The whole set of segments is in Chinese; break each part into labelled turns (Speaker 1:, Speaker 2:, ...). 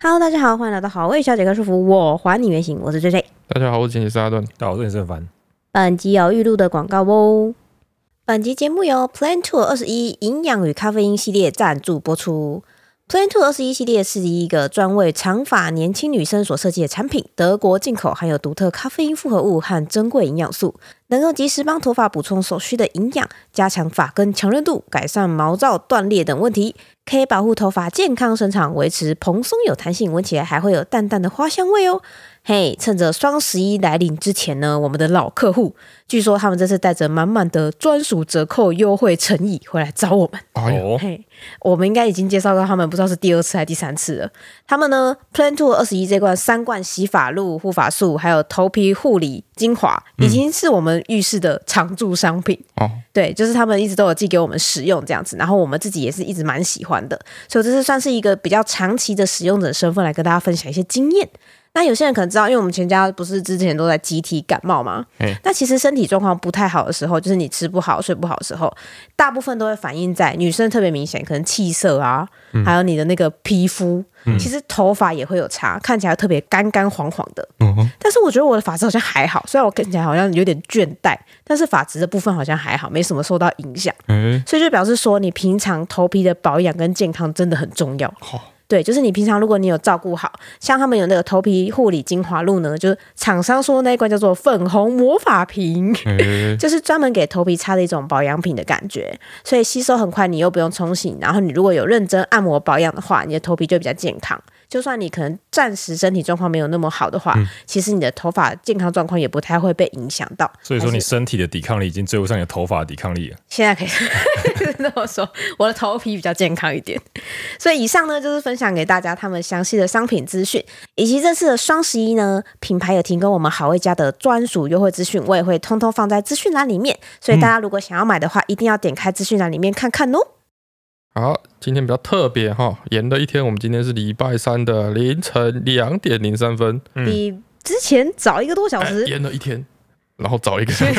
Speaker 1: Hello，大家好，欢迎来到好味小姐跟舒服，我还你原形，我是 J J。
Speaker 2: 大家好，我是剪辑师阿顿。
Speaker 3: 大家好，我是郑凡。
Speaker 1: 本集有预录的广告哦。本集节目由 Plan Two 二十一营养与咖啡因系列赞助播出。Plan Two 二十一系列是一个专为长发年轻女生所设计的产品，德国进口，含有独特咖啡因复合物和珍贵营养素，能够及时帮头发补充所需的营养，加强发根强韧度，改善毛躁、断裂等问题，可以保护头发健康生长，维持蓬松有弹性，闻起来还会有淡淡的花香味哦。嘿、趁着双十一来临之前呢，我们的老客户，据说他们这次带着满满的专属折扣优惠诚意回来找我们。
Speaker 2: 哎呦，
Speaker 3: 哦，
Speaker 1: 嘿，我们应该已经介绍到他们，不知道是第二次还是第三次了。他们呢，Plan Two 二十一这罐三罐洗发露、护发素，还有头皮护理精华，已经是我们浴室的常驻商品。
Speaker 2: 哦，
Speaker 1: 对，就是他们一直都有寄给我们使用这样子，然后我们自己也是一直蛮喜欢的，所以这是算是一个比较长期的使用者身份来跟大家分享一些经验。那有些人可能知道，因为我们全家不是之前都在集体感冒嘛
Speaker 2: 嗯，
Speaker 1: 那其实身体状况不太好的时候，就是你吃不好、睡不好的时候，大部分都会反映在女生特别明显，可能气色啊，还有你的那个皮肤，其实头发也会有差，看起来特别干干黄黄的。
Speaker 2: 嗯，
Speaker 1: 但是我觉得我的发质好像还好，虽然我看起来好像有点倦怠，但是发质的部分好像还好，没什么受到影响，
Speaker 2: 哎，
Speaker 1: 所以就表示说你平常头皮的保养跟健康真的很重要。
Speaker 2: 好，
Speaker 1: 对，就是你平常如果你有照顾好，像他们有那个头皮护理精华露呢，就是厂商说那一罐叫做粉红魔法瓶。
Speaker 2: 哎，
Speaker 1: 就是专门给头皮擦的一种保养品的感觉，所以吸收很快，你又不用冲洗。然后你如果有认真按摩保养的话，你的头皮就比较健康。就算你可能暂时身体状况没有那么好的话，
Speaker 3: 嗯
Speaker 1: 其实你的头发健康状况也不太会被影响到。
Speaker 3: 所以说你
Speaker 1: 还是
Speaker 3: 身体的抵抗力已经追不上你的头发的抵抗力了。
Speaker 1: 现在可以 这么说，我的头皮比较健康一点。所以以上呢，就是分享给大家他们详细的商品资讯，以及这次的双十一呢，品牌有提供我们好味家的专属优惠资讯，我也会通通放在资讯栏里面。所以大家如果想要买的话，一定要点开资讯栏里面看看哦。
Speaker 2: 好，今天比较特别哈，延了一天。我们今天是礼拜三的凌晨两点零三分，
Speaker 3: 嗯
Speaker 1: 比之前早一个多小
Speaker 2: 哎
Speaker 1: 时，
Speaker 2: 延了一天，然后早 一个小 时，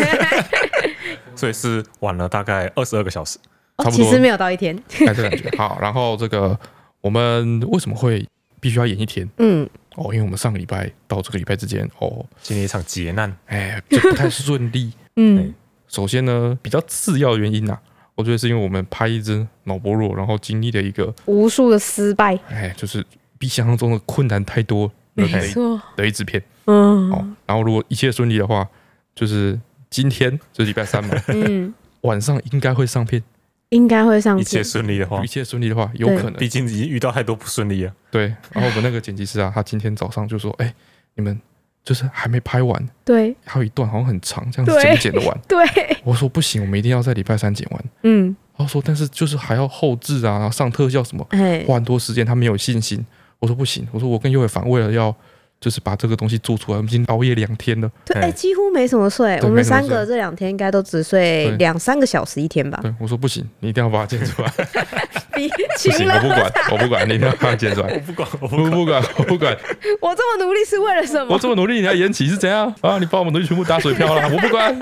Speaker 3: 所以是晚了大概二十二个小时。
Speaker 2: 差
Speaker 1: 哦
Speaker 2: 不多
Speaker 1: 其实没有到一天。
Speaker 2: 哎，这感觉好。然后这个我们为什么会必须要延一天？
Speaker 1: 嗯，
Speaker 2: 哦，因为我们上个礼拜到这个礼拜之间，哦，
Speaker 3: 经历一场劫难，
Speaker 2: 哎，就不太顺利。
Speaker 1: 嗯，
Speaker 2: 首先呢，比较次要的原因呐、我觉得是因为我们拍一只脑薄弱，然后经历了一个，
Speaker 1: 无数的失败，
Speaker 2: 哎，就是比想象中的困难太多的
Speaker 1: 没
Speaker 2: 一
Speaker 1: 错，
Speaker 2: 的一支片。
Speaker 1: 嗯
Speaker 2: 哦，然后如果一切顺利的话，就是今天这礼拜 三嘛，
Speaker 1: 嗯，
Speaker 2: 晚上应该会上片。
Speaker 1: 应该会上
Speaker 3: 一
Speaker 1: 去
Speaker 3: 切。顺利的话
Speaker 2: 一，切顺利的话，有
Speaker 1: 哦对
Speaker 2: 可能
Speaker 3: 毕竟已经遇到太多不顺利了。
Speaker 2: 对。然后我们那个剪辑师啊，他今天早上就说：“哎，你们就是还没拍完，
Speaker 1: 对
Speaker 2: 还有一段好像很长，这样子
Speaker 1: 对
Speaker 2: 怎么剪得完
Speaker 1: 对，？”
Speaker 2: 我说：“不行，我们一定要在礼拜三剪完。
Speaker 1: 嗯，”
Speaker 2: 他说：“但是就是还要后置啊，然后上特效什么，
Speaker 1: 哎，
Speaker 2: 花很多时间，他没有信心。”我说：“不行，我说我跟尤伟凡为了要就是把这个东西做出来，我们已经熬夜两天了。
Speaker 1: 对，哎、
Speaker 3: 哎
Speaker 1: 几乎没什么睡。
Speaker 2: 对
Speaker 1: 我们
Speaker 2: 没什么
Speaker 1: 三个
Speaker 2: 睡
Speaker 1: 这两天应该都只睡
Speaker 2: 对
Speaker 1: 两三个小时一天吧。
Speaker 2: 对，我说：“不行，你一定要把它剪出来。”
Speaker 1: 比
Speaker 2: 不
Speaker 1: 勤
Speaker 2: 行，我
Speaker 1: 劳，
Speaker 2: 不管，我不管，你一定要把它剪出来。
Speaker 3: 我不管，我
Speaker 2: 我
Speaker 3: 不管。
Speaker 2: 不管，我不管，
Speaker 1: 我这么努力是为了什
Speaker 2: 我
Speaker 1: 么？
Speaker 2: 这么努力，你还延期是怎样啊？你把我们东西全部打水漂了，我不管。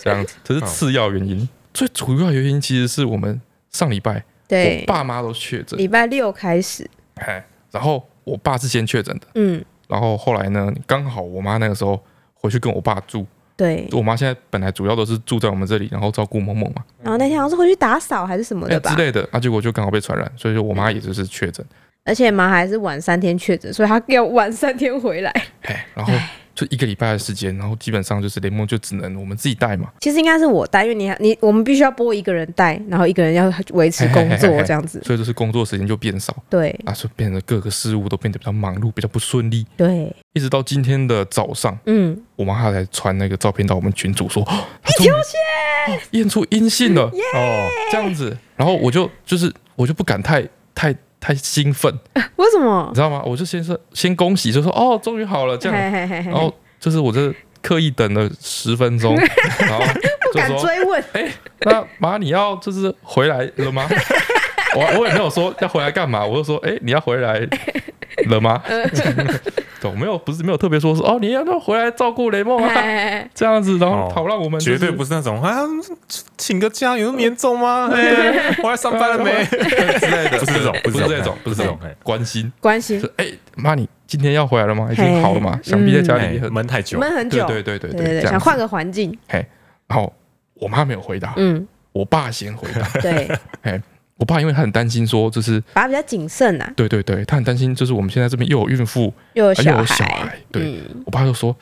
Speaker 2: 这样子，这是次要原因，最主要原因其实是我们上礼拜我
Speaker 1: 对，
Speaker 2: 爸妈都确诊，
Speaker 1: 礼拜六开始，
Speaker 2: 哎，然后我爸是先确诊的，
Speaker 1: 嗯，
Speaker 2: 然后后来呢，刚好我妈那个时候回去跟我爸住，
Speaker 1: 对。
Speaker 2: 我妈现在本来主要都是住在我们这里，然后照顾萌萌嘛，
Speaker 1: 然后那天好像是回去打扫还是什么
Speaker 2: 哎
Speaker 1: 的吧
Speaker 2: 之，类的，啊，结果就刚好被传染，所以说我妈也就是确诊，
Speaker 1: 而且妈还是晚三天确诊，所以她要晚三天回来。
Speaker 2: 哎，然后就一个礼拜的时间，然后基本上就是联盟就只能我们自己带嘛。
Speaker 1: 其实应该是我带，因为你你我们必须要播一个人带，然后一个人要维持工作
Speaker 2: 嘿嘿嘿嘿
Speaker 1: 这样子。
Speaker 2: 所以就是工作时间就变少
Speaker 1: 对
Speaker 2: 啊，所以变得各个事务都变得比较忙碌，比较不顺利。
Speaker 1: 对，
Speaker 2: 一直到今天的早上，
Speaker 1: 嗯，
Speaker 2: 我妈她才传那个照片到我们群组 说，哦她终于哦验出阴性 了，
Speaker 3: 哦，
Speaker 2: 这样子。然后我就就是我就不敢太太太兴奋，
Speaker 1: 为什么
Speaker 2: 你？知道吗？我就先是先恭喜，就说哦，终于好了这样。
Speaker 1: 嘿
Speaker 2: 哦
Speaker 1: 嘿嘿嘿
Speaker 2: 然后就是我这刻意等了十 分钟，然后
Speaker 1: 不
Speaker 2: 就
Speaker 1: 敢
Speaker 2: 说
Speaker 1: 追问，
Speaker 2: 哎、那妈，你要就是回来了 吗？
Speaker 4: 呃
Speaker 2: 我我也没有说要回来干嘛，我就说，哎、你要回来了吗？懂没有？不是没有特别说是哦，你要不要回来照顾雷梦啊？
Speaker 4: 哎
Speaker 2: 这样子，然后
Speaker 3: 哦
Speaker 2: 好让我们、
Speaker 3: 绝对不是那种啊，请个假有那么严重吗？ 哎，我来上班了 没？
Speaker 2: 之类的，
Speaker 3: 不是这种
Speaker 2: 不是这种，
Speaker 3: 不
Speaker 2: 不是
Speaker 3: 是这
Speaker 2: 这种
Speaker 3: 种哎，
Speaker 2: 关心。
Speaker 4: 关心
Speaker 2: 是哎，妈，你今天要回来了吗？已经
Speaker 1: 嘿
Speaker 2: 好了嘛？想必在家里也很
Speaker 3: 哎闷太久，
Speaker 4: 闷很
Speaker 2: 对
Speaker 4: 久，
Speaker 2: 对对对
Speaker 4: 对对
Speaker 2: 这
Speaker 4: 想
Speaker 2: 样子。
Speaker 4: 换个环境，
Speaker 2: 然后我妈没有回答，
Speaker 4: 嗯，
Speaker 2: 我爸先回答。
Speaker 4: 对，
Speaker 2: 我爸因为他很担心，说就是
Speaker 4: 把它比较谨慎啊，
Speaker 2: 对对对，他很担心，就是我们现在这边又有孕妇
Speaker 4: 又有
Speaker 2: 呃又
Speaker 4: 小
Speaker 2: 有小
Speaker 4: 孩，
Speaker 2: 孩，对
Speaker 4: 嗯
Speaker 2: 我爸就说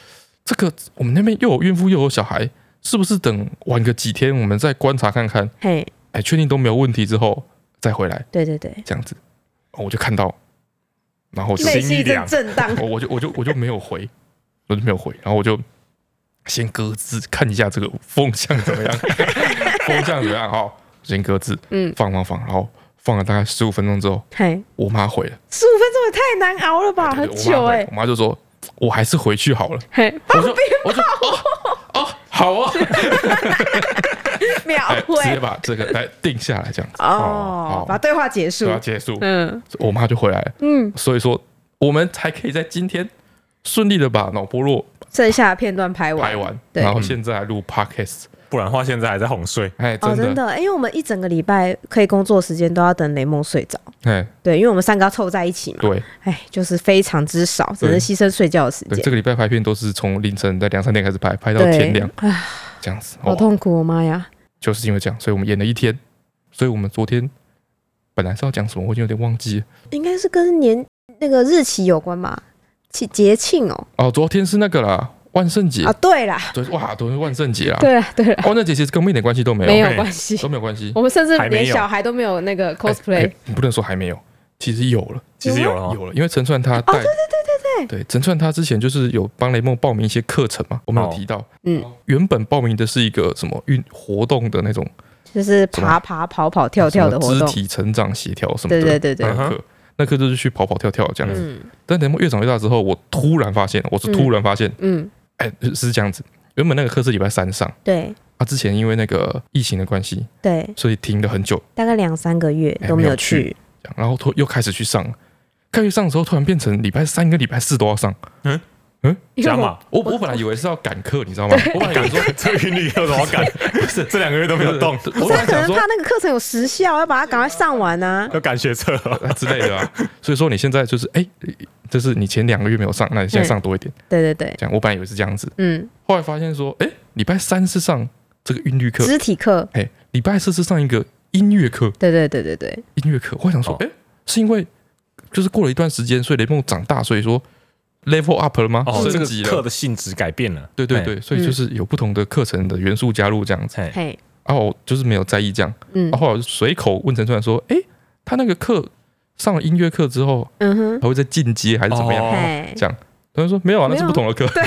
Speaker 2: 这个我们那边又有孕妇又有小孩，是不是等晚个几天我们再观察看看，
Speaker 4: 嘿，
Speaker 2: 哎，确定都没有问题之后再回来
Speaker 4: 对对对，
Speaker 2: 这样子。哦我就看到，然后我就
Speaker 4: 内
Speaker 3: 心
Speaker 4: 心
Speaker 3: 一
Speaker 4: 一阵
Speaker 3: 凉
Speaker 4: 震荡，
Speaker 2: 我我就我就我就没有回，我就没有回，然后我就先搁置看一下这个风向怎么样， 风向怎么样哈，先搁置，
Speaker 4: 嗯，
Speaker 2: 放放放，然后放了大概十五分钟之后，
Speaker 4: 嘿，
Speaker 2: 我妈回了，
Speaker 4: 十五分钟也太难熬了吧，
Speaker 2: 对
Speaker 4: 很
Speaker 2: 对我
Speaker 4: 久
Speaker 2: 妈回
Speaker 4: 哎
Speaker 2: 了，我妈就说，我还是回去好了，
Speaker 4: 嘿，
Speaker 2: 我就我就哦哦好啊，
Speaker 4: 秒
Speaker 2: 哎，直接
Speaker 4: 回
Speaker 2: 把这个来定下来这样子，
Speaker 4: 哦
Speaker 2: 好，
Speaker 4: 把对话结束
Speaker 2: 对，要啊结束，
Speaker 4: 嗯
Speaker 2: 我妈就回来了，
Speaker 4: 嗯，
Speaker 2: 所以说我们才可以在今天顺利的把脑波弱
Speaker 4: 剩下的片段拍完，
Speaker 2: 拍完，
Speaker 4: 对
Speaker 2: 然后现在还录 podcast。
Speaker 3: 不然的话现在还在哄睡。
Speaker 2: 哎，
Speaker 4: 哦，
Speaker 2: 真
Speaker 4: 真
Speaker 2: 的，
Speaker 4: 的，因为我们一整个礼拜可以工作时间都要等雷梦睡着，
Speaker 2: 哎，
Speaker 4: 对，因为我们三个要凑在一起嘛，
Speaker 2: 对
Speaker 4: 哎，就是非常之少，只
Speaker 2: 对
Speaker 4: 能牺牲睡觉的时
Speaker 2: 对，
Speaker 4: 间
Speaker 2: 这，个礼拜拍片都是从凌晨在两三点开始拍，拍到天
Speaker 4: 对
Speaker 2: 亮，
Speaker 4: 哎，
Speaker 2: 这样子。
Speaker 4: 好
Speaker 2: 哦，
Speaker 4: 痛苦哦，妈呀，
Speaker 2: 就是因为这样，所以我们演了一天。所以我们昨天本来是要讲什么，我已经有点忘记了。
Speaker 4: 应该是跟年那个日期有关吧，节节庆哦，
Speaker 2: 哦，昨天是那个啦，万圣节
Speaker 4: 啊，。对啦，
Speaker 2: 对，哇，昨天万圣节啦，
Speaker 4: 对啦，对啦，
Speaker 2: 万圣节其实跟我们一点关系都没有，
Speaker 4: 没有
Speaker 3: 嘿
Speaker 4: 关系，
Speaker 2: 都没有关系。
Speaker 4: 我们甚至
Speaker 3: 还
Speaker 4: 连
Speaker 3: 没有
Speaker 4: 小孩都没有那个
Speaker 2: 哎
Speaker 4: cosplay
Speaker 2: 哎。你不能说还没有，其实有了，
Speaker 3: 其实有了哦，
Speaker 2: 有了，因为陈川他带，对对对对对，对陈川他之前就是有帮雷梦报名一些课程嘛，我们有
Speaker 3: 哦
Speaker 2: 提到，
Speaker 4: 嗯，
Speaker 2: 原本报名的是一个什么运活动的那种
Speaker 4: 就是爬爬跑跑跳跳的活
Speaker 2: 什么
Speaker 4: 动
Speaker 2: 肢。体成长协调什么
Speaker 4: 对
Speaker 2: 的，
Speaker 4: 对对对，
Speaker 2: 那
Speaker 3: 嗯
Speaker 2: 课，那课就是去跑跑跳跳这样子。
Speaker 4: 嗯
Speaker 2: 但等我越长越大之后，我突然发现，我是突然发现，
Speaker 4: 嗯，
Speaker 2: 哎、是这样子。原本那个课是礼拜三上，
Speaker 4: 对
Speaker 2: 啊，之前因为那个疫情的关系，
Speaker 4: 对，
Speaker 2: 所以停了很久，
Speaker 4: 大概两三个月
Speaker 2: 哎
Speaker 4: 都没
Speaker 2: 没有
Speaker 4: 有去。
Speaker 2: 这样然后突又开始去上了。开始上的时候，突然变成礼拜三跟礼拜四都要上。
Speaker 4: 因为
Speaker 3: 加
Speaker 4: 我
Speaker 3: 码，
Speaker 2: 我我本来以为是要赶课，你知 道吗？我本来以为说
Speaker 3: 这云里有什么 感？不是，这两个月都没有动，
Speaker 2: 我本来
Speaker 4: 可
Speaker 2: 想
Speaker 4: 能
Speaker 2: 说
Speaker 4: 怕那个课程有时效，要把它赶快上完啊。
Speaker 3: 要赶学车哦了。
Speaker 2: 啊之类的啊。所以说你现在就是哎、就是你前两个月没有上，那你现在上多一点。
Speaker 4: 对对对，
Speaker 2: 这样，我本来以为是这样子，
Speaker 4: 嗯，
Speaker 2: 后来发现说，哎、礼拜三是上这个韵律课，
Speaker 4: 肢体课，
Speaker 2: 哎，礼拜四是上一个音乐课，
Speaker 4: 对对对对对，
Speaker 2: 音乐课。我想说，
Speaker 3: 哦
Speaker 2: 哎、是因为就是过了一段时间，所以雷梦长大，所以说 level up 了吗？
Speaker 3: 哦，这
Speaker 2: 升
Speaker 3: 个
Speaker 2: 级
Speaker 3: 课
Speaker 2: 了。
Speaker 3: 的性质改变了。
Speaker 2: 对
Speaker 4: 哎
Speaker 2: 对对，所以就是
Speaker 4: 嗯
Speaker 2: 有不同的课程的元素加入这样子。
Speaker 3: 哎，
Speaker 4: 嘿，
Speaker 2: 啊，我就是没有在意这样。
Speaker 4: 嗯
Speaker 2: 啊，后来我就随口问陈川说，哎、他那个课上了音乐课之后，
Speaker 4: 嗯哼，
Speaker 2: 还会再进阶还是怎么样？
Speaker 3: 哦
Speaker 4: 嘿，
Speaker 2: 这样，他就说没有啊，那
Speaker 4: 没有
Speaker 2: 是
Speaker 4: 啊
Speaker 2: 不同的课。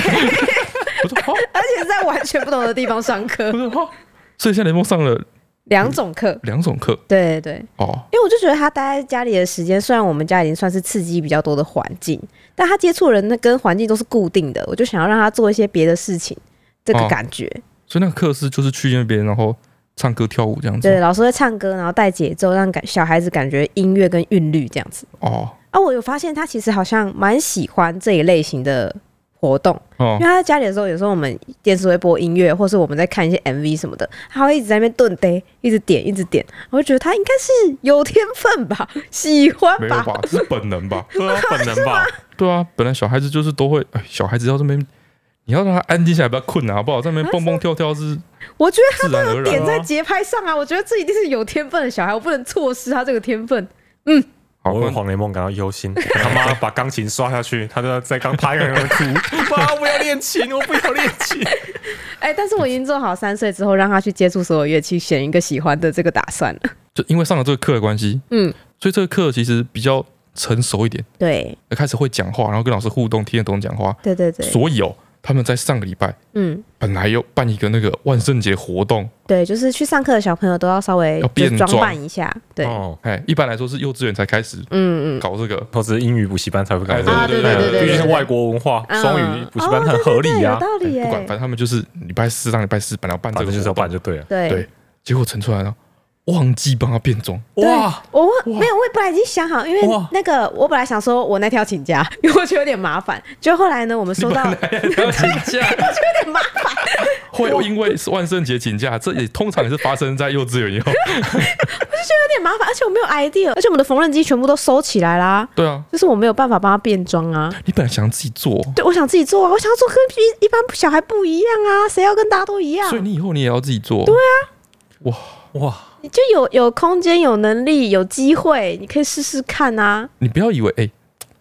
Speaker 2: 我说哦好，
Speaker 4: 而且是在完全不同的地方上课
Speaker 2: 我，说好。哦所以现在雷梦上了
Speaker 4: 两种课。
Speaker 2: 两种课
Speaker 4: 对对对，
Speaker 2: 哦，
Speaker 4: 因为我就觉得他待在家里的时间，虽然我们家已经算是刺激比较多的环境，但他接触人那跟环境都是固定的，我就想要让他做一些别的事情，这个
Speaker 2: 哦
Speaker 4: 感觉。
Speaker 2: 所以那个课是就是去那边然后唱歌跳舞这样子
Speaker 4: 对，老师会唱歌，然后带节奏，让感小孩子感觉音乐跟韵律这样子。
Speaker 2: 哦
Speaker 4: 啊，我有发现他其实好像蛮喜欢这一类型的活动，
Speaker 2: 哦
Speaker 4: 因为他在家里的时候，有时候我们电视会播音乐，或是我们在看一些 MV 什么的，他会一直在那边顿呆，一直点，一直点，我就觉得他应该是有天分吧，喜欢
Speaker 2: 没有
Speaker 4: 吧，
Speaker 2: 吧，这是本能吧？
Speaker 3: 对啊，本能 吧，
Speaker 2: 对啊，本来小孩子就是都会，哎小孩子要这边，你要让他安静下来，不要困啊，好不好？在那边蹦蹦跳跳是
Speaker 4: 我觉得
Speaker 2: 自然而然
Speaker 4: 点
Speaker 2: 的。
Speaker 4: 在节拍上啊！我觉得这一定是有天分的小孩，我不能错失他这个天分。
Speaker 2: 好，
Speaker 3: 我为
Speaker 2: 那
Speaker 3: 黄雷梦感到忧心。他妈把钢琴刷下去，他就在刚拍个人哭。 妈，我不要练琴，我不要练琴。
Speaker 4: 哎、但是我已经做好三岁之后让他去接触所有乐器，选一个喜欢的这个打算了。
Speaker 2: 就因为上了这个课的关系，
Speaker 4: 嗯，
Speaker 2: 所以这个课其实比较成熟一点，
Speaker 4: 对，
Speaker 2: 开始会讲话，然后跟老师互动，听得懂讲话。
Speaker 4: 对对对，
Speaker 2: 所以哦，他们在上个礼拜
Speaker 4: 嗯，
Speaker 2: 本来有办一个那个万圣节活动，
Speaker 4: 对，就是去上课的小朋友都要稍微
Speaker 2: 要
Speaker 4: 就
Speaker 2: 变
Speaker 4: 装
Speaker 2: 装
Speaker 4: 扮一下，对，
Speaker 3: 哦，
Speaker 2: 哎，一般来说是幼稚园才开始
Speaker 4: 嗯嗯，
Speaker 2: 搞这个，
Speaker 3: 或者英语补习班才会搞
Speaker 2: 哎
Speaker 3: 这个。
Speaker 4: 啊对对对对对
Speaker 3: 毕竟是
Speaker 4: 对
Speaker 3: 外国文化，
Speaker 4: 嗯
Speaker 3: 双语补习班
Speaker 4: 哦
Speaker 3: 很合理啊
Speaker 4: 对有
Speaker 3: 呀。
Speaker 4: 道理耶、
Speaker 2: 哎不管，反正他们就是礼拜四上礼拜四本来要办这
Speaker 3: 反
Speaker 2: 个
Speaker 3: 正就是
Speaker 2: 活
Speaker 3: 要
Speaker 2: 动
Speaker 3: 办，就对了。
Speaker 4: 对
Speaker 2: 对结果陈出来了，忘记帮他变 装，
Speaker 4: 对，
Speaker 3: 哇，
Speaker 4: 我忘没有，我本来已经想好，因为
Speaker 3: 哇
Speaker 4: 那个我本来想说我那天要请假， 因为我觉得有点麻烦。就后来呢，我们收到有
Speaker 2: 不要请 假，
Speaker 4: 点麻烦，
Speaker 2: 会因为是万圣节请假，这也通常也是发生在幼稚园以后。
Speaker 4: 有点麻烦，而且我没有 idea，而且我们的缝纫机全部都收起来啦，
Speaker 2: 对啊，
Speaker 4: 就是我没有办法帮他变装啊。
Speaker 2: 你本来想自己做，
Speaker 4: 对，我想自己做啊，我想要做跟一一般小孩不一样啊，谁要跟大家都一样？
Speaker 2: 所以你以后你也要自己做。对啊，哇，
Speaker 3: 哇，
Speaker 4: 就有有空间、有能力、有机会，你可以试试看啊。
Speaker 2: 你不要以为哎、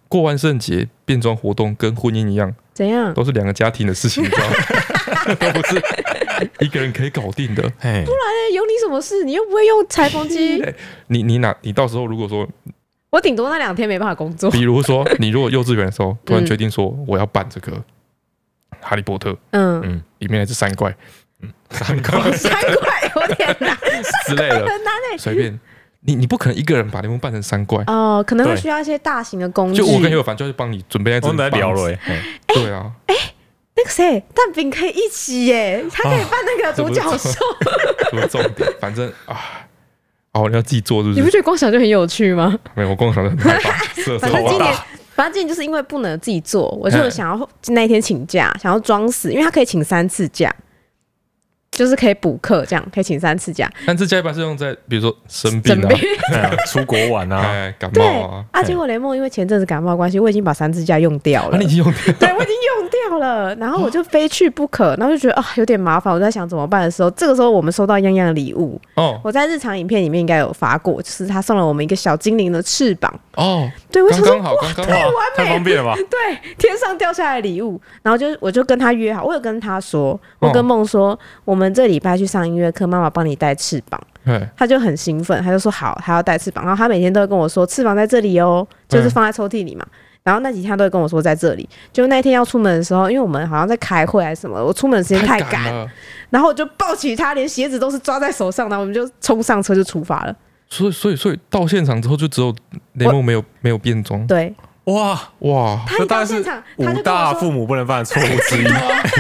Speaker 2: 过万圣节变装活动跟婚姻一样，
Speaker 4: 怎样？
Speaker 2: 都是两个家庭的事情，你知道吗？ 都不是一个人可以搞定的。
Speaker 3: 哎，
Speaker 4: 哎，有你什么事？你又不会用裁缝机，
Speaker 2: 你你哪你到时候如果说，
Speaker 4: 我顶多那两天没办法工作。
Speaker 2: 比如说你如果幼稚园的时候突然决定说我要办这个哈利波特，
Speaker 4: 嗯，
Speaker 2: 嗯，里面那只山怪
Speaker 3: 三个
Speaker 4: 三块有点难，
Speaker 2: 之类的，
Speaker 4: 很难哎、
Speaker 2: 随便你你不可能一个人把联盟扮成山怪。
Speaker 4: 哦，可能会
Speaker 3: 对
Speaker 4: 需要一些大型的工具。
Speaker 2: 就我跟有凡就要去帮你准备那只
Speaker 3: 我们在聊
Speaker 2: 棒子
Speaker 3: 了， 哎，
Speaker 2: 对啊，
Speaker 4: 那个谁，蛋饼可以一起耶，他可以扮那个
Speaker 2: 哦这
Speaker 4: 独
Speaker 2: 不是
Speaker 4: 角兽。
Speaker 2: 什么重点，反正啊，哦，你要自己做是不
Speaker 4: 你不
Speaker 2: 是？
Speaker 4: 觉得光想就很有 趣吗？
Speaker 2: 没有，我光想的很害 怕，色
Speaker 4: 反
Speaker 2: 色
Speaker 4: 正
Speaker 2: 好
Speaker 4: 今年
Speaker 2: 大。，
Speaker 4: 反正今年就是因为不能自己做，我就
Speaker 2: 嗯
Speaker 4: 想要那一天请假，想要装死，因为他可以请三次假，就是可以补课这样，可以请三次假。
Speaker 2: 但这加一般是用在比如说生病
Speaker 4: 准
Speaker 2: 啊
Speaker 4: 备、
Speaker 3: 哎呀出国玩 啊，
Speaker 2: 哎感
Speaker 4: 对
Speaker 2: 冒啊，
Speaker 4: 啊，结果雷梦因为前阵子感冒的关系，我已经把三支架用掉
Speaker 2: 啊
Speaker 4: 了
Speaker 2: 你已。经 用掉
Speaker 4: 对，我已经用掉了，然后我就非去不可，然后就觉得啊有点麻烦，我在想怎么办的时候，这个时候我们收到样样礼物，
Speaker 2: 哦
Speaker 4: 我在日常影片里面应该有发过，就是他送了我们一个小精灵的翅膀，
Speaker 2: 哦，
Speaker 4: 对我想
Speaker 2: 刚
Speaker 4: 说
Speaker 2: 刚好，刚刚好，
Speaker 3: 哇，太方便了吧？
Speaker 4: 对天上掉下来的礼物，然后就我就跟他约好，我有跟他说，我跟梦说、我们这礼拜去上音乐课，妈妈帮你带翅膀，
Speaker 2: 哎，
Speaker 4: 他就很兴奋，他就说好，他要带翅膀，然后他每天都会跟我说翅膀在这里哦，就是
Speaker 2: 嗯
Speaker 4: 放在抽屉里嘛。然后那几天他都会跟我说在这里。就那一天要出门的时候，因为我们好像在开会还是什么，我出门的时间太赶，
Speaker 2: 赶了。
Speaker 4: 然后我就抱起他，连鞋子都是抓在手上，然后我们就冲上车就出发了。
Speaker 2: 所以，所以，所以到现场之后，就只有雷蒙没有没有变装，
Speaker 4: 对，
Speaker 3: 哇，
Speaker 2: 哇，
Speaker 4: 他
Speaker 3: 这
Speaker 4: 一
Speaker 3: 当
Speaker 4: 到
Speaker 3: 然
Speaker 4: 现
Speaker 3: 是
Speaker 4: 场，他
Speaker 3: 五
Speaker 4: 就跟我
Speaker 3: 大
Speaker 4: 说
Speaker 3: 父母不能犯的错误之一，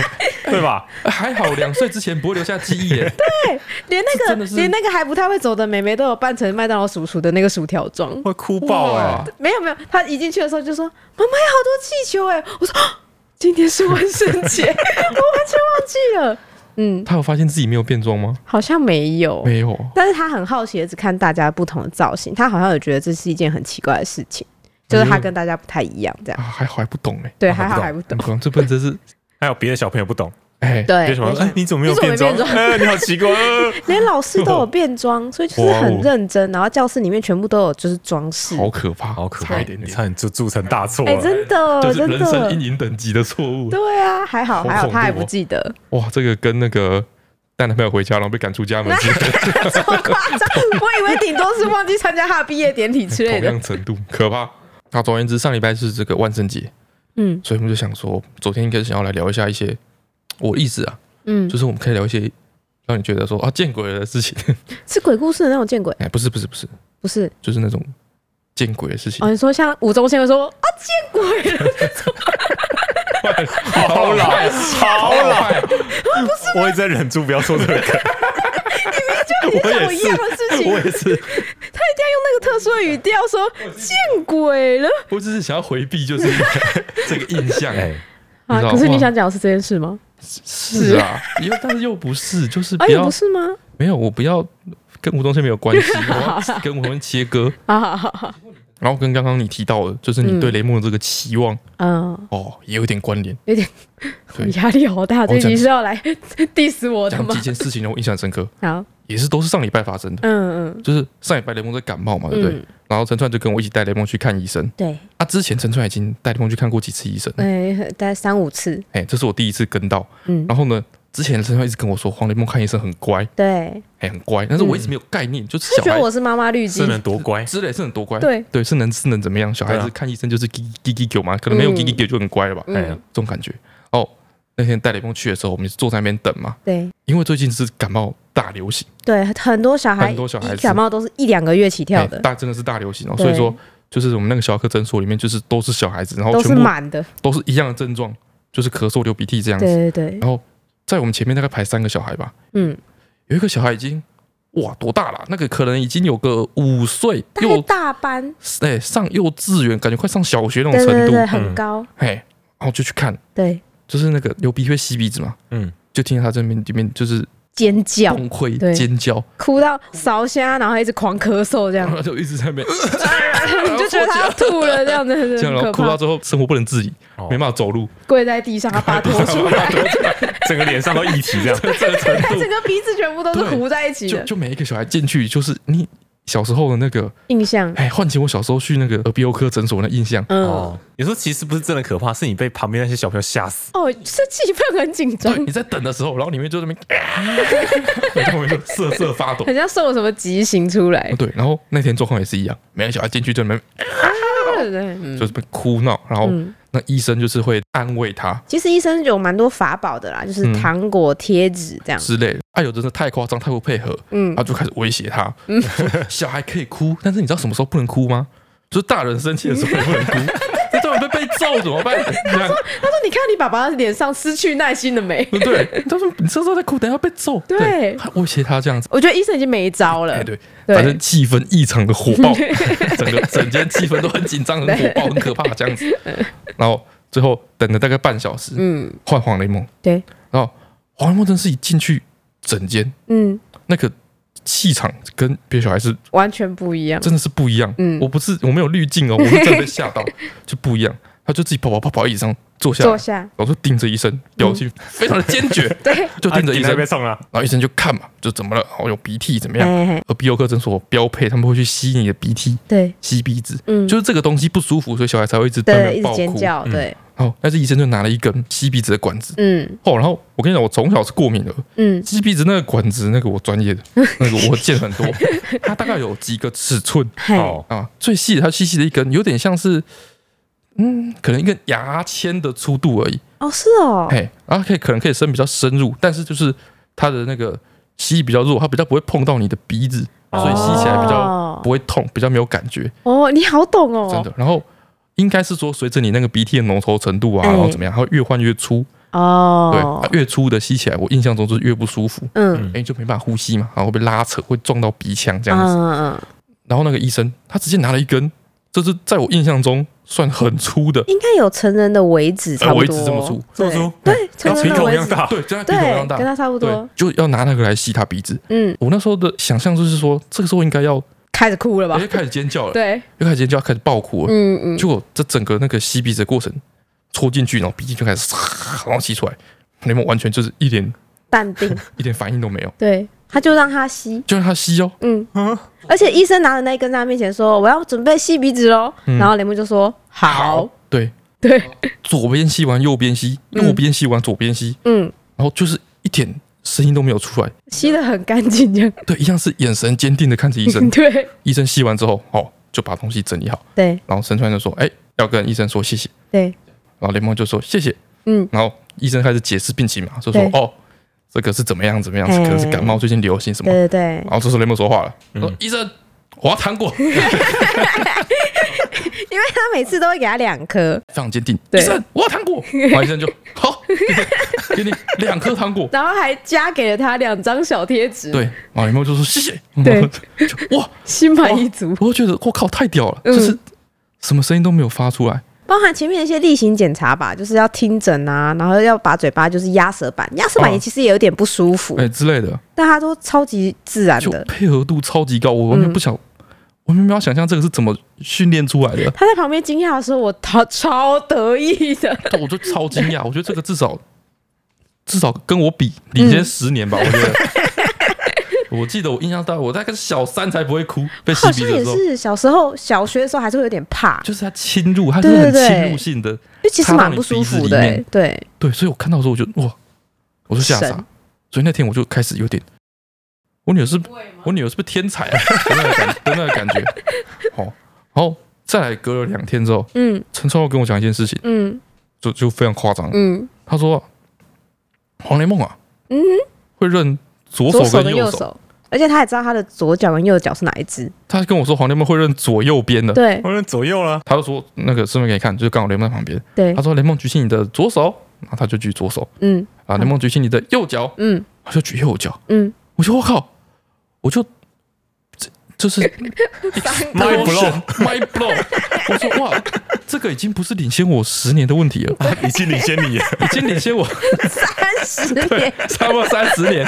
Speaker 3: 对吧？
Speaker 2: 还好两岁之前不会留下记忆耶。
Speaker 4: 连
Speaker 2: 这
Speaker 4: 那
Speaker 2: 真
Speaker 4: 个
Speaker 2: 的是
Speaker 4: 连那个还不太会走的妹妹都有扮成麦当劳叔叔的那个薯条装。
Speaker 3: 会哭爆哎
Speaker 2: 哇！
Speaker 4: 没有没有，她一进去的时候就说：“妈妈有好多气球哎！”我说啊：“今天是万圣节， 我完全忘记了。” 嗯，
Speaker 2: 他有发现自己没有变装吗？
Speaker 4: 好像没有。
Speaker 2: 没有，
Speaker 4: 但是她很好奇的只看大家不同的造型，她好像有觉得这是一件很奇怪的事情，
Speaker 2: 嗯
Speaker 4: 就是她跟大家不太一样这样
Speaker 2: 啊，。还好还不懂哎。
Speaker 4: 对，
Speaker 3: 还
Speaker 4: 还
Speaker 3: 不
Speaker 4: 好
Speaker 3: 懂
Speaker 4: 还不懂。
Speaker 2: 这不真 是
Speaker 3: 还有别的小朋友不懂，
Speaker 2: 哎，
Speaker 4: 对，
Speaker 3: 别什么
Speaker 4: 没
Speaker 3: 哎，你怎么没有变装
Speaker 4: 你？怎么
Speaker 3: 哎，你好奇怪，呃
Speaker 4: 连老师都有变装，所以就是很认真。然后教室里面全部都有就是装饰。
Speaker 2: 哦好可怕，
Speaker 3: 好可怕，
Speaker 2: 差一
Speaker 3: 一点
Speaker 2: 点点
Speaker 3: 点，。差点就铸成大错
Speaker 4: 哎、
Speaker 3: 了。
Speaker 4: 真的，
Speaker 2: 就是
Speaker 4: 真
Speaker 2: 人生
Speaker 4: 的，
Speaker 2: 阴影等级的错误。
Speaker 4: 对啊，还好
Speaker 2: 好
Speaker 4: 还好，
Speaker 2: 恐怖
Speaker 4: 他还不
Speaker 2: 哦
Speaker 4: 记得，
Speaker 2: 哇，这个跟那个带男朋友回家，然后被赶出家 门，
Speaker 4: 这么夸张，我以为顶多是忘记参加他的毕业典礼 之类
Speaker 2: 同
Speaker 4: 的。
Speaker 2: 样程度，可怕。那总而言之，上礼拜是这个万圣节，
Speaker 4: 嗯
Speaker 2: 所以我们就想说，昨天应该想要来聊一下一些我的意思啊，
Speaker 4: 嗯
Speaker 2: 就，是我们可以聊一些让你觉得说啊见鬼了的事情。
Speaker 4: 是鬼故事的那种见鬼，
Speaker 2: 哎，不是不是不是，
Speaker 4: 不是？
Speaker 2: 就是那种见鬼的事情
Speaker 4: 哦，。你说像吴宗宪会说啊见鬼了，
Speaker 3: 好老，好老，
Speaker 2: 坏，
Speaker 3: 我一直在忍住不要说这个梗。
Speaker 4: 你
Speaker 2: 我
Speaker 4: 跟我
Speaker 2: 也
Speaker 4: 一
Speaker 2: 是
Speaker 4: 样的事情，他一定啊要
Speaker 2: 我
Speaker 4: 用
Speaker 2: 也是，
Speaker 4: 那个特殊的语调说见鬼了
Speaker 2: 我只是想要回避，就是这个印象。
Speaker 3: 哎，
Speaker 2: 你
Speaker 4: 啊
Speaker 2: 知！道
Speaker 4: 可是你
Speaker 2: 哇
Speaker 4: 想讲的是这件事吗？
Speaker 2: 是啊，又但是又不是，就是
Speaker 4: 啊，
Speaker 2: 不
Speaker 4: 也
Speaker 2: 要
Speaker 4: 不是吗？
Speaker 2: 没有，我不要跟吴宗宪没有关系，我要跟吴宗宪切割。
Speaker 4: 啊，好好好
Speaker 2: 然后跟刚刚你提到的，就是你对雷蒙的这个期望、
Speaker 4: 嗯，
Speaker 2: 哦，也有点关联。
Speaker 4: 有点
Speaker 2: 对
Speaker 4: 压力好大，这
Speaker 2: 我讲
Speaker 4: 集是要来 diss 我的
Speaker 2: 讲
Speaker 4: 吗
Speaker 2: 几？件事情让我印象深刻，
Speaker 4: 好，
Speaker 2: 也是都是上礼拜发生的。
Speaker 4: 嗯嗯
Speaker 2: 就是上礼拜雷蒙在感冒嘛，对不对？
Speaker 4: 嗯，
Speaker 2: 然后陈川就跟我一起带雷蒙去看医生。
Speaker 4: 对，
Speaker 2: 啊，之前陈川已经带雷蒙去看过几次医生，哎、
Speaker 4: 哎，大概三五次，
Speaker 2: 这是我第一次跟到。
Speaker 4: 嗯，
Speaker 2: 然后呢，之前陈川一直跟我说黄雷蒙看医生很乖，
Speaker 4: 对，
Speaker 2: 哎、很乖，但是我一直没有概念，就是
Speaker 4: 就
Speaker 2: 小
Speaker 4: 觉得
Speaker 2: 孩
Speaker 4: 我是妈妈滤
Speaker 3: 是
Speaker 4: 镜，
Speaker 3: 能多乖？
Speaker 2: 之类是能多乖，
Speaker 4: 嗯对
Speaker 2: 对，是能是能怎么样？小孩
Speaker 3: 对
Speaker 2: 子
Speaker 3: 啊
Speaker 2: 看医生就是叽叽叽狗嘛，可能没有
Speaker 4: 嗯
Speaker 2: 叽叽狗就很乖了吧，
Speaker 3: 哎呀
Speaker 4: 嗯，
Speaker 2: 这种感觉。哦，那天带雷蒙去的时候，我们是坐在那边等嘛，
Speaker 4: 对
Speaker 2: 因为最近是感冒大流行，
Speaker 4: 对，很多小孩
Speaker 2: 很多小孩
Speaker 4: 一
Speaker 2: 子
Speaker 4: 感冒都是一两个月起跳
Speaker 2: 哎，
Speaker 4: 的，
Speaker 2: 大真的是大流行哦，
Speaker 4: 对
Speaker 2: 所以说就是我们那个小儿科诊所里面，就是都是小孩子，然后
Speaker 4: 都是
Speaker 2: 全部
Speaker 4: 满的，
Speaker 2: 都是一样的症状，就是咳嗽、流鼻涕这样子。哦
Speaker 4: 对对对，
Speaker 2: 然后在我们前面大概排三个小孩吧，
Speaker 4: 嗯，
Speaker 2: 有一个小孩已经哇，多大了？那个可能已经有个五岁，
Speaker 4: 大概
Speaker 2: 幼
Speaker 4: 大班，
Speaker 2: 哎、上幼稚园，感觉快上小学那种
Speaker 4: 对
Speaker 2: 程
Speaker 4: 对
Speaker 2: 度，
Speaker 4: 对，
Speaker 3: 嗯
Speaker 4: 很高，
Speaker 2: 嘿，然后就去看，
Speaker 4: 对，
Speaker 2: 就是那个流鼻血吸鼻子嘛，
Speaker 3: 嗯，
Speaker 2: 就听见他这边里面就是
Speaker 4: 尖叫，
Speaker 2: 崩溃
Speaker 4: 对
Speaker 2: 尖叫，
Speaker 4: 哭到烧瞎，然后一直狂咳嗽这样
Speaker 2: 然， 后就一直在那 边
Speaker 4: 你就觉得他要吐了这 样子，
Speaker 2: 这样，
Speaker 4: 很
Speaker 2: 然后
Speaker 4: 可
Speaker 2: 哭到
Speaker 4: 怕。
Speaker 2: 最后生活不能自理，
Speaker 3: 哦
Speaker 2: 没办法 走路，
Speaker 4: 跪在地上，他把他拖出来，
Speaker 3: 整个脸上都一体这样，
Speaker 2: 这个程
Speaker 4: 他
Speaker 2: 度
Speaker 4: 整个鼻子全部都是糊在一起
Speaker 2: 就
Speaker 4: 的
Speaker 2: 就每一个小孩进去，就是你小时候的那个，
Speaker 4: 印象。
Speaker 2: 哎，唤起我小时候去那个耳鼻喉科诊所的印象。
Speaker 4: 嗯，
Speaker 3: 哦，有时候其实不是真的可怕，是你被旁边那些小朋友吓死。
Speaker 4: 哦，是气氛很紧张
Speaker 2: 对，，你在等的时候，然后里面就在那边， 然后后面就瑟瑟发 抖。
Speaker 4: 很像受了什么极刑出来。
Speaker 2: 对，然后那天状况也是一样，每个小孩进去就在那边哦
Speaker 4: 对对对，嗯
Speaker 2: 就是被哭闹，然后
Speaker 4: 嗯
Speaker 2: 那医生就是会安慰他
Speaker 4: 其实医生有蛮多法宝的啦，就是
Speaker 2: 嗯
Speaker 4: 糖果、贴纸这样。
Speaker 2: 之类的。啊，有的真的太夸张，太不配合，
Speaker 4: 嗯
Speaker 2: 然后，就开始威胁他。说小孩可以哭，但是你知道什么时候不能哭吗？就是大人生气的时候也不能哭。 这种人被被揍怎么办？ 这样
Speaker 4: 他说：“你看你爸爸脸上失去耐心了没
Speaker 2: 对， 他说你这时候在哭，等一下被揍。
Speaker 4: 对
Speaker 2: 还威胁他这样子？”。
Speaker 4: 我觉得医生已经没招了
Speaker 2: 哎，。对，
Speaker 4: 对
Speaker 2: 反正气氛异常的火 爆，整个整间气氛都很紧张、很火爆、很可怕这样子。然后最后等了大概半小时，
Speaker 4: 嗯，
Speaker 2: 换黄雷梦。
Speaker 4: 对，
Speaker 2: 然后黄雷梦真是一进去整间
Speaker 4: 嗯，
Speaker 2: 那个气场跟别的小孩是
Speaker 4: 完全不一样。
Speaker 2: 真的是不一样。
Speaker 4: 嗯
Speaker 2: 我不是我没有滤镜哦，我是真的被吓 到，就不一样。他就自己跑跑跑跑到椅子上坐下来
Speaker 4: 坐，下，
Speaker 2: 然后就盯着医生表情非常的坚决，
Speaker 4: 对，
Speaker 2: 就盯着医
Speaker 3: 啊你
Speaker 2: 生
Speaker 3: 在，被冲了，
Speaker 2: 然后医生就看嘛，就怎么了，哦有鼻涕怎么样？
Speaker 4: 哎，嘿
Speaker 2: 而鼻喉科诊所标配，他们会去吸你的鼻涕，
Speaker 4: 对，
Speaker 2: 吸鼻子，
Speaker 4: 嗯，
Speaker 2: 就是这个东西不舒服，所以小孩才会一直在那
Speaker 4: 对，
Speaker 2: 边
Speaker 4: 一直
Speaker 2: 爆
Speaker 4: 尖
Speaker 2: 哭。
Speaker 4: 叫，
Speaker 3: 嗯
Speaker 4: 对，
Speaker 2: 哦，但是医生就拿了一根吸鼻子的管子。
Speaker 4: 嗯
Speaker 2: 哦，然后我跟你讲，我从小是过敏的，
Speaker 4: 嗯，
Speaker 2: 吸鼻子那个管子，那个我专 业的，那个我见很多，它大概有几个尺寸
Speaker 4: 嘿，
Speaker 3: 哦，
Speaker 2: 啊，最细的它细细的一根，有点像是，嗯，可能一根牙签的粗度而已，
Speaker 4: 哦，是哦，
Speaker 2: 嘿，然后可以可能可以伸比较深入，但是就是它的那个吸比较弱，它比较不会碰到你的鼻子，所以吸起来比较
Speaker 4: 哦
Speaker 2: 不会痛，比较没有感觉，
Speaker 4: 哦，你好懂哦，
Speaker 2: 真的。然后应该是说，随着你那个鼻涕的浓稠程度啊，
Speaker 4: 哎
Speaker 2: 然后怎么样，它会越换越粗，对，啊
Speaker 4: 哦
Speaker 2: 它，越粗的吸起来，我印象中就是越不舒服，
Speaker 4: 嗯，
Speaker 2: 哎，就没办法呼吸嘛，然后会被拉扯，会撞到鼻腔这样子。
Speaker 4: 嗯嗯，
Speaker 2: 然后那个医生他直接拿了一根，这是在我印象中算很粗的，
Speaker 4: 应该有成人的尾指差
Speaker 2: 呃，
Speaker 4: 不
Speaker 2: 围
Speaker 4: 多，
Speaker 2: 子这么粗，
Speaker 3: 这
Speaker 4: 对
Speaker 3: 么粗，
Speaker 4: 对，成
Speaker 3: 跟拳
Speaker 4: 人的
Speaker 3: 哎头一
Speaker 4: 尾
Speaker 3: 样
Speaker 4: 指，
Speaker 3: 大，
Speaker 2: 对，跟他鼻头一
Speaker 4: 对，
Speaker 2: 样大
Speaker 4: 跟，他差不
Speaker 2: 对
Speaker 4: 多，，
Speaker 2: 就要拿那个来吸他鼻子。
Speaker 4: 嗯，
Speaker 2: 我那时候的想象就是说，这个时候应该要，
Speaker 4: 开始哭了吧
Speaker 2: 哎，？开始尖叫了，
Speaker 4: 对，
Speaker 2: 又开始尖叫，开始爆哭了。
Speaker 4: 嗯嗯，
Speaker 2: 结果这整个那个吸鼻子的过程，戳进去，然后鼻涕就开始，然后吸出来，雷蒙完全就是一点
Speaker 4: 淡 定，
Speaker 2: 一点反应都没有，
Speaker 4: 对，他就让他吸。
Speaker 2: 就让他吸哦，
Speaker 4: 嗯，而且医生拿着那一根在他面前说：“我要准备吸鼻子喽。”
Speaker 2: 嗯
Speaker 4: 然后雷蒙就说：“好。，
Speaker 2: 对，”
Speaker 4: 对，
Speaker 2: 左边吸完右边吸，
Speaker 4: 嗯
Speaker 2: 右边吸完左边吸，
Speaker 4: 嗯，
Speaker 2: 然后就是一点声音都没有出来，
Speaker 4: 吸的很干净，这样。
Speaker 2: 对，一样是眼神坚定的看着医生，
Speaker 4: 对
Speaker 2: 医生吸完之后，哦，就把东西整理好，
Speaker 4: 对
Speaker 2: 然后神川就说，哎，要跟医生说谢谢，
Speaker 4: 对，
Speaker 2: 然后雷蒙就说谢谢，
Speaker 4: 嗯，
Speaker 2: 然后医生开始解释病情嘛，就说
Speaker 4: 对
Speaker 2: 哦，这个是怎么样怎么样，
Speaker 4: 哎
Speaker 2: 可能是感冒最近流行什么。
Speaker 4: 对对对
Speaker 2: 然，后这时候雷蒙说话了，
Speaker 3: 嗯
Speaker 2: 说医生，我要糖果，非
Speaker 4: 因为他每次都会给他两颗，
Speaker 2: 常坚定，医
Speaker 4: 对
Speaker 2: 生，我要糖果。然后医生就好，给你两颗糖果。
Speaker 4: 然后还加给了他两张小贴 纸，
Speaker 2: 对，然后雷蒙就说谢谢。
Speaker 4: 对
Speaker 2: 就哇，
Speaker 4: 心满意足。
Speaker 2: 我就觉得我靠太屌了，
Speaker 4: 嗯
Speaker 2: 就是什么声音都没有发出来。
Speaker 4: 包含前面的一些例行检查吧，就是要听诊啊，然后要把嘴巴就是压舌板，压舌板
Speaker 2: 哦
Speaker 4: 也其实也有点不舒服，
Speaker 2: 哎之类的，
Speaker 4: 但他都超级自然
Speaker 2: 就
Speaker 4: 的。
Speaker 2: 配合度超级高，我完全
Speaker 4: 嗯
Speaker 2: 不想，我没有想象这个是怎么训练出来的。
Speaker 4: 他在旁边惊讶的时候，我超超得意 的。
Speaker 2: 对我就超惊讶，我觉得这个至少至少跟我比领
Speaker 4: 嗯
Speaker 2: 先十年吧，我觉得。我记得我印象到我大概小三才不会哭，被吸
Speaker 4: 好
Speaker 2: 鼻子
Speaker 4: 像
Speaker 2: 的
Speaker 4: 也
Speaker 2: 时候，
Speaker 4: 是小时候小学的时候还是会有点怕，
Speaker 2: 就是它侵入，它是很侵入性的，
Speaker 4: 就其实蛮不舒服的、
Speaker 2: 插到你鼻
Speaker 4: 欸。对，
Speaker 2: 对，所以我看到的时候我就哇，我就吓傻
Speaker 4: 神，
Speaker 2: 所以那天我就开始有点，我女儿是，我女儿是不是天才啊？ 的那个感，的那个感觉，哦，然后再来隔了两天之后，
Speaker 4: 嗯
Speaker 2: 陈超跟我讲一件事情，
Speaker 4: 嗯
Speaker 2: 就就非常夸张，
Speaker 4: 嗯
Speaker 2: 他说黄雷梦啊，
Speaker 4: 嗯，
Speaker 2: 会认左
Speaker 4: 左
Speaker 2: 手
Speaker 4: 手
Speaker 2: 跟
Speaker 4: 跟
Speaker 2: 右
Speaker 4: 右
Speaker 2: 手。
Speaker 4: 手，而且他也知道他的左脚跟右脚是哪一只。
Speaker 2: 他跟我说黄连梦会认左右边的，
Speaker 4: 对
Speaker 3: 我有点左右了，
Speaker 2: 他就说那个身份给你看，就是刚好雷梦在旁边。
Speaker 4: 对
Speaker 2: 他，说雷梦举起你的左手，然后他就举左手
Speaker 4: 嗯
Speaker 2: 啊，雷梦举起你的右脚，
Speaker 4: 嗯
Speaker 2: 他就举右脚。
Speaker 4: 嗯，
Speaker 2: 我说我靠，我就这就是
Speaker 4: 三
Speaker 3: My
Speaker 4: 个
Speaker 2: blow，my blow，我说哇，这个已经不是领先我十年的问题了，
Speaker 3: 啊已经领先你了，
Speaker 2: 已经领先我
Speaker 4: 三 十年，
Speaker 2: 差不多三十年。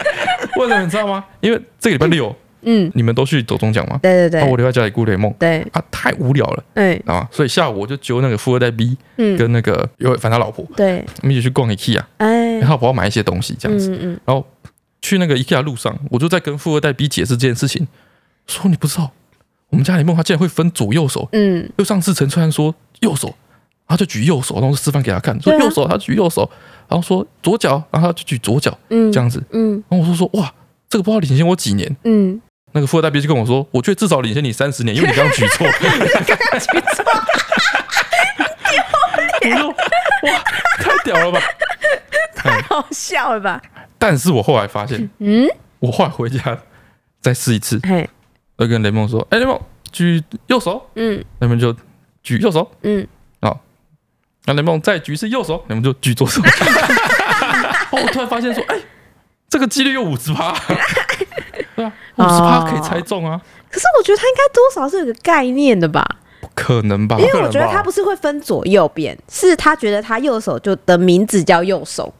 Speaker 2: 为什么你知道吗？因为这个礼拜六
Speaker 4: 嗯，
Speaker 2: 你们都去走中奖嘛，
Speaker 4: 对对
Speaker 2: 啊，我
Speaker 4: 对，
Speaker 2: 留在家里顾雷梦
Speaker 4: 对，
Speaker 2: 啊，太无聊了
Speaker 4: 对，
Speaker 2: 啊，所以下午我就揪那个富二代 B
Speaker 4: 嗯，
Speaker 2: 跟那个有反正他老婆，
Speaker 4: 对，
Speaker 2: 我们一起去逛 IKEA，
Speaker 4: 哎
Speaker 2: 然，后我要买一些东西这样子。
Speaker 4: 嗯嗯，
Speaker 2: 然后去那个 IKEA 路上，我就在跟富二代 B 解释这件事情，说你不知道，我们家里梦他竟然会分左右手，
Speaker 4: 嗯，
Speaker 2: 又上次陈川说右手，他就举右手，然后示范给他看，说
Speaker 4: 对啊
Speaker 2: 右手，他举右手，然后说左脚，然后他就举左脚
Speaker 4: 嗯，
Speaker 2: 这样子。
Speaker 4: 嗯
Speaker 2: 然后我就说哇，这个不知道领先我几年。
Speaker 4: 嗯，
Speaker 2: 那个富二代 B 就跟我说，我觉得至少领先你三十年， 因为你刚刚举错。 我就哇，太屌了吧！
Speaker 4: 好笑了吧？
Speaker 2: 但是我后来发现，
Speaker 4: 嗯，
Speaker 2: 我后来回家再试一次，
Speaker 4: 嘿，
Speaker 2: 我就跟雷梦说：“哎、雷梦举右手。
Speaker 4: 嗯”
Speaker 2: 雷梦就举右手，
Speaker 4: 嗯，
Speaker 2: 那雷梦再举一次右手，雷梦就举左手。 哦，我突然发现说，哎、这个几率有五十趴，对啊，五十趴可以猜中啊，
Speaker 4: 可是我觉得他应该多少是有个概念的吧？
Speaker 2: 不哦可能吧
Speaker 4: 因？为
Speaker 3: 可
Speaker 4: 我
Speaker 3: 能
Speaker 4: 觉得
Speaker 3: 吧
Speaker 4: 他不是会分左右边，是他觉得他右手就的名字叫右手，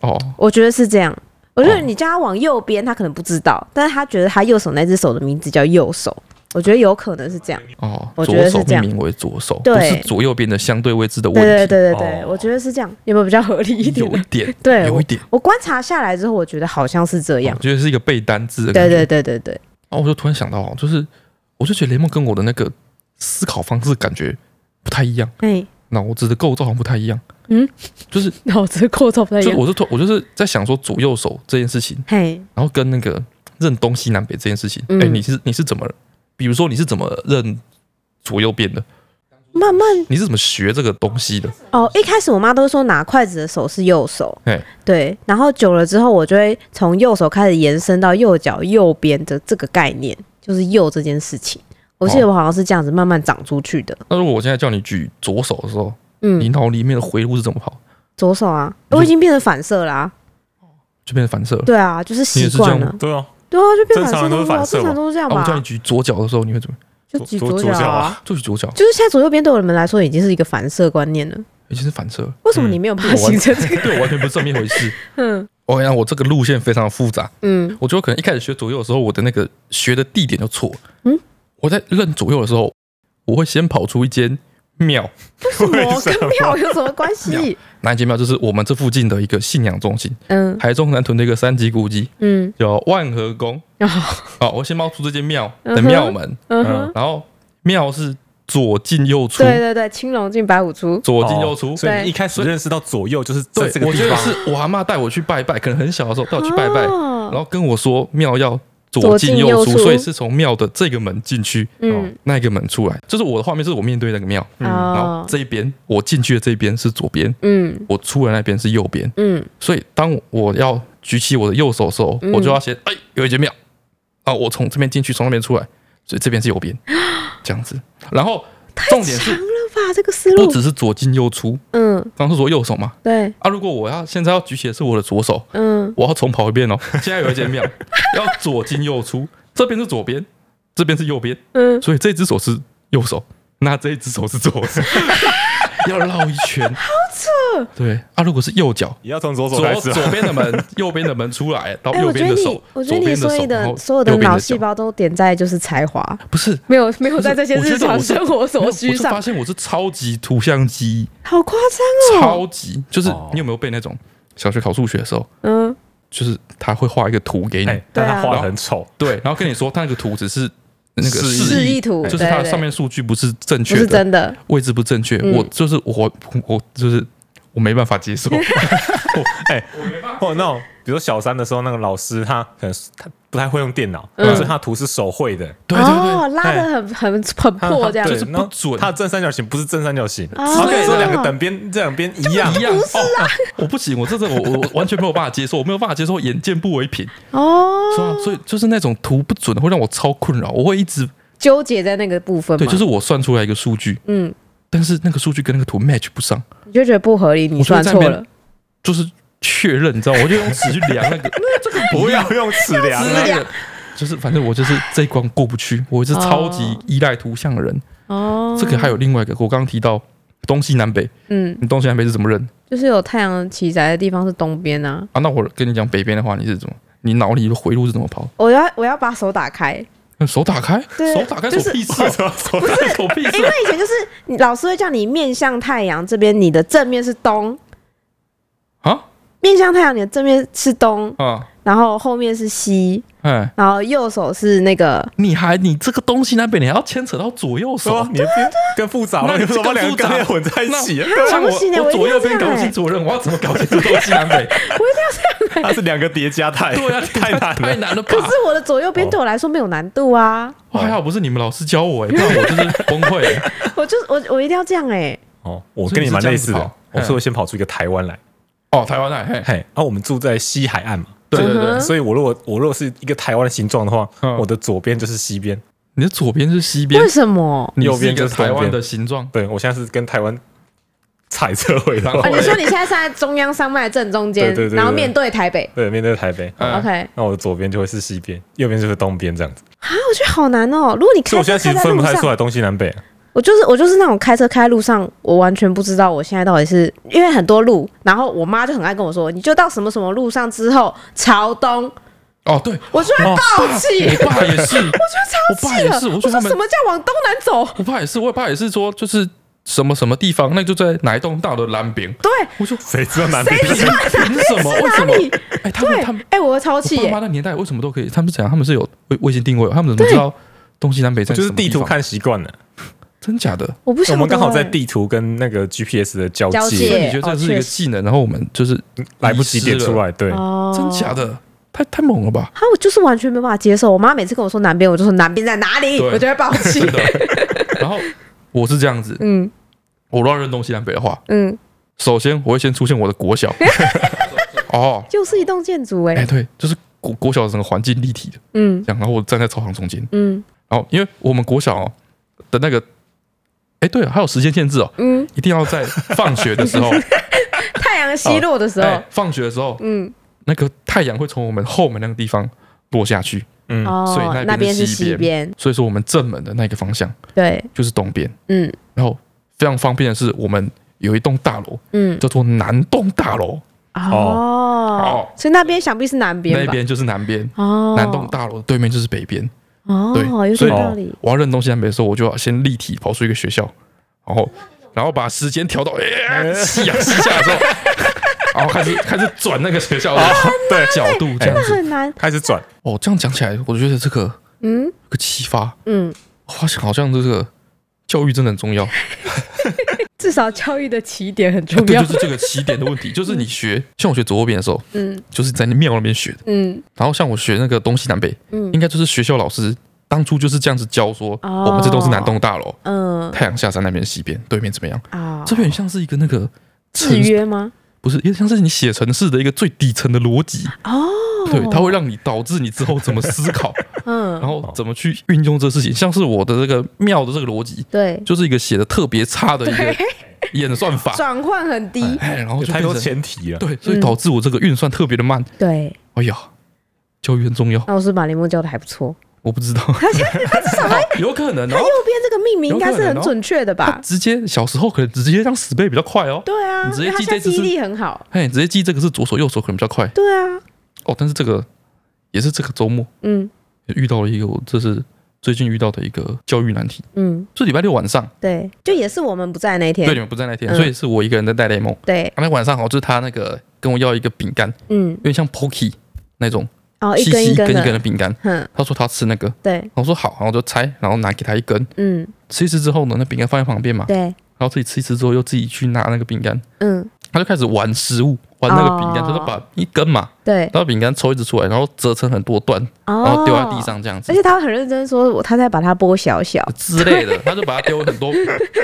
Speaker 2: 哦，
Speaker 4: 我觉得是这样。我觉得
Speaker 2: 哦
Speaker 4: 你叫他往右边，他可能不知道，但是他觉得他右手那只手的名字叫右手，我觉得有可能是这样。
Speaker 2: 哦，
Speaker 4: 我觉
Speaker 2: 左
Speaker 4: 得
Speaker 2: 手
Speaker 4: 是这
Speaker 2: 命
Speaker 4: 样
Speaker 2: 名为左手，
Speaker 4: 对
Speaker 2: 不是左右边的相对位置的问
Speaker 4: 对
Speaker 2: 题，
Speaker 4: 对对对对，
Speaker 3: 哦
Speaker 4: 我觉得是这样，有没有比较合理一点
Speaker 2: 有一
Speaker 4: 呢？
Speaker 2: 点，
Speaker 4: 对，
Speaker 2: 有
Speaker 4: 我
Speaker 2: 一点，
Speaker 4: 我观察下来之后，我觉得好像是这样
Speaker 2: 我。觉得是一个背单哦字的感
Speaker 4: 对
Speaker 2: 觉。
Speaker 4: 对对对对，
Speaker 2: 然后我就突然想到哦，就是我就觉得雷梦跟我的那个思考方式感觉不太一样，
Speaker 4: 哎，
Speaker 2: 脑子的构造好像不太一样。
Speaker 4: 嗯，
Speaker 2: 就是
Speaker 4: 脑子构造不太一
Speaker 2: 就
Speaker 4: 样。
Speaker 2: 我就突我就是在想说左右手这件事情，
Speaker 4: 嘿，
Speaker 2: 然后跟那个认东西南北这件事情，哎、
Speaker 4: 嗯
Speaker 2: 你是你是怎么，比如说你是怎么认左右边的？
Speaker 4: 慢慢
Speaker 2: 你是怎么学这个东西的？
Speaker 4: 哦，一开始我妈都说拿筷子的手是右手
Speaker 2: 嘿，
Speaker 4: 对，然后久了之后，我就会从右手开始延伸到右脚右边的这个概念，就是右这件事情。我记得
Speaker 2: 哦
Speaker 4: 我好像是这样子慢慢长出去的，
Speaker 2: 那如果我现在叫你举左手的时候，你
Speaker 4: 嗯，
Speaker 2: 脑里面的回路是怎么跑？
Speaker 4: 左手啊，
Speaker 2: 你就
Speaker 4: 我已经变成反射啦、
Speaker 2: 就变成反射了。
Speaker 4: 对啊，就是习
Speaker 2: 你也
Speaker 4: 惯
Speaker 2: 是这
Speaker 4: 了
Speaker 2: 样，
Speaker 3: 对啊，
Speaker 4: 对啊，就变反
Speaker 3: 正常
Speaker 4: 射
Speaker 3: 人都是
Speaker 4: 动作啊，
Speaker 3: 反射
Speaker 4: 正
Speaker 3: 嘛
Speaker 4: 常都是这样
Speaker 2: 啊，我叫你
Speaker 4: 吧，
Speaker 2: 举左脚的时候，你会怎么？
Speaker 4: 就
Speaker 3: 左
Speaker 4: 举
Speaker 3: 左
Speaker 4: 脚
Speaker 3: 左脚
Speaker 4: 啊
Speaker 3: 啊，
Speaker 2: 就举左 脚，
Speaker 4: 就是现在左右边对我们来说已经是一个反射观念了。
Speaker 2: 已经是反射了，
Speaker 4: 为什么
Speaker 3: 嗯
Speaker 4: 你没有办
Speaker 2: 对我
Speaker 4: 法
Speaker 2: 完
Speaker 4: 形成这个？
Speaker 2: 对我完全不是这么一回事。
Speaker 4: 嗯
Speaker 2: 我跟你讲，我这个路线非常复杂。
Speaker 4: 嗯
Speaker 2: 我觉得可能一开始学左右的时候，我的那个学的地点就错了。
Speaker 4: 嗯，
Speaker 2: 我在认左右的时候，我会先跑出一间庙，
Speaker 4: 什么
Speaker 3: 为什
Speaker 4: 跟
Speaker 3: 么
Speaker 4: 庙有什么关 系？
Speaker 2: 哪一间庙？就是我们这附近的一个信仰中心，
Speaker 4: 嗯
Speaker 2: 台中南屯的一个三级古迹，
Speaker 4: 嗯，
Speaker 2: 叫万和宫。
Speaker 4: 然后
Speaker 2: 哦，我先冒出这间庙
Speaker 4: 嗯
Speaker 2: 的
Speaker 4: 哼
Speaker 2: 庙门，
Speaker 4: 嗯哼。
Speaker 2: 然后庙是左进右出，
Speaker 4: 对对对，青龙进白虎出。
Speaker 2: 左进右出
Speaker 3: 哦。所以
Speaker 4: 对
Speaker 3: 你一开始认识到左右就是在
Speaker 2: 对
Speaker 3: 这，个
Speaker 2: 我
Speaker 3: 地
Speaker 2: 觉得
Speaker 3: 方，
Speaker 2: 是我阿妈带我去拜拜，可能很小的时候带我去拜拜，
Speaker 4: 哦
Speaker 2: 然后跟我说庙要左
Speaker 4: 左
Speaker 2: 进
Speaker 4: 进
Speaker 2: 右
Speaker 4: 右
Speaker 2: 出，
Speaker 4: 出
Speaker 2: 所以是从庙的这个门进去，
Speaker 4: 嗯，
Speaker 2: 那一个门出来。就是我的画面，是我面对那个庙，
Speaker 3: 嗯
Speaker 2: 然后
Speaker 4: 哦，
Speaker 2: 这一边我进去的这一边是左边，
Speaker 4: 嗯
Speaker 2: 我出来那边是右边。
Speaker 4: 嗯
Speaker 2: 所以当我要举起我的右手的时候，
Speaker 4: 嗯
Speaker 2: 我就要先哎有一间庙，啊，我从这边进去，从那边出来，所以这边是右 边，这样子。然后重点
Speaker 4: 强
Speaker 2: 是
Speaker 4: 了吧，这个思
Speaker 2: 不
Speaker 4: 路，
Speaker 2: 只是左进右出，
Speaker 4: 嗯，
Speaker 2: 刚刚是左右手嘛。
Speaker 4: 对，
Speaker 2: 啊，如果我要现在要举起的是我的左手，
Speaker 4: 嗯，
Speaker 2: 我要重跑一遍哦。 现在有一间庙，要左进右出，这边是左边，这边是右边，
Speaker 4: 嗯，
Speaker 2: 所以这只手是右手，那这一只手是左 手，要绕一圈，好扯。对啊，如果是右脚，
Speaker 3: 也要从左手
Speaker 2: 左
Speaker 3: 开始啊，
Speaker 2: 左边的 门，右边的门出来，到
Speaker 4: 哎，
Speaker 2: 右
Speaker 4: 我觉
Speaker 2: 边
Speaker 4: 得
Speaker 2: 的
Speaker 4: 你
Speaker 2: 手，，
Speaker 4: 我觉得你所有
Speaker 2: 左边的手然后
Speaker 4: 的所有的
Speaker 2: 右边
Speaker 4: 脑
Speaker 2: 的
Speaker 4: 细
Speaker 2: 脚
Speaker 4: 胞都点在就是才华，
Speaker 2: 不是。
Speaker 4: 没有没有
Speaker 2: 不是
Speaker 4: 在这些
Speaker 2: 我觉
Speaker 4: 日
Speaker 2: 得我
Speaker 4: 常
Speaker 2: 是
Speaker 4: 生活所
Speaker 2: 没有
Speaker 4: 需
Speaker 2: 我就发
Speaker 4: 上，
Speaker 2: 现我是超级图像记忆，
Speaker 4: 好夸张哦，
Speaker 2: 超级就是
Speaker 3: 哦
Speaker 2: 你有没有被那种小学考数学的时候，
Speaker 4: 嗯，
Speaker 2: 就是他会画一个图给你，
Speaker 3: 哎，但
Speaker 4: 对
Speaker 3: 他
Speaker 4: 啊
Speaker 3: 画的很丑，
Speaker 2: 对，然后跟你说他那个图只是那个
Speaker 3: 示意
Speaker 4: 示
Speaker 2: 示
Speaker 4: 意图，
Speaker 2: 就是它
Speaker 4: 对对
Speaker 2: 上面数据不是正
Speaker 4: 不
Speaker 2: 确
Speaker 4: 是
Speaker 2: 的，
Speaker 4: 真的，
Speaker 2: 位置不正确，
Speaker 4: 嗯
Speaker 2: 我就是我我就是我没办法接 受，
Speaker 3: 哎或者那种，比如小三的时候，那个老师他可能是他不太会用电脑，
Speaker 4: 嗯
Speaker 3: 所以他图是手绘的，
Speaker 2: 对对对，
Speaker 4: 哦，拉的很很很
Speaker 3: 他
Speaker 4: 破这样
Speaker 3: 他对
Speaker 2: 就是
Speaker 4: 子，
Speaker 2: 不
Speaker 3: 然后
Speaker 2: 准
Speaker 3: 他的正三角形不是正三角形，
Speaker 4: 哦
Speaker 3: 他这两个等边这两边一样
Speaker 2: 一。样
Speaker 4: 啊
Speaker 2: 哦，我不行，我这这我我我完全没有办法接受，我没有办法接受眼见不为凭，是吧
Speaker 4: 哦，？
Speaker 2: 所以就是那种图不准会让我超困扰，我会一直
Speaker 4: 纠结在那个部分
Speaker 2: 对，
Speaker 4: 嘛，
Speaker 2: 就是我算出来一个数据，
Speaker 4: 嗯，
Speaker 2: 但是那个数据跟那个图 match 不上，
Speaker 4: 你就觉得不合理，你
Speaker 2: 我觉得
Speaker 4: 算
Speaker 2: 在
Speaker 4: 错
Speaker 2: 那边
Speaker 4: 了，
Speaker 2: 就是确认，你知道吗，我就用尺去量 那个，这个
Speaker 3: 不要用尺量
Speaker 2: 量
Speaker 3: 啊
Speaker 2: 那个，就是反正我就是这一关过不去，我是超级依赖图像的人。
Speaker 4: 哦，
Speaker 2: 这个还有另外一个，我刚刚提到东西南北，
Speaker 4: 嗯，
Speaker 2: 你东西南北是怎么认
Speaker 4: 就是有太阳起宅的地方是东边啊。
Speaker 2: 啊？那我跟你讲北边的话，你是怎么？你脑里的回路是怎么跑？
Speaker 4: 我要我要把手打开，
Speaker 2: 用手打开，
Speaker 4: 对
Speaker 2: 手打开
Speaker 4: 就
Speaker 2: 手
Speaker 4: 是
Speaker 2: 屁事
Speaker 3: 为
Speaker 2: 哦，
Speaker 3: 什么手
Speaker 2: 手打开手屁
Speaker 4: 因
Speaker 2: 事
Speaker 4: 为
Speaker 2: 哦。
Speaker 4: 以前就是你老师会叫你面向太阳这边，你的正面是东，
Speaker 2: 啊
Speaker 4: 面向太阳你的正面是东，
Speaker 2: 啊！
Speaker 4: 然后后面是西，
Speaker 2: 哎，
Speaker 4: 然后右手是那个
Speaker 2: 你还你这个东西南北，你还要牵扯到左右手
Speaker 3: 说，你更复杂了，
Speaker 2: 那
Speaker 3: 你
Speaker 2: 你
Speaker 3: 怎么把两个
Speaker 2: 更复杂
Speaker 3: 概念混在一起 啊？
Speaker 2: 像我
Speaker 4: 不行欸我
Speaker 2: 我
Speaker 4: 一定
Speaker 2: 左
Speaker 4: 要
Speaker 2: 右
Speaker 4: 这
Speaker 2: 边
Speaker 4: 样
Speaker 2: 搞不
Speaker 4: 欸
Speaker 2: 清楚任，我要怎么搞清楚东西南北？
Speaker 3: 它是两个叠加态，
Speaker 2: 对啊，
Speaker 3: 太难
Speaker 2: 太
Speaker 3: 了。
Speaker 2: 难了吧
Speaker 4: 可？是我的左右边对我来说没有难度啊，
Speaker 2: 哇还好不是你们老师教我、欸，不然我就是崩溃、欸。
Speaker 4: 我就我我一定要这样哎、
Speaker 3: 哦，我跟你蛮类似
Speaker 2: 所以你是这样
Speaker 3: 的
Speaker 2: 子，跑
Speaker 3: 我是会先跑出一个台湾来，
Speaker 2: 哦，台湾那嘿，
Speaker 3: 嘿，啊，我们住在西海岸嘛，
Speaker 2: 对对对，
Speaker 4: 嗯
Speaker 3: 所以我如果我如果是一个台湾的形状的话，
Speaker 2: 嗯
Speaker 3: 我的左边就是西边，
Speaker 2: 你的左边是西边
Speaker 4: 为，什么？
Speaker 2: 你
Speaker 3: 右边
Speaker 2: 是一
Speaker 3: 就
Speaker 2: 个
Speaker 3: 是东边
Speaker 2: 台湾的形状。
Speaker 3: 对我现在是跟台湾 踩车回到
Speaker 4: 啊，
Speaker 2: 对
Speaker 4: 你说你现在是在中央山脉正中间
Speaker 3: 对对对，对啊
Speaker 4: 然后面对台北。
Speaker 3: 对面对台北，
Speaker 2: 嗯
Speaker 4: OK，
Speaker 3: 那我的左边就会是西边，右边就是东边这样子。
Speaker 4: 啊，我觉得好难哦。如果你
Speaker 3: 所以
Speaker 4: 开
Speaker 3: 我现在
Speaker 4: 车
Speaker 3: 其
Speaker 4: 开
Speaker 3: 实
Speaker 4: 在
Speaker 3: 分
Speaker 4: 路
Speaker 3: 不太出
Speaker 4: 上，
Speaker 3: 来东西南北啊。
Speaker 4: 我就是我就是那种开车开在路上，我完全不知道我现在到底是因为很多路，然后我妈就很爱跟我说，你就到什么什么路上之后朝东，
Speaker 2: 哦，对，
Speaker 4: 我就会暴气，
Speaker 2: 我爸也是，
Speaker 4: 我就
Speaker 2: 我
Speaker 4: 超
Speaker 2: 爸
Speaker 4: 气
Speaker 2: 也
Speaker 4: 了。
Speaker 2: 是我
Speaker 4: 我
Speaker 2: 觉得
Speaker 4: 说
Speaker 2: 他们
Speaker 4: 什么叫往东南走？
Speaker 2: 我爸也是，我爸也是说就是什么什么地方，那就在哪一栋大楼的南边。
Speaker 4: 对，
Speaker 2: 我说
Speaker 3: 谁知道南北
Speaker 4: 谁
Speaker 3: 是
Speaker 4: 知
Speaker 3: 什
Speaker 4: 道
Speaker 3: 么？
Speaker 4: 南
Speaker 2: 凭
Speaker 4: 边
Speaker 2: 什么？为
Speaker 4: 是
Speaker 2: 什
Speaker 4: 哪里
Speaker 2: 么？？哎，他们
Speaker 4: 对
Speaker 2: 他们，，
Speaker 4: 哎，我会超气
Speaker 2: 我爸妈
Speaker 4: 耶。
Speaker 2: 那年代为什么都可以？他们是怎样？他们是有卫卫星定位，他们怎么
Speaker 4: 对
Speaker 2: 知道东西南北 在？
Speaker 3: 就是地图，看习惯了，
Speaker 2: 真假的？
Speaker 4: 我不晓
Speaker 3: 我
Speaker 4: 得。
Speaker 3: 们刚好在地图跟那个 GPS 的交
Speaker 4: 交
Speaker 2: 所
Speaker 4: 界
Speaker 2: 以你觉得这是一
Speaker 4: 哦确
Speaker 2: 个
Speaker 4: 实
Speaker 2: 技能，然后我们就是
Speaker 3: 来不及点出来，对，
Speaker 4: 哦
Speaker 2: 真假的，太太猛了吧？
Speaker 4: 啊，我就是完全没办法接受。我妈每次跟我说南边，我就说南边在哪里，
Speaker 2: 对
Speaker 4: 我就会暴 气
Speaker 2: 真。的。然后我是这样子，
Speaker 4: 嗯
Speaker 2: 我如果要认东西南北的话，
Speaker 4: 嗯，
Speaker 2: 首先我会先出现我的国 小。哦，
Speaker 4: 又是一栋建筑哎、
Speaker 2: 哎、对，就是国国小整个环境立体的
Speaker 4: 嗯
Speaker 2: 这样，然后我站在操场中间，
Speaker 4: 嗯
Speaker 2: 然后因为我们国小、哦、的那个，哎、对了，还有时间限制哦，
Speaker 4: 嗯，
Speaker 2: 一定要在放学的时 候，
Speaker 4: 太阳西落的时候，
Speaker 2: 哎、放学的时候，
Speaker 4: 哦嗯
Speaker 2: 那个太阳会从我们后门那个地方落下去，
Speaker 3: 嗯，
Speaker 2: 所以那
Speaker 4: 哦，
Speaker 2: 边
Speaker 4: 那边
Speaker 2: 是
Speaker 4: 是
Speaker 2: 西
Speaker 4: 西边，
Speaker 2: 所以说我们正门的那个方向
Speaker 4: 对，
Speaker 2: 就是东边。
Speaker 4: 嗯
Speaker 2: 然后非常方便的是，我们有一栋大楼
Speaker 4: 嗯，
Speaker 2: 叫做南栋大楼，
Speaker 4: 哦，所以那边想必是南边
Speaker 2: 那
Speaker 4: 吧？
Speaker 2: 边就是南边，
Speaker 4: 哦，
Speaker 2: 南栋大楼对面就是北边。
Speaker 4: 哦，
Speaker 2: 对
Speaker 4: 有
Speaker 2: 所
Speaker 4: 点
Speaker 2: 以
Speaker 4: 道理。
Speaker 2: 我要认东西南北的时候，我就要先立体跑出一个学校，然后然后把时间调到哎夕 阳西下的时候，然后开始开始转那个学校的
Speaker 4: 啊
Speaker 3: 对，
Speaker 2: 角度这
Speaker 4: 那
Speaker 2: 样子。
Speaker 4: 很难，
Speaker 3: 开始转，
Speaker 2: 哦，这样讲起来，我觉得这个
Speaker 4: 嗯
Speaker 2: 这个启发，
Speaker 4: 嗯，
Speaker 2: 我发现好像这个教育真的很重 要。哎
Speaker 4: 至少教育的起点很重
Speaker 2: 哦对，
Speaker 4: 要
Speaker 2: 就。是这个起点的问题，就是你学，像我学左右边的时候，
Speaker 4: 嗯
Speaker 2: 就是在那庙那边学的。
Speaker 4: 嗯
Speaker 2: 然后像我学那个东西南北，
Speaker 4: 嗯
Speaker 2: 应该就是学校老师当初就是这样子教说，
Speaker 4: 哦
Speaker 2: 我们这栋是南栋大楼，
Speaker 4: 嗯
Speaker 2: 太阳下山那边是西边，对面怎么样？
Speaker 4: 啊，
Speaker 2: 这边很像是一个那个
Speaker 4: 制
Speaker 2: 城市，
Speaker 4: 约吗？
Speaker 2: 不是，也像是你写程式的一个最底层的逻辑，
Speaker 4: 哦，
Speaker 2: 对，它会让你导致你之后怎么思 考，然
Speaker 4: 嗯，
Speaker 2: 后怎么去运用这事情。像是我的这个妙的这个逻辑，
Speaker 4: 对，
Speaker 2: 就是一个写的特别差的一个演算法，
Speaker 4: 转换很低，
Speaker 2: 哎，然后
Speaker 3: 有
Speaker 2: 就
Speaker 3: 太多
Speaker 2: 变成
Speaker 3: 前提了，
Speaker 2: 对，所
Speaker 4: 嗯
Speaker 2: 以导致我这个运算特别的慢。
Speaker 4: 对。
Speaker 2: 哎呀，教育很重要，
Speaker 4: 那我是把铃木教的还不错，
Speaker 2: 我不知道，
Speaker 4: 他现在他至少他
Speaker 2: 有可能
Speaker 4: 他
Speaker 2: 哦。
Speaker 4: 右边这个命名应该是很准确的
Speaker 2: 他
Speaker 4: 吧？
Speaker 2: 直接小时候可能直接让死背比较快哦，
Speaker 4: 哦对啊，
Speaker 2: 你直接
Speaker 4: 因为他
Speaker 2: 记
Speaker 4: 现在
Speaker 2: 这次
Speaker 4: 记
Speaker 2: 是
Speaker 4: 忆力很好。
Speaker 2: 哎，直接记这个是左手右手可能比较快
Speaker 4: 对啊，
Speaker 2: 哦。但是这个也是这个周末
Speaker 4: 嗯
Speaker 2: 遇到了一个，我这是最近遇到的一个教育难题，
Speaker 4: 嗯，
Speaker 2: 是礼拜六晚上，
Speaker 4: 对，就也是我们不在那一
Speaker 2: 对你
Speaker 4: 天。
Speaker 2: 们不在那天，
Speaker 4: 嗯
Speaker 2: 所以是我一个人在带雷梦。
Speaker 4: 对，
Speaker 2: 那天晚上好，就是他那个跟我要一个饼干，
Speaker 4: 嗯
Speaker 2: 有，点像 Pocky 那种
Speaker 4: 哦，
Speaker 2: 细
Speaker 4: 一根
Speaker 2: 细一根
Speaker 4: 根
Speaker 2: 一根
Speaker 4: 的，
Speaker 2: 的饼干，
Speaker 4: 哼，
Speaker 2: 他说他吃那个，
Speaker 4: 对，
Speaker 2: 然后我说好，然后我就拆，然后拿给他一根，
Speaker 4: 嗯
Speaker 2: 吃一吃之后呢，那饼干放在旁边嘛，
Speaker 4: 对，
Speaker 2: 然后自己吃一吃之后又自己去拿那个饼干，
Speaker 4: 嗯
Speaker 2: 他就开始玩食物，玩那个饼干，
Speaker 4: 哦
Speaker 2: 就是把一根嘛，
Speaker 4: 对，
Speaker 2: 然后饼干抽一支出来，然后折成很多段，然
Speaker 4: 哦，
Speaker 2: 后丢在地。上这样子
Speaker 4: 而且他会很认真说，我他在把它剥 小小，
Speaker 2: 啊之类的，他就把它丢很多，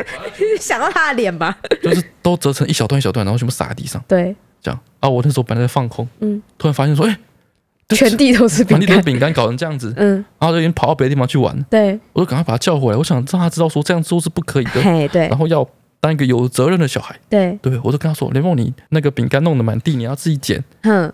Speaker 4: 想到他的脸吧？
Speaker 2: 就是都折成一小段一小段，然后全部撒在地上
Speaker 4: 对，
Speaker 2: 这样。啊，我那时候本来在放空，
Speaker 4: 嗯，
Speaker 2: 突然发现说，哎、这
Speaker 4: 全地都是饼
Speaker 2: 满地都是
Speaker 4: 干。
Speaker 2: 饼干搞成这样子，
Speaker 4: 嗯，
Speaker 2: 然后就已经跑到别的地方去玩，
Speaker 4: 对，
Speaker 2: 我就赶快把他叫回来，我想让他知道说这样做是不可以的，
Speaker 4: 嘿，对
Speaker 2: 然，后要当一个有责任的小孩。
Speaker 4: 对，
Speaker 2: 对我就跟他说，雷梦，你那个饼干弄得满地，你要自己捡。
Speaker 4: 哼，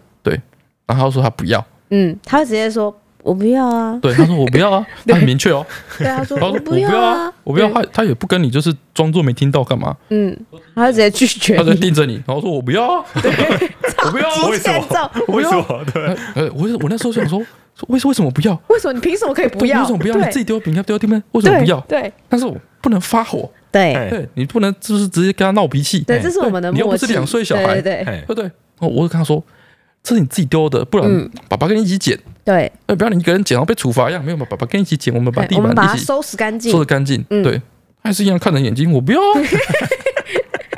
Speaker 2: 然后他就说他不要，
Speaker 4: 嗯，他会直接说我不要啊，
Speaker 2: 对，他说我不 要啊，他很明确哦，
Speaker 4: 对啊，说
Speaker 2: 他说
Speaker 4: 我
Speaker 2: 我
Speaker 4: 不
Speaker 2: 不
Speaker 4: 要
Speaker 2: 要
Speaker 4: 啊，
Speaker 2: 我不要，
Speaker 4: 对
Speaker 2: 他他也不跟你就是装作没听到干嘛，
Speaker 4: 嗯，他会直接拒绝
Speaker 2: 他就
Speaker 4: 你，
Speaker 2: 盯着你，然后说我不要啊，我不要 啊，
Speaker 3: 为什
Speaker 4: 欠揍
Speaker 3: 么？为什么？对，
Speaker 2: 呃，我我那时候想说，说为为什么不要？
Speaker 4: 为什么你凭什么可以不要？
Speaker 2: 为什么不要？
Speaker 4: 对
Speaker 2: 你自己丢饼干丢到地面，为什么
Speaker 4: 对
Speaker 2: 不要？
Speaker 4: 对
Speaker 2: 但是我不能发火，
Speaker 4: 对
Speaker 3: 哎
Speaker 2: 对你不能就是直接跟他闹脾气，
Speaker 4: 对，
Speaker 3: 哎
Speaker 4: 这是我们的
Speaker 2: 你又不
Speaker 4: 默契。
Speaker 2: 是两岁小孩
Speaker 4: 对对对
Speaker 3: 哎
Speaker 2: 对不对？哦我就跟他说，这是你自己丢的，不然
Speaker 4: 嗯
Speaker 2: 爸爸跟你一起捡，
Speaker 4: 对，
Speaker 2: 哎，不要你一个人捡然后被处罚一样，没有嘛？爸爸跟你一起捡，我们把
Speaker 4: 哎
Speaker 2: 地
Speaker 4: 我们把
Speaker 2: 板
Speaker 4: 它
Speaker 2: 一起
Speaker 4: 收拾干净
Speaker 2: 收，的干净，
Speaker 4: 嗯
Speaker 2: 对，还是一样看着眼睛，我不 要啊，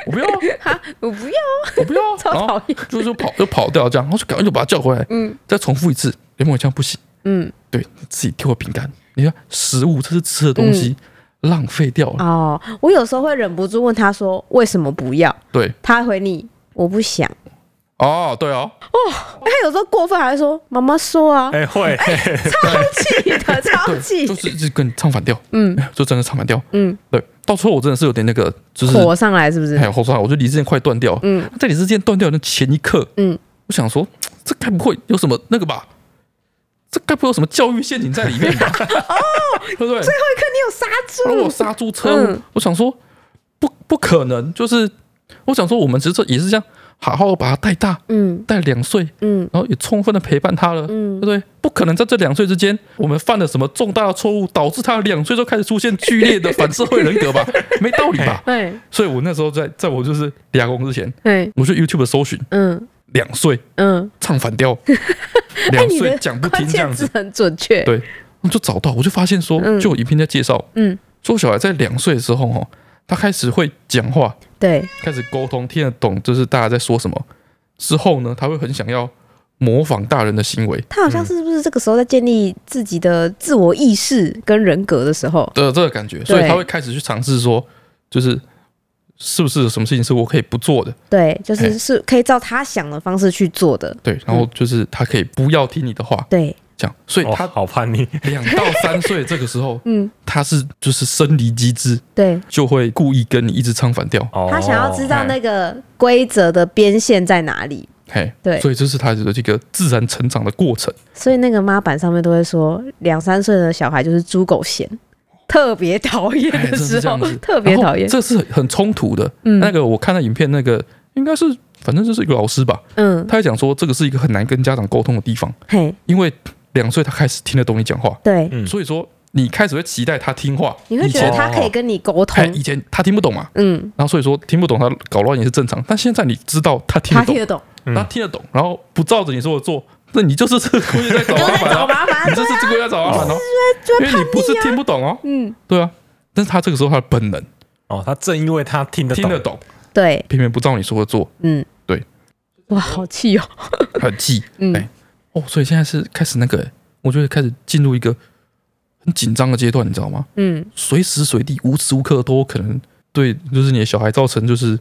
Speaker 2: 我不要啊，
Speaker 4: 我不要，
Speaker 2: 我不要啊，
Speaker 4: 超
Speaker 2: 然后
Speaker 4: 讨厌。
Speaker 2: 就就跑就跑掉这样，然后就赶快就把他叫回来，
Speaker 4: 嗯
Speaker 2: 再重复一次，联盟这样不行。
Speaker 4: 嗯，
Speaker 2: 对自己丢的饼干，你看食物这是吃的东西，
Speaker 4: 嗯
Speaker 2: 浪费掉了。
Speaker 4: 哦，我有时候会忍不住问他说为什么不要，
Speaker 2: 对，
Speaker 4: 他回你我不想。
Speaker 2: 哦，对哦，
Speaker 4: 他有时候过分还会说妈妈说啊，
Speaker 3: 哎，会，
Speaker 4: 气的超气
Speaker 2: 对，就，是就跟你唱反调，
Speaker 4: 嗯
Speaker 2: 哎就真的唱反调。
Speaker 4: 嗯，
Speaker 2: 对，到最后我真的是有点那个，就是
Speaker 4: 火上来是不是
Speaker 2: 还？有后来我就理智线快断掉了。
Speaker 4: 嗯，
Speaker 2: 在理智线断掉的前一刻，
Speaker 4: 嗯，
Speaker 2: 我想说这该不会有什么那个吧？这该不会有什么教育陷阱在里面 吧？哦，对不
Speaker 4: 哦
Speaker 2: 对？
Speaker 4: 你有刹
Speaker 2: 然哦后我
Speaker 4: 住，
Speaker 2: 刹住车，
Speaker 4: 嗯
Speaker 2: 我想说不不可能，就是我想说我们只是也是这样好好地把他带大，
Speaker 4: 嗯
Speaker 2: 带两岁，
Speaker 4: 嗯
Speaker 2: 然后也充分的陪伴他了，对
Speaker 4: 嗯
Speaker 2: 不，对？不可能在这两岁之间，我们犯了什么重大的错误，导致他两岁就开始出现剧烈的反社会人 格吧？没道理吧？
Speaker 4: 哎
Speaker 2: 所以我那时候在在我就是俩公之前，
Speaker 4: 哎
Speaker 2: 我去 YouTube 搜寻
Speaker 4: 嗯
Speaker 2: 两岁
Speaker 4: 嗯，
Speaker 2: 唱反调，
Speaker 4: 哎，
Speaker 2: 两
Speaker 4: 你
Speaker 2: 岁
Speaker 4: 的
Speaker 2: 讲不
Speaker 4: 关
Speaker 2: 听这
Speaker 4: 键
Speaker 2: 样
Speaker 4: 字
Speaker 2: 子，
Speaker 4: 很准确，
Speaker 2: 对，我就找到，我就发现说
Speaker 4: 嗯，
Speaker 2: 就有影片在介绍，
Speaker 4: 嗯
Speaker 2: 说小孩在两岁的时候哦，他开始会讲话，
Speaker 4: 对，
Speaker 2: 开始沟通，听得懂就是大家在说什么，之后呢，他会很想要模仿大人的行为。
Speaker 4: 他好像是不是这个时候在建立自己的自我意识跟人格的时候，
Speaker 2: 的这个感觉，所以
Speaker 4: 对
Speaker 2: 他会开始去尝试说，就是是不是有什么事情是我可以不做的？
Speaker 4: 对，就是
Speaker 2: 哎
Speaker 4: 是可以照他想的方式去做的，
Speaker 2: 对，然后
Speaker 4: 嗯
Speaker 2: 就是他可以不要听你的话，
Speaker 4: 对，，
Speaker 2: 这样。所以
Speaker 3: 哦
Speaker 2: 他
Speaker 3: 好叛逆，
Speaker 2: 两到三岁这个时候
Speaker 4: 嗯
Speaker 2: 他是就是生理机制
Speaker 4: 对。
Speaker 2: 就会故意跟你一直唱反调，
Speaker 3: 哦
Speaker 4: 他想要知道
Speaker 2: 哎
Speaker 4: 那个规则的边线在哪里，
Speaker 2: 嘿，
Speaker 4: 对
Speaker 2: 所以这是他的这个自然成长的过程。
Speaker 4: 所以那个妈板上面都会说，两三岁的小孩就是猪狗嫌，特别讨厌
Speaker 2: 哎真
Speaker 4: 的
Speaker 2: 的
Speaker 4: 时
Speaker 2: 是这
Speaker 4: 候
Speaker 2: 样子，
Speaker 4: 特别
Speaker 2: 然后
Speaker 4: 讨厌。
Speaker 2: 这是很冲突的。
Speaker 4: 嗯
Speaker 2: 那个我看到影片，那个应该是反正就是一个老师吧，
Speaker 4: 嗯，
Speaker 2: 他也讲说这个是一个很难跟家长沟通的地方，
Speaker 4: 嘿，
Speaker 2: 因为两岁他开始听得懂你讲话，
Speaker 4: 对，
Speaker 3: 嗯
Speaker 2: 所以说你开始会期待他听话，
Speaker 4: 你会觉得
Speaker 2: 以前
Speaker 4: 他可以跟你沟
Speaker 2: 哎
Speaker 4: 通，
Speaker 2: 以前他听不懂嘛，
Speaker 4: 嗯，
Speaker 2: 然后所以说听不懂他搞乱也是正常，但现在你知道他听
Speaker 4: 他
Speaker 2: 得
Speaker 4: 听
Speaker 2: 懂，哦
Speaker 4: 得懂，
Speaker 3: 嗯
Speaker 2: 他听得懂，然后不照着你说的做，那你就是这个故意在 找
Speaker 4: 就
Speaker 2: 麻
Speaker 4: 在
Speaker 2: 烦
Speaker 4: 找
Speaker 2: 啊，
Speaker 4: 麻
Speaker 2: 你
Speaker 4: 烦。
Speaker 2: 这是故意在找麻烦哦，因为你不是听不懂哦，
Speaker 4: 啊嗯，
Speaker 2: 对啊，但是他这个时候他的本能
Speaker 3: 哦，他正因为他听得
Speaker 2: 听得
Speaker 3: 懂，
Speaker 2: 懂，
Speaker 4: 对，
Speaker 2: 偏偏不照你说的做，
Speaker 4: 嗯，
Speaker 2: 对。
Speaker 4: 哇，好气哦！
Speaker 2: 很气
Speaker 4: 嗯
Speaker 2: 哎，哦，所以现在是开始那个，哎我觉得开始进入一个很紧张的阶段，你知道吗？
Speaker 4: 嗯，
Speaker 2: 随时随地无时无刻都有可能对，就是你的小孩造成就是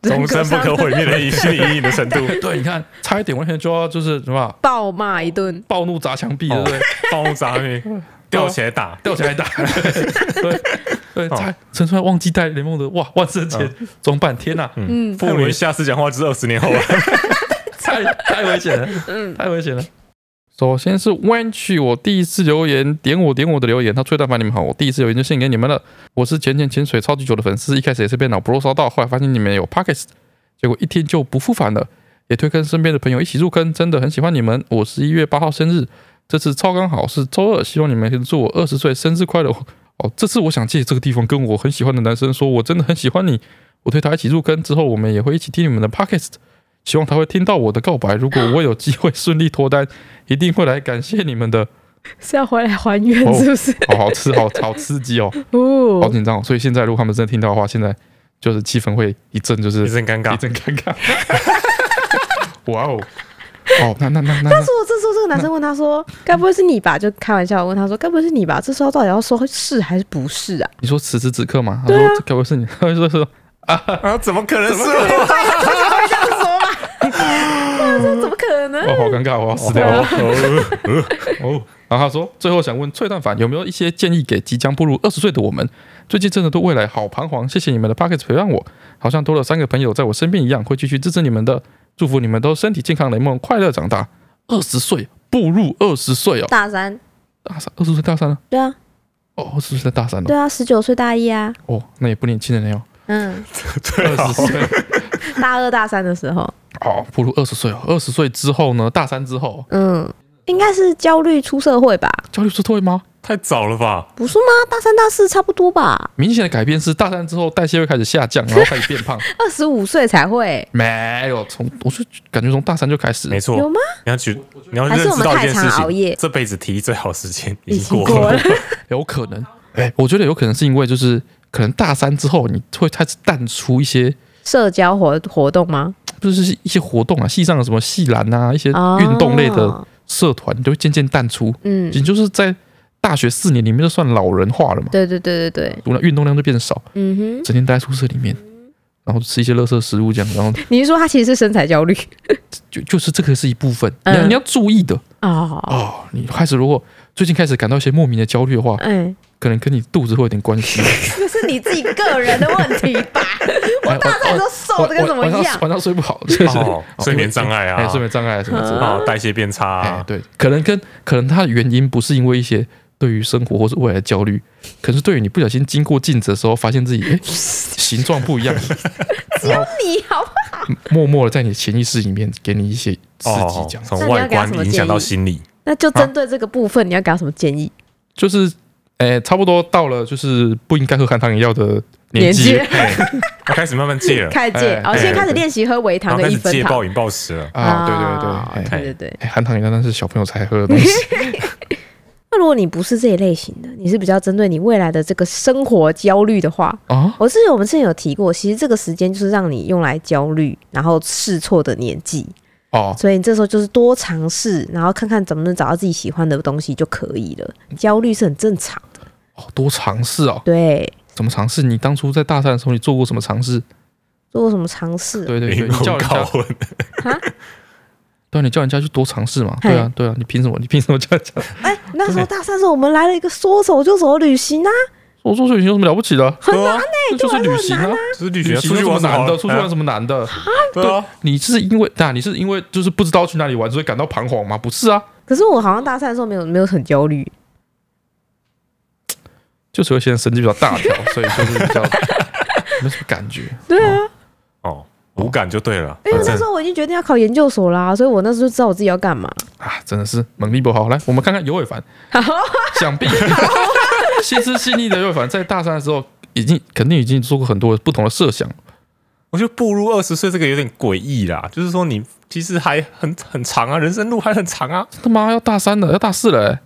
Speaker 3: 终身不可毁灭的心理阴影的程度，
Speaker 2: 对，你看，差一点完全就要就是什么啊
Speaker 4: 暴骂一顿，
Speaker 2: 暴怒砸墙壁，对不对？
Speaker 3: 暴怒砸面，吊起来打，
Speaker 2: 吊起来 打，对对，
Speaker 3: 哦
Speaker 2: 差陈川忘记带联盟的哇万圣节装扮，天哪，
Speaker 4: 嗯，
Speaker 3: 妇女下次讲话是二十年后啊，
Speaker 2: 太太危险了，
Speaker 4: 嗯
Speaker 2: 太危险了。首先是 Wench，我第一次留言点我点我的留言，他吹蛋凡你们好，我第一次留言就献给你们了。我是浅浅潜水超级久的粉丝，一开始也是被脑波烧到，后来发现你们有 Pockets，结果一听就不复返了，也推跟身边的朋友一起入坑，真的很喜欢你们。我十一月八号生日，这次超刚好是周二，希望你们可以祝我二十岁生日快乐。哦，这次我想借这个地方跟我很喜欢的男生说，我真的很喜欢你，我推他一起入坑之后，我们也会一起听你们的 Pockets。希望他会听到我的告白。如果我有机会顺利脱单，一定会来感谢你们的。
Speaker 4: 是要回来还原
Speaker 2: 哦
Speaker 4: 是不是？
Speaker 2: 好好吃，好好刺激 哦，好
Speaker 4: 哦，
Speaker 2: 紧张、哦。所以现在如果他们真的听到的话，现在就是气氛会一阵就是
Speaker 3: 一阵尴尬
Speaker 2: 一，阵尴 尬。哇哦！哦，那那那那那
Speaker 4: 但是我这时候这个男生问他说：“ 该不会是你吧？”就开玩笑问他说：“该不会是你吧？”这时候到底要说是还是不是啊？
Speaker 2: 你说此时此刻嘛？他
Speaker 4: 对
Speaker 2: 说
Speaker 4: 啊
Speaker 2: 这该不会是你？他会说是
Speaker 3: 啊，怎么可能是我？
Speaker 4: 他就会这样说嘛？他说：“怎么可可能？
Speaker 2: 哦，好尴尬，我要死掉了。哦，然后他说，最后想问翠蛋凡有没有一些建议给即将步入二十岁的我们？最近真的对未来好彷徨，谢谢你们的 p o c k e t 陪伴我，好像多了三个朋友在我身边一样，会继续支持你们的，祝福你们都身体健康，雷梦快乐长大。二十岁步入二十岁哦，
Speaker 1: 大三，
Speaker 2: 大三，二十岁大三了，
Speaker 1: 对啊，
Speaker 2: 哦，二十岁大三了，
Speaker 1: 对啊，十九岁大一啊，
Speaker 2: 哦，那也不年轻了呢哦，
Speaker 1: 嗯，
Speaker 2: 二十岁，
Speaker 4: 大二大三的时候，
Speaker 2: 哦，步入二十岁哦，二十岁之后呢，大三之后，
Speaker 1: 嗯，
Speaker 4: 应该是焦虑出社会吧？
Speaker 2: 焦虑是退吗？
Speaker 3: 太早了
Speaker 4: 嗯
Speaker 3: 吧？
Speaker 1: 不是吗？大三大四差不多吧？
Speaker 2: 明显的改变是大三之后代谢会开始下降，然后开始变胖。
Speaker 4: 二十五岁才会，
Speaker 2: 没有，从我是感觉从大三就开始，
Speaker 3: 没错，
Speaker 4: 有
Speaker 3: 你
Speaker 4: 吗？
Speaker 3: 要去，你要
Speaker 1: 还是
Speaker 3: 认
Speaker 1: 我
Speaker 3: 知
Speaker 1: 们
Speaker 3: 到一
Speaker 1: 太
Speaker 3: 件
Speaker 1: 常
Speaker 3: 事
Speaker 1: 熬夜
Speaker 3: 情，这辈子体力最好的时间已经
Speaker 4: 已经
Speaker 3: 过
Speaker 4: 过
Speaker 3: 了哦
Speaker 4: 了。
Speaker 2: 有可能。哎、我觉得有可能是因为就是可能大三之后你会开始淡出一些，
Speaker 4: 社交活活动吗？
Speaker 2: 就是一些活动啊，系上的什么系篮啊，一些运动类的
Speaker 4: 哦，
Speaker 2: 社团，你就会渐渐淡出。
Speaker 4: 嗯，
Speaker 2: 你就是在大学四年里面就算老人化了嘛，
Speaker 4: 对对对对对，
Speaker 2: 读了运动量就变少，
Speaker 4: 嗯哼，
Speaker 2: 整天待在宿舍里面。然后吃一些垃圾食物，这样，然后
Speaker 4: 你是说他其实是身材焦虑
Speaker 2: 就就是这个是一部分，你要
Speaker 4: 嗯
Speaker 2: 你要注意的
Speaker 4: 哦，
Speaker 2: 哦。你开始如果最近开始感到一些莫名的焦虑的话，
Speaker 4: 哎，
Speaker 2: 可能跟你肚子会有点关 系。
Speaker 4: 这是你自己个人的问题吧？
Speaker 2: 哎我
Speaker 4: 大三都瘦的跟什么一
Speaker 2: 晚上
Speaker 4: 样？
Speaker 2: 晚上睡不好，就是
Speaker 3: 哦 睡眠障碍啊
Speaker 2: 哎睡眠障碍啊什么之类的。
Speaker 3: 哦，代谢变差、
Speaker 2: 哎
Speaker 3: 啊，，
Speaker 2: 对，可能跟可能它的原因不是因为一些对于生活或是未来的焦虑，可是对于你不小心经过镜子的时候，发现自己哎形状不一样，
Speaker 4: 只有你好不好？
Speaker 2: 默默的在你的潜意识里面给你一些刺激
Speaker 3: 哦，，
Speaker 2: 这样
Speaker 3: 从外观影响到心理，
Speaker 4: 那就针对这个部分，你要给他什么建议？
Speaker 2: 就是哎差不多到了就是不应该喝含糖饮料的年纪
Speaker 4: 年
Speaker 3: 哎， 要开始慢慢戒了，
Speaker 4: 开始戒
Speaker 2: 哎，
Speaker 4: 哦，
Speaker 3: 哎
Speaker 4: 先开始练习喝微
Speaker 3: 然
Speaker 4: 糖
Speaker 3: 后
Speaker 4: 跟
Speaker 3: 开
Speaker 4: 一
Speaker 3: 始
Speaker 4: 分
Speaker 3: 戒
Speaker 4: 糖
Speaker 3: 暴饮暴食了。
Speaker 2: 啊，对对对，哎
Speaker 4: 对对对。
Speaker 2: 哎含糖饮料那是小朋友才喝的东西，
Speaker 4: 那如果你不是这一类型的，你是比较针对你未来的这个生活焦虑的话，
Speaker 2: 啊，
Speaker 4: 我之前我们之前有提过，其实这个时间就是让你用来焦虑，然后试错的年纪，
Speaker 2: 哦，
Speaker 4: 所以你这时候就是多尝试，然后看看怎么能找到自己喜欢的东西就可以了。焦虑是很正常的，
Speaker 2: 哦多尝试哦，
Speaker 4: 对，
Speaker 2: 怎么尝试？你当初在大三的时候，你做过什么尝试？
Speaker 4: 做过什么尝试？
Speaker 2: 对对对，
Speaker 3: 灵
Speaker 2: 你
Speaker 3: 魂
Speaker 2: 叫人
Speaker 3: 拷
Speaker 2: 家，
Speaker 3: 问，
Speaker 2: 对啊，你叫人家去多尝试嘛。
Speaker 4: 嘿
Speaker 2: 对啊，对啊，你凭什么？ 你凭什么叫人家？
Speaker 4: 哎、那时候大三的时候，我们来了一个说走就走的旅行啊，
Speaker 2: 我做旅行有什么了不起的？
Speaker 3: 对啊，
Speaker 2: 这就是旅行啊，哎
Speaker 3: 就是旅
Speaker 2: 旅
Speaker 3: 行
Speaker 2: 行
Speaker 3: 出去
Speaker 2: 有
Speaker 3: 玩
Speaker 2: 什么难的？出去玩有
Speaker 3: 么
Speaker 2: 什么难的？
Speaker 3: 好？对啊，
Speaker 2: 你是因为那你是因为就是不知道去哪里玩，所以感到彷徨吗？不是啊，
Speaker 4: 可是我好像大三的时候没有没有很焦虑，
Speaker 2: 就是有些人神经比较大 条，所以就是比较没什么感觉。
Speaker 4: 对啊，
Speaker 3: 哦，无感就对了，
Speaker 4: 因为
Speaker 3: 反
Speaker 4: 哎那
Speaker 3: 正
Speaker 4: 时候我已经决定要考研究所啦、所以我那时候就知道我自己要干嘛。
Speaker 2: 啊，真的是猛力不好。来，我们看看尤伟凡，想必 心思细腻的尤伟凡在大三的时候，已经肯定已经做过很多不同的设想。
Speaker 3: 我觉得步入二十岁这个有点诡异啦，就是说你其实还很很长啊，人生路还很长啊，
Speaker 2: 他妈要大三了，要大四了、欸。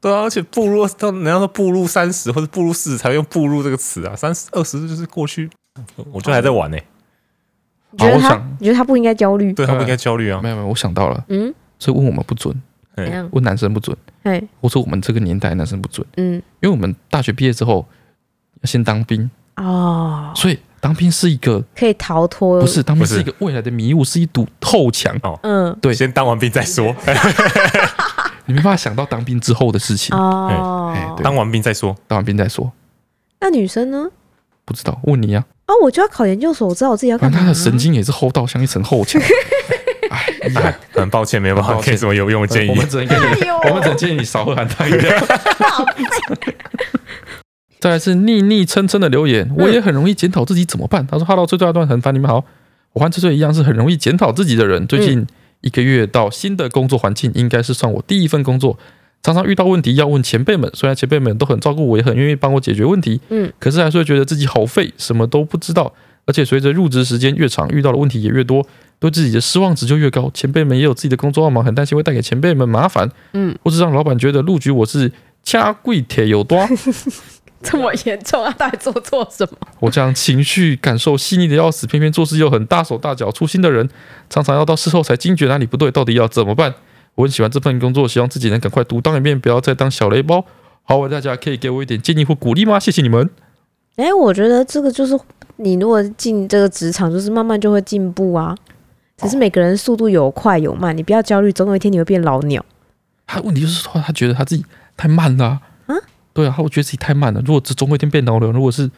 Speaker 3: 对啊，而且步入到人家说步入三十或者步入四十才用步入这个词啊，三十二十就是过去，我觉得还在玩呢、欸
Speaker 2: 嗯
Speaker 4: 你
Speaker 2: 好，
Speaker 4: 觉得
Speaker 2: 我
Speaker 4: 他
Speaker 2: 想，
Speaker 4: 你觉得他不应该焦虑？
Speaker 3: 对他不应该焦虑啊
Speaker 2: 没，有没有，我想到了，
Speaker 4: 嗯，
Speaker 2: 所以问我们不准，
Speaker 3: 哎
Speaker 4: 怎样？
Speaker 2: 问男生不准，
Speaker 4: 哎，
Speaker 2: 或者我们这个年代男生不准，
Speaker 4: 嗯，
Speaker 2: 因为我们大学毕业之后要先当兵，
Speaker 4: 哦，呃
Speaker 2: 所以当兵是一个
Speaker 4: 可以逃脱，
Speaker 2: 不是当兵
Speaker 3: 不是
Speaker 2: 是一个未来的迷雾，是一堵后墙，
Speaker 4: 嗯，
Speaker 2: 对
Speaker 3: 先当完兵再说，
Speaker 2: 你没办法想到当兵之后的事情，哎
Speaker 4: 哦
Speaker 2: 对，
Speaker 3: 当完兵再说。
Speaker 2: 当完兵再说。
Speaker 4: 那女生呢？
Speaker 2: 不知道，问你啊，
Speaker 4: 哦，我就要考研究所，我知道我自己要
Speaker 2: 反
Speaker 4: 干
Speaker 2: 正他
Speaker 4: 嘛。
Speaker 2: 的神经也是厚到像一层厚 墙。哎，遗憾
Speaker 3: 哎， 很抱歉，没办
Speaker 2: 很
Speaker 3: 法
Speaker 2: 抱歉
Speaker 3: 给什么有用的建议
Speaker 2: 我。们只能给你，
Speaker 4: 哎呦
Speaker 2: 我们只能建议你少喝含糖饮 料。再来是逆逆称称的留言，
Speaker 4: 嗯
Speaker 2: 我也很容易检讨自己怎么办。他说：“Hello，最最爱段很烦你们好，我和翠翠一样是很容易检讨自己的人。最
Speaker 4: 嗯
Speaker 2: 近一个月到新的工作环境，应该是算我第一份工作，常常遇到问题要问前辈们。虽然前辈们都很照顾我，也很愿意帮我解决问题，
Speaker 4: 嗯，
Speaker 2: 可是还是会觉得自己好废，什么都不知道。而且随着入职时间越长，遇到的问题也越多，对自己的失望值就越高。前辈们也有自己的工作要忙，很担心会带给前辈们麻烦，
Speaker 4: 嗯，
Speaker 2: 或是让老板觉得录取我是掐跪铁有 多。”
Speaker 4: 这么严重啊？到底做错什么？
Speaker 2: 我这样情绪感受细腻的要死，偏偏做事又很大手大脚、粗心的人，常常要到事后才惊觉哪里不对，到底要怎么办？我很喜欢这份工作，希望自己能赶快独当一面，不要再当小雷包。好，我大家可以给我一点建议或鼓励吗？谢谢你们。
Speaker 4: 哎，我觉得这个就是你如果进这个职场，就是慢慢就会进步啊。只是每个人速度有快有慢，你不要焦虑，总有一天你会变老鸟。
Speaker 2: 他问题就是说，他觉得他自己太慢了啊。
Speaker 4: 嗯
Speaker 2: 对啊，他会觉得自己太慢了。如果这总有一天变老了，如果是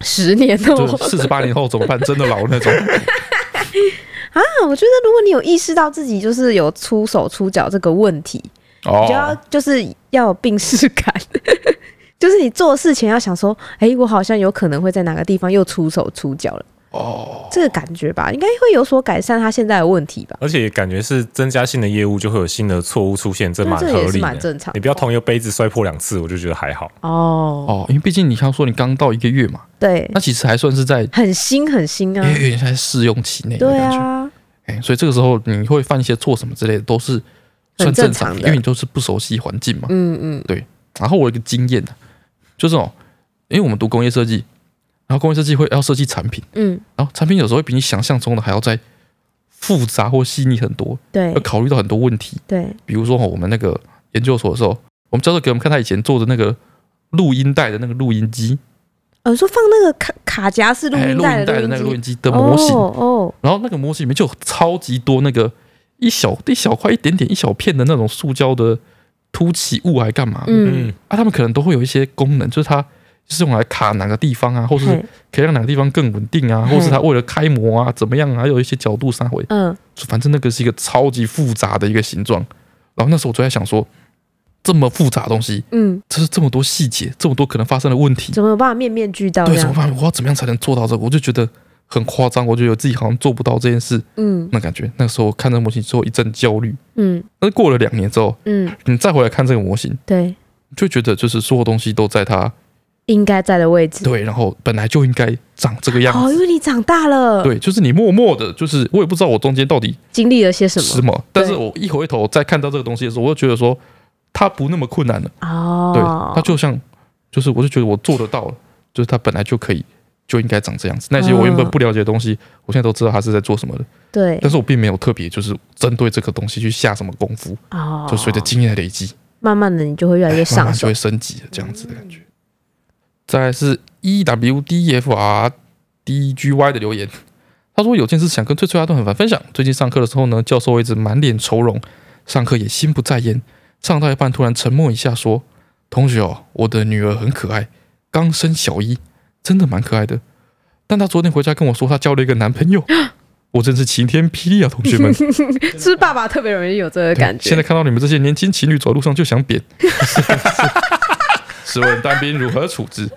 Speaker 4: 十年 哦，
Speaker 2: 就四十八年后怎么办？真的老那种，
Speaker 4: 啊，我觉得如果你有意识到自己就是有出手出脚这个问题，你就要
Speaker 2: 哦，
Speaker 4: 就是要有病视感， 就是你做事前要想说，哎、我好像有可能会在哪个地方又出手出脚了，
Speaker 2: 哦，
Speaker 4: 这个感觉吧，应该会有所改善他现在的问题吧？
Speaker 3: 而且感觉是增加新的业务就会有新的错误出现，这蛮
Speaker 4: 这
Speaker 3: 合
Speaker 4: 也是
Speaker 3: 理
Speaker 4: 蛮
Speaker 3: 的。
Speaker 4: 正常的。
Speaker 3: 你不要同一个杯子摔破两次，我就觉得还好。
Speaker 4: 哦，
Speaker 2: 哦，因为毕竟你像说你刚到一个月嘛，
Speaker 4: 对，
Speaker 2: 那其实还算是在，
Speaker 4: 很新很新
Speaker 2: 因
Speaker 4: 啊
Speaker 2: 为，有点像在试用期内的
Speaker 4: 对
Speaker 2: 感觉。
Speaker 4: 啊，
Speaker 2: 哎，所以这个时候你会犯一些错什么之类的，都是算
Speaker 4: 很
Speaker 2: 正
Speaker 4: 正
Speaker 2: 常
Speaker 4: 常
Speaker 2: 的，
Speaker 4: 的
Speaker 2: 因为你就是不熟悉环境嘛。
Speaker 4: 嗯嗯，
Speaker 2: 然后我有一个经验啊就是哦，因为我们读工业设计，然后工业设计会要设计产品，
Speaker 4: 嗯，
Speaker 2: 然后产品有时候会比你想象中的还要再复杂或细腻很多，
Speaker 4: 对
Speaker 2: 要考虑到很多问题。
Speaker 4: 对，
Speaker 2: 比如说哦我们那个研究所的时候，我们教授给我们看他以前做的那个录音带的那个录音机，
Speaker 4: 哦，你说放那个卡卡夹式录
Speaker 2: 哎，
Speaker 4: 音
Speaker 2: 录
Speaker 4: 带
Speaker 2: 音带
Speaker 4: 的
Speaker 2: 的那个
Speaker 4: 录
Speaker 2: 录
Speaker 4: 音
Speaker 2: 音
Speaker 4: 机
Speaker 2: 机的模型，
Speaker 4: 哦哦，
Speaker 2: 然后那个模型里面就有超级多那个一小一小块一点点一小片的那种塑胶的凸起物，还干嘛的？
Speaker 4: 嗯，
Speaker 3: 嗯，
Speaker 2: 啊，他们可能都会有一些功能，就是它就是用来卡哪个地方啊，或是
Speaker 4: 嘿
Speaker 2: 可以让哪个地方更稳定啊，
Speaker 4: 嘿
Speaker 2: 或是它为了开模啊怎么样啊，还有一些角度三回，
Speaker 4: 嗯，
Speaker 2: 反正那个是一个超级复杂的一个形状。然后那时候我就在想说，这么复杂的东西，
Speaker 4: 嗯，
Speaker 2: 这是这么多细节，这么多可能发生的问题，
Speaker 4: 怎么有办法面面俱到这
Speaker 2: 对，怎么
Speaker 4: 样？
Speaker 2: 办？我要怎么样才能做到这个？我就觉得很夸张，我就觉得自己好像做不到这件事，
Speaker 4: 嗯
Speaker 2: 那感觉。那时候看这模型之后一阵焦虑，
Speaker 4: 嗯
Speaker 2: 但是过了两年之后，
Speaker 4: 嗯，
Speaker 2: 你再回来看这个模型，
Speaker 4: 对，
Speaker 2: 就觉得就是所有东西都在它
Speaker 4: 应该在的位置。
Speaker 2: 对，然后本来就应该长这个样
Speaker 4: 哦，
Speaker 2: 子。
Speaker 4: 因为你长大了，
Speaker 2: 对，就是你默默的，就是我也不知道我中间到底
Speaker 4: 经历了些什
Speaker 2: 是什
Speaker 4: 么？
Speaker 2: 么，但是
Speaker 4: 对
Speaker 2: 我一回头再看到这个东西的时候，我就觉得说它不那么困难了。对，
Speaker 4: 哦，
Speaker 2: 它就像就是我就觉得我做得到了，就是它本来就可以就应该长这样子。那些我原本
Speaker 4: 嗯
Speaker 2: 不了解的东西，我现在都知道它是在做什么的，
Speaker 4: 对
Speaker 2: 但是我并没有特别就是针对这个东西去下什么功夫，
Speaker 4: 哦，
Speaker 2: 就随着经验的累积，
Speaker 4: 慢慢的你就会越来越
Speaker 2: 慢慢
Speaker 4: 上
Speaker 2: 就
Speaker 4: 手
Speaker 2: 会。升级了这样子的感觉。再来是 E W D F R D G Y 的留言，他说有件事想跟翠翠阿顿很烦分享。最近上课的时候呢，教授一直满脸愁容，上课也心不在焉。上到一半突然沉默一下，说：“同学哦，我的女儿很可爱，刚升小一，真的蛮可爱的。但她昨天回家跟我说，她交了一个男朋友，我真是晴天霹雳啊，同学们！
Speaker 4: 是不是爸爸特别容易有这个
Speaker 2: 对
Speaker 4: 感觉？
Speaker 2: 现在看到你们这些年轻情侣走路上就想扁， 试问单兵如何处 置？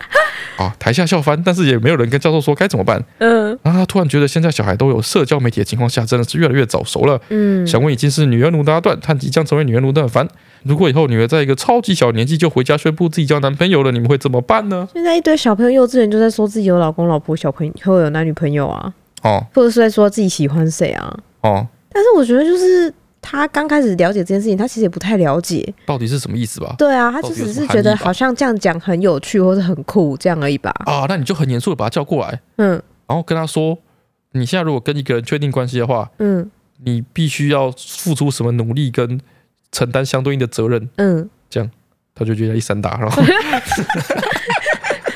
Speaker 2: 啊，台下笑翻，但是也没有人跟教授说该怎么办。啊
Speaker 4: 嗯
Speaker 2: 然后他突然觉得现在小孩都有社交媒体的情况下，真的是越来越早熟了。
Speaker 4: 嗯，
Speaker 2: 想问已经是女儿奴的阿段，她即将成为女儿奴的很烦。如果以后女儿在一个超级小年纪就回家宣布自己交男朋友了，你们会怎么办呢？
Speaker 4: 现在一堆小朋友幼稚园就在说自己有老公、老婆、小朋友，或有男女朋友啊，
Speaker 2: 哦
Speaker 4: 或者是在说自己喜欢谁啊。
Speaker 2: 哦，
Speaker 4: 但是我觉得就是他刚开始了解这件事情，他其实也不太了解。
Speaker 2: 到底是什么意思吧？
Speaker 4: 对啊，他
Speaker 2: 到
Speaker 4: 就
Speaker 2: 底有
Speaker 4: 只
Speaker 2: 什么
Speaker 4: 是
Speaker 2: 含
Speaker 4: 觉得
Speaker 2: 义吧
Speaker 4: 好像这样讲很有趣或者很酷这样而已吧。
Speaker 2: 啊，那你就很严肃的把他叫过来，
Speaker 4: 嗯
Speaker 2: 然后跟他说，你现在如果跟一个人确定关系的话，
Speaker 4: 嗯
Speaker 2: 你必须要付出什么努力跟承担相对应的责任，
Speaker 4: 嗯，
Speaker 2: 他就觉得一三打， 然后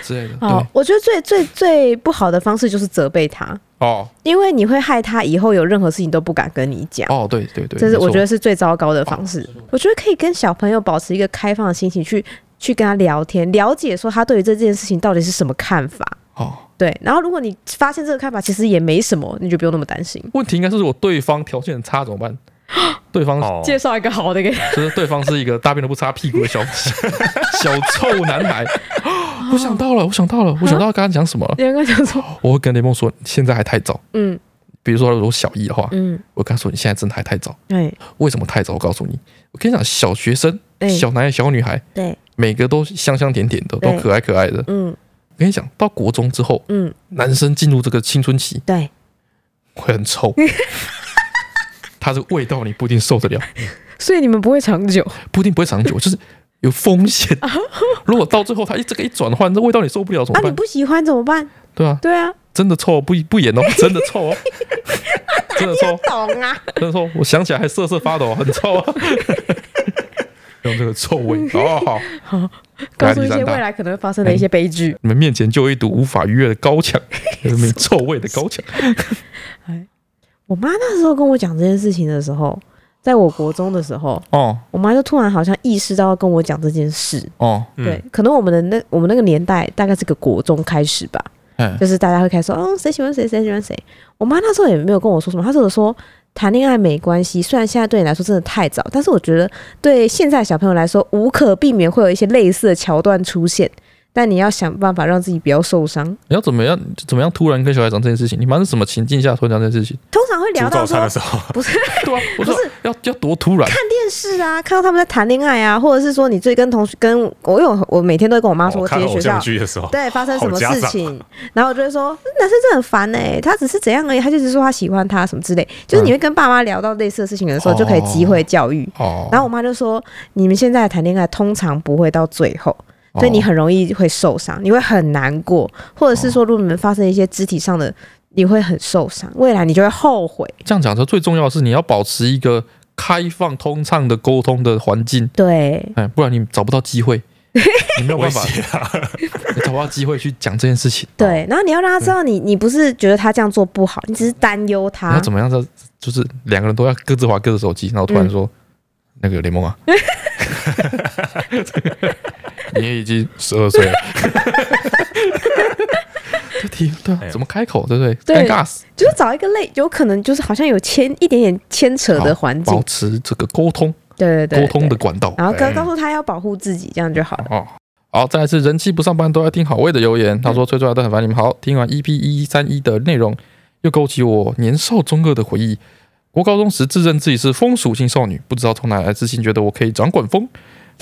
Speaker 2: 之类的。
Speaker 4: 好
Speaker 2: 对，
Speaker 4: 我觉得最最最不好的方式就是责备他。
Speaker 2: 哦
Speaker 4: 因为你会害他以后有任何事情都不敢跟你讲，
Speaker 2: 哦，对对对，
Speaker 4: 这是
Speaker 2: 没错哦
Speaker 4: 我觉得是最糟糕的方式。我觉得可以跟小朋友保持一个开放的心情去去跟他聊天，了解说他对于这件事情到底是什么看法。
Speaker 2: 哦，
Speaker 4: 对，然后如果你发现这个看法其实也没什么，你就不用那么担心。
Speaker 2: 问题应该是我对方条件很差怎么 办？对方
Speaker 3: 哦，
Speaker 4: 绍一个好的给 他，
Speaker 2: 就是对方是一个大便都不擦屁股的小 小臭男孩。
Speaker 4: 哦
Speaker 2: 我想到了，我想
Speaker 4: 啊
Speaker 2: 到了，我想到刚刚讲什么了。
Speaker 4: 你刚讲说，
Speaker 2: 我会跟雷梦说，现在还太早。
Speaker 4: 嗯
Speaker 2: 比如说，如果小一的话，
Speaker 4: 嗯，
Speaker 2: 我跟他说你现在真的还太早。
Speaker 4: 对
Speaker 2: 为什么太早？我告诉你，我跟你讲，小学生、
Speaker 4: 对
Speaker 2: 小男孩、小女孩，
Speaker 4: 对，
Speaker 2: 每个都香香甜甜的，
Speaker 4: 对
Speaker 2: 都可爱可爱的。
Speaker 4: 嗯
Speaker 2: 我跟你讲，到国中之后，
Speaker 4: 嗯
Speaker 2: 男生进入这个青春期
Speaker 4: 对，
Speaker 2: 会很 臭，他这个味道你不一定受得了，
Speaker 4: 所以你们不会长久。
Speaker 2: 不一定不会 长久，就是有风险。如果到最后他一这个一转换，这味道你受不了怎
Speaker 4: 啊
Speaker 2: 么，
Speaker 4: 你
Speaker 2: 办？
Speaker 4: 不喜欢怎么办？
Speaker 2: 对啊，
Speaker 4: 对啊，
Speaker 2: 真的臭，不不 演哦，真的臭哦，真的臭，哦
Speaker 4: 懂啊，
Speaker 2: 真的臭，哦我想起来还瑟瑟发抖，很臭 啊。用这个臭味哦，好，
Speaker 4: 告诉一
Speaker 2: 啊来第
Speaker 4: 些
Speaker 2: 三大哎
Speaker 4: 未来可能会发生的一些悲剧。
Speaker 2: 你们面 前就有一堵无法逾越的高墙，有一面臭味的高墙。
Speaker 4: 我妈那时候跟我讲这件事情的时候，在我国中的时候，
Speaker 2: 哦
Speaker 4: 我妈就突然好像意识到要跟我讲这件事。
Speaker 2: 哦，
Speaker 3: 嗯
Speaker 4: 对，，可能我们的那我们那个年代大概是个国中开始吧，
Speaker 2: 哎，
Speaker 4: 就是大家会开始说，哦，谁喜欢谁，谁喜欢谁。我妈那时候也没有跟我说什么，她只是说谈恋爱没关系，虽然现在对你来说真的太早，但是我觉得对现在小朋友来说，无可避免会有一些类似的桥段出现，但你要想办法让自己不要受伤。
Speaker 2: 你要怎么样怎么样突然跟小孩讲这件事情？你妈是什么情境下突然讲这件事情？
Speaker 4: 通常会聊
Speaker 3: 煮早
Speaker 4: 到说
Speaker 3: 餐的时候，
Speaker 4: 不是
Speaker 2: 对啊， 我说
Speaker 4: 不是
Speaker 2: 要要多突然，
Speaker 4: 电视啊，看到他们在谈恋爱啊，或者是说你最跟同学跟我因为我我每天都会跟我妈说，
Speaker 3: 我
Speaker 4: 我今
Speaker 3: 哦看
Speaker 4: 天
Speaker 3: 偶
Speaker 4: 学校
Speaker 3: 像剧的时
Speaker 2: 哦
Speaker 3: 候，
Speaker 4: 对，发生什么
Speaker 3: 好
Speaker 4: 事
Speaker 3: 家长
Speaker 4: 情，然后我就会说嗯男生真的很烦哎、他只是怎样而已，他就只是说他喜欢他什么之类，就是你会跟爸妈聊到类似的事情的时候，就可以机会教育。
Speaker 2: 嗯哦，
Speaker 4: 然后我妈就说，你们现在谈恋爱通常不会到最后，所以你
Speaker 2: 哦
Speaker 4: 很容易会受伤，你会很难过，或者是说如果你们发生一些肢体上的，你会很受伤，未来你就会后悔。
Speaker 2: 这样讲说最重要的是你要保持一个开放通畅的沟通的环境，
Speaker 4: 对，
Speaker 2: 哎，不然你找不到机 会，你没有
Speaker 3: 威
Speaker 2: 办法，
Speaker 3: 胁 啊，
Speaker 2: 你找不到机会去讲这件事情。哦
Speaker 4: 对，然后你要让他知道你，你不是觉得他这样做不好，你只是担忧
Speaker 2: 你
Speaker 4: 他
Speaker 2: 要。怎么样？在就是两个人都要各自划各自手机，然后突然
Speaker 4: 嗯
Speaker 2: 说、那个联盟啊， 你也已经十二岁了， 这题对啊
Speaker 3: 哎，呦
Speaker 2: 怎么开口对不对？
Speaker 4: 对
Speaker 2: 尴尬死，
Speaker 4: 就是找一个类，有可能就是好像有牵一点点牵扯的环境
Speaker 2: 保，持这个沟通
Speaker 4: 对对对，
Speaker 2: 沟通的
Speaker 4: 对，
Speaker 2: 管道。
Speaker 4: 然后告
Speaker 3: 嗯
Speaker 4: 告诉他要保护自己，这样就好了。
Speaker 2: 哦，好，再来是人气不上班都要听好味的留言，他说崔出来都很烦你们好，听完 EP 一三一的内容，又勾起我年少中二的回忆。国高中时自认自己是风属性少女，不知道从哪来自信，觉得我可以掌管风。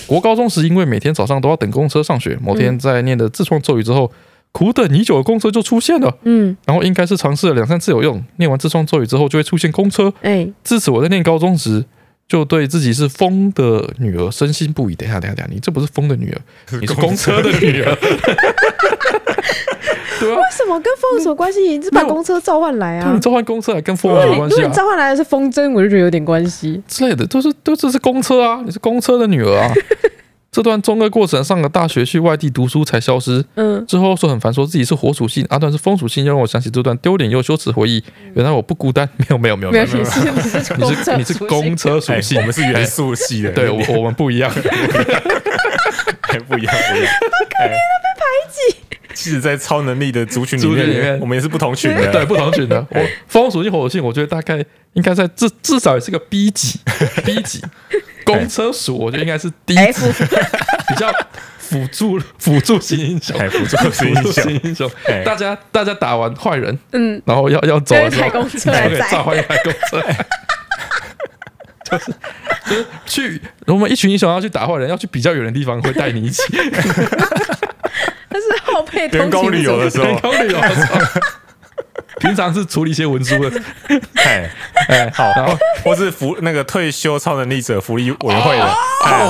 Speaker 2: 国高中时因为每天早上都要等公车上学，某天在念了自创咒语之后，苦等已久的公车就出现了，
Speaker 4: 嗯，
Speaker 2: 然后应该是尝试了两三次有用，念完自创咒语之后就会出现公车，
Speaker 4: 哎，
Speaker 2: 自此我在念高中时。就对自己是风的女儿深信不疑。等一下，等一下，等一下，你这不是风的女儿，你是公车的女儿。对啊
Speaker 4: 为，什么跟风有什么关系？你是把公车召唤来
Speaker 2: 他
Speaker 4: 啊
Speaker 2: 们？召唤公车还跟风
Speaker 4: 如
Speaker 2: 有
Speaker 4: 果
Speaker 2: 什么关
Speaker 4: 你如果
Speaker 2: 系
Speaker 4: 你
Speaker 2: 啊？
Speaker 4: 召唤来的是风筝，我就觉得有点关系。
Speaker 2: 之类的，都是都这是公车啊，你是公车的女儿 啊。这段中二过程，上了大学去外地读书才消失，
Speaker 4: 嗯，
Speaker 2: 之后说很烦，说自己是火属性，阿段是风属性，又让我想起这段丢脸又羞耻的回忆。原来我不孤单，没有没有没有，
Speaker 4: 没
Speaker 2: 没嗯
Speaker 4: 有，
Speaker 2: 有
Speaker 4: 你是你
Speaker 2: 你
Speaker 4: 是公
Speaker 2: 是
Speaker 4: 车，
Speaker 2: 你是公车 属
Speaker 3: 哎
Speaker 2: 性，
Speaker 3: 我们是元素系的，
Speaker 2: 哎。对
Speaker 3: 你
Speaker 2: 我我们不一 样，
Speaker 3: 哎，不一样，不一样，
Speaker 4: 啊
Speaker 3: 可怜的被排挤。即使在超能力的族群里
Speaker 2: 族群里
Speaker 3: 面
Speaker 2: 面，
Speaker 3: 我们也是不同群
Speaker 2: 对
Speaker 3: 的。
Speaker 2: 不同群的。 我风属性、火属性，我觉得大概应该在至至少也是个 B 级，B 级。公车属我觉得应该是 D 级
Speaker 4: F
Speaker 2: 比较辅助辅助型英雄，
Speaker 3: 哎，辅助是
Speaker 2: 辅
Speaker 3: 印
Speaker 2: 助
Speaker 3: 象
Speaker 2: 型，英雄
Speaker 3: 哎。
Speaker 2: 大家大家打完坏人，
Speaker 4: 嗯，
Speaker 2: 然后要要走
Speaker 4: 就
Speaker 2: 了
Speaker 4: 是
Speaker 2: 之后
Speaker 4: 开，公车
Speaker 2: 然后可以
Speaker 4: 来载
Speaker 2: 召唤一台公车。 就是就是去，我们一群英雄要去打坏人，要去比较远的地方，会带你 一起。
Speaker 4: 但是后配通
Speaker 3: 员
Speaker 4: 勤
Speaker 3: 工旅游的
Speaker 4: 组
Speaker 3: 时
Speaker 2: 员
Speaker 3: 候，
Speaker 2: 工旅游的时候，平常是处理一些文书的，
Speaker 3: 哎，
Speaker 2: 哎，好，然后
Speaker 3: 或是福那个退休超能力者福利委员会的，
Speaker 2: 哎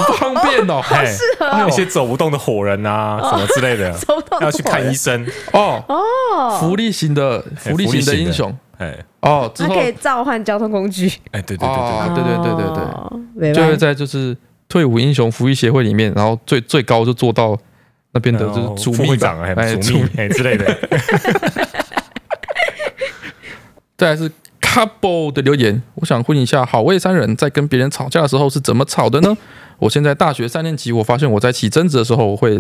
Speaker 2: 好方便哦，
Speaker 3: 哦哎，
Speaker 4: 合哦
Speaker 3: 还有一些走不动的火人啊，什么之类的，
Speaker 4: 走不动的火人
Speaker 3: 要去看医生，
Speaker 2: 哦，
Speaker 4: 哦，
Speaker 2: 福利型的福利型的英雄
Speaker 3: 哎
Speaker 2: 哦，之
Speaker 4: 它
Speaker 2: 后
Speaker 4: 可以召唤交通工具。
Speaker 3: 哎，对对对
Speaker 2: 哦，对对对对对。
Speaker 4: 对
Speaker 2: 就会在就是退伍英雄服役协会里面，然后最最高就做到那边
Speaker 3: 对，
Speaker 2: 的
Speaker 3: 然
Speaker 2: 就
Speaker 3: 后
Speaker 2: 是主
Speaker 3: 副
Speaker 2: 秘
Speaker 3: 会
Speaker 2: 吧
Speaker 3: 长哎，
Speaker 2: 哎，
Speaker 3: 主
Speaker 2: 主
Speaker 3: 秘
Speaker 2: 秘。
Speaker 3: 哎之类的，
Speaker 2: 再来是 Couple 的留言，我想问一下，好味三人在跟别人吵架的时候是怎么吵的呢？我现在大学三年级，我发现我在起争执的时候，我会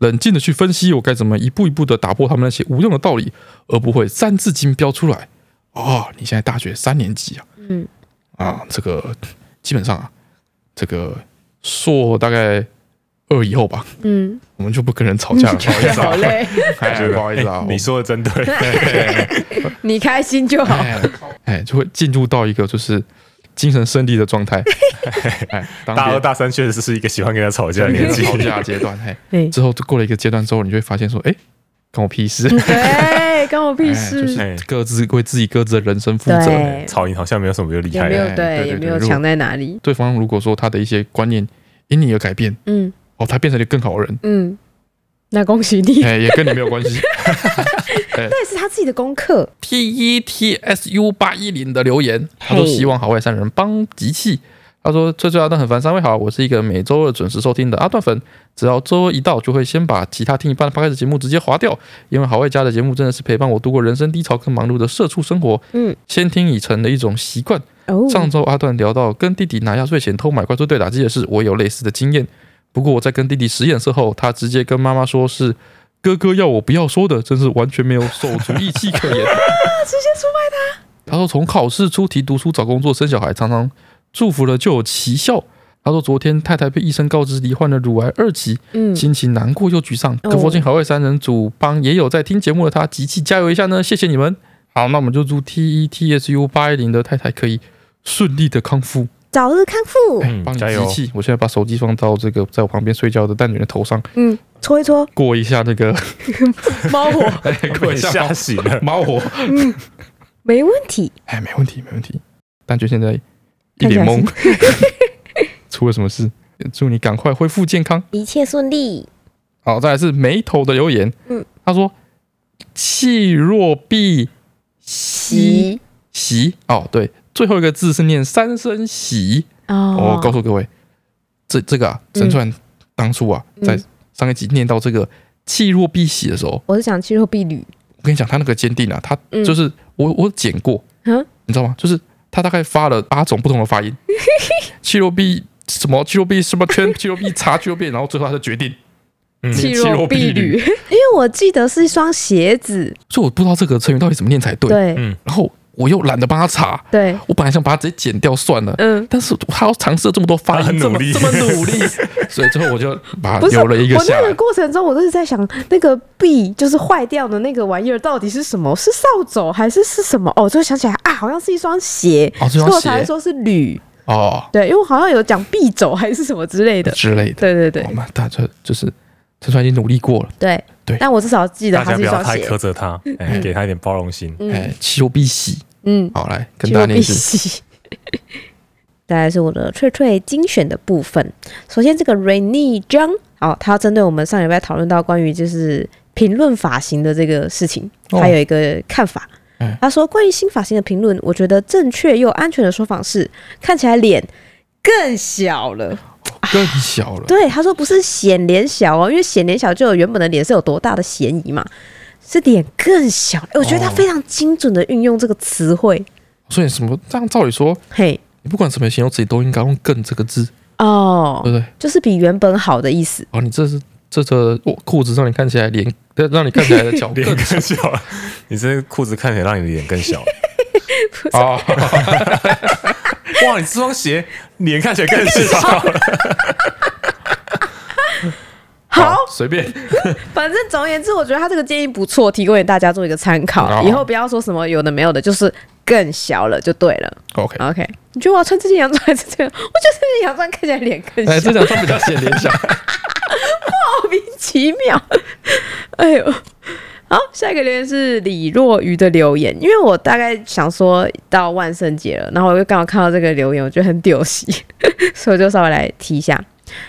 Speaker 2: 冷静的去分析我该怎么一步一步的打破他们那些无用的道理，而不会三字经飙出来。哦，你现在大学三年级啊，
Speaker 4: 嗯
Speaker 2: 啊，这个基本上啊，这个硕大概二以后吧，
Speaker 4: 嗯，
Speaker 2: 我们就不跟人吵 架了，不好意思啊
Speaker 4: 好，嘞，
Speaker 2: 哎不好意思啊
Speaker 3: 哎，
Speaker 2: 我
Speaker 3: 你说的真对，
Speaker 4: 你开心 就好。
Speaker 2: 哎哎，就会进入到一个就是精神胜利的状 态，哎，当
Speaker 3: 大二
Speaker 2: 别人
Speaker 3: 大三确实是一个喜欢跟他吵架的
Speaker 2: 跟别
Speaker 3: 年纪，
Speaker 2: 人吵架的阶段，嘿，
Speaker 4: 对
Speaker 2: 之后就过了一个阶段之后，你就会发现说，哎，关我屁事，
Speaker 4: 对，关我屁
Speaker 2: 哎
Speaker 4: 事
Speaker 2: 就。
Speaker 3: 哎
Speaker 2: 是各自为自己各自的人生负责。
Speaker 4: 对，
Speaker 3: 吵赢好像没有什么就厉
Speaker 4: 也
Speaker 3: 害啊
Speaker 4: 没
Speaker 3: 的，
Speaker 4: 有
Speaker 2: 哎对
Speaker 4: 对，
Speaker 2: 对
Speaker 4: 也没
Speaker 2: 对
Speaker 4: 有
Speaker 2: 如果
Speaker 4: 强在哪里。
Speaker 2: 对方如果说他的一些观念因你而改变，
Speaker 4: 嗯
Speaker 2: 哦，他变成了更好的 人，
Speaker 4: 嗯，那恭喜你，
Speaker 2: 哎，也跟你没有关系。
Speaker 4: 那也是他自己的功课。
Speaker 2: T E T S U 八一零的留言，他说
Speaker 4: 嘿
Speaker 2: 希望好外三人帮集气。他说：“最最阿段很烦，三位好，我是一个每周二准时收听的阿段粉。只要周二一到，就会先把其他听一半的 p o d 节目直接划掉，因为好味家的节目真的是陪伴我度过人生低潮跟忙碌的社畜生活。
Speaker 4: 嗯，
Speaker 2: 先听已成的一种习惯。
Speaker 4: 哦，
Speaker 2: 上周阿段聊到跟弟弟拿压岁钱偷买怪兽对打机的事，我有类似的经验。不过我在跟弟弟使眼色后，他直接跟妈妈说是哥哥要我不要说的，真是完全没有手足义气可言。
Speaker 4: 直接出卖
Speaker 2: 他说从考试、出题、读书、找工作、生小孩，常常祝福了就有奇效。他说昨天太太被医生告知罹患了乳癌二期，
Speaker 4: 嗯，
Speaker 2: 心情难过又沮丧。
Speaker 4: 哦
Speaker 2: 跟佛经好味三人组帮也有在听节目的他，集气加油一下呢，谢谢你们。好，那我们就祝 T E T S U 八一零的太太可以顺利的康复。
Speaker 4: 早日康复，
Speaker 2: 哎
Speaker 3: 嗯，
Speaker 2: 帮你
Speaker 3: 加油
Speaker 2: 集气。我现在把手机放到这个在我旁边睡觉的蛋卷的头上，
Speaker 4: 嗯，搓一搓，
Speaker 2: 过一下那个，
Speaker 4: 猫火
Speaker 2: 过
Speaker 3: 被
Speaker 2: 一下
Speaker 3: 吓醒 了。
Speaker 2: 猫火。
Speaker 4: 没问题，
Speaker 2: 哎，没问题，没问题。蛋卷现在一
Speaker 4: 看起
Speaker 2: 脸
Speaker 4: 来
Speaker 2: 懵，出了什么事？祝你赶快恢复健康。
Speaker 1: 一切顺利。
Speaker 2: 好，再来是眉头的留言，
Speaker 4: 嗯，
Speaker 2: 他说气若必喜
Speaker 1: 急
Speaker 2: 喜哦，对，最后一个字是念三声喜。我、
Speaker 4: 哦
Speaker 2: 告诉各位，这这个啊，
Speaker 4: 嗯
Speaker 2: 陈川当初啊，
Speaker 4: 嗯
Speaker 2: 在上一集念到这个气若必喜的时候，
Speaker 4: 我是想去肉避旅，
Speaker 2: 我跟你讲，他那个坚定啊，他
Speaker 4: 嗯
Speaker 2: 就是、我我剪过，
Speaker 4: 嗯
Speaker 2: 你知道吗？就是他大概发了八种不同的发 音，七六 B 什么七六 B 什么圈七六 B 叉七六 B，然后最后他就决定，
Speaker 3: 嗯
Speaker 2: 气若
Speaker 4: 若
Speaker 2: 避
Speaker 4: 旅，
Speaker 2: 旅
Speaker 4: 因为我记得是一双鞋子，
Speaker 2: 所以我不知道这个成语到底怎么念才对。
Speaker 4: 对
Speaker 2: 然后我又懒得帮他查，
Speaker 4: 对，
Speaker 2: 我本来想把它直接剪掉算了。
Speaker 4: 嗯，
Speaker 2: 但是他要尝试了这么多发
Speaker 3: 他很
Speaker 2: 音，这么
Speaker 3: 努力
Speaker 2: 这么 努力，所以最后我就把它
Speaker 4: 不是，
Speaker 2: 啊留了一个
Speaker 4: 我
Speaker 2: 下
Speaker 4: 那个
Speaker 2: 来。
Speaker 4: 过程中，我都是在想，那个币就是坏掉的那个玩意儿到底是什么？是扫帚还是是什么？哦，就想起来啊，好像是一双鞋，
Speaker 2: 哦是一双鞋
Speaker 4: 所以我才会说是铝。
Speaker 2: 哦
Speaker 4: 对，因为我好像有讲匕肘还是什么之类 的。
Speaker 2: 之类的。
Speaker 4: 对对
Speaker 2: 我
Speaker 4: 对
Speaker 2: 们大家就是陈川已经努力过了，
Speaker 4: 对
Speaker 2: 对
Speaker 4: 但我至少记得
Speaker 3: 大
Speaker 4: 它
Speaker 3: 家不
Speaker 4: 是一
Speaker 3: 要
Speaker 4: 双
Speaker 3: 太
Speaker 4: 鞋
Speaker 3: 苛。责他，哎，给他一点包容心。
Speaker 4: 嗯
Speaker 2: 哎，七六必喜。
Speaker 4: 嗯，
Speaker 2: 好，来跟
Speaker 4: 去
Speaker 2: 大家
Speaker 4: 肉
Speaker 2: 念
Speaker 4: 必
Speaker 2: 一次。
Speaker 4: 喜。 再来是我的翠翠精选的部分。首先，这个 Rainy 张哦，他要针对我们上礼拜讨论到关于就是评论发型的这个事情，
Speaker 2: 哦
Speaker 4: 他有一个看法。
Speaker 2: 嗯
Speaker 4: 他说，关于新发型的评论，我觉得正确又安全的说法是，看起来脸更小了。
Speaker 2: 更小了。
Speaker 4: 对，他说不是显脸小哦，因为显脸小就有原本的脸是有多大的嫌疑嘛，是脸更小。哎、我觉得他
Speaker 2: 哦
Speaker 4: 非常精准的运用这个词汇。
Speaker 2: 所以什么？这样照理说，
Speaker 4: 嘿，
Speaker 2: 你不管什么形容词，你都应该用“更”这个字，
Speaker 4: 哦
Speaker 2: 对，不对？
Speaker 4: 就是比原本好的意思。
Speaker 2: 哦，你这是这个我裤子让你看起来脸，呃让你看起来的脚
Speaker 3: 脸
Speaker 2: 更
Speaker 3: 更小 了，你这裤子看起来让你的脸更 小了。
Speaker 2: 啊，
Speaker 3: 哇，你这双鞋脸看起来更 小了。
Speaker 4: 好，
Speaker 2: 随便。
Speaker 4: 反正总而言之，我觉得他这个建议不错，提供给大家做一个参考。
Speaker 2: 好
Speaker 4: 以后不要说什么有的没有的，就是更小了就对了。
Speaker 2: OK，
Speaker 4: OK，你觉得我要穿这件洋装还是这件？我觉得这件洋装看起来脸更
Speaker 2: 哎，这，
Speaker 4: 小
Speaker 2: 两张比较显脸小。
Speaker 4: 莫名其妙。 哎呦，好，下一个留言是李若愚的留言，因为我大概想说到万圣节了，然后我就刚好看到这个留言，我觉得很丢戏， 所以我就稍微来提一下。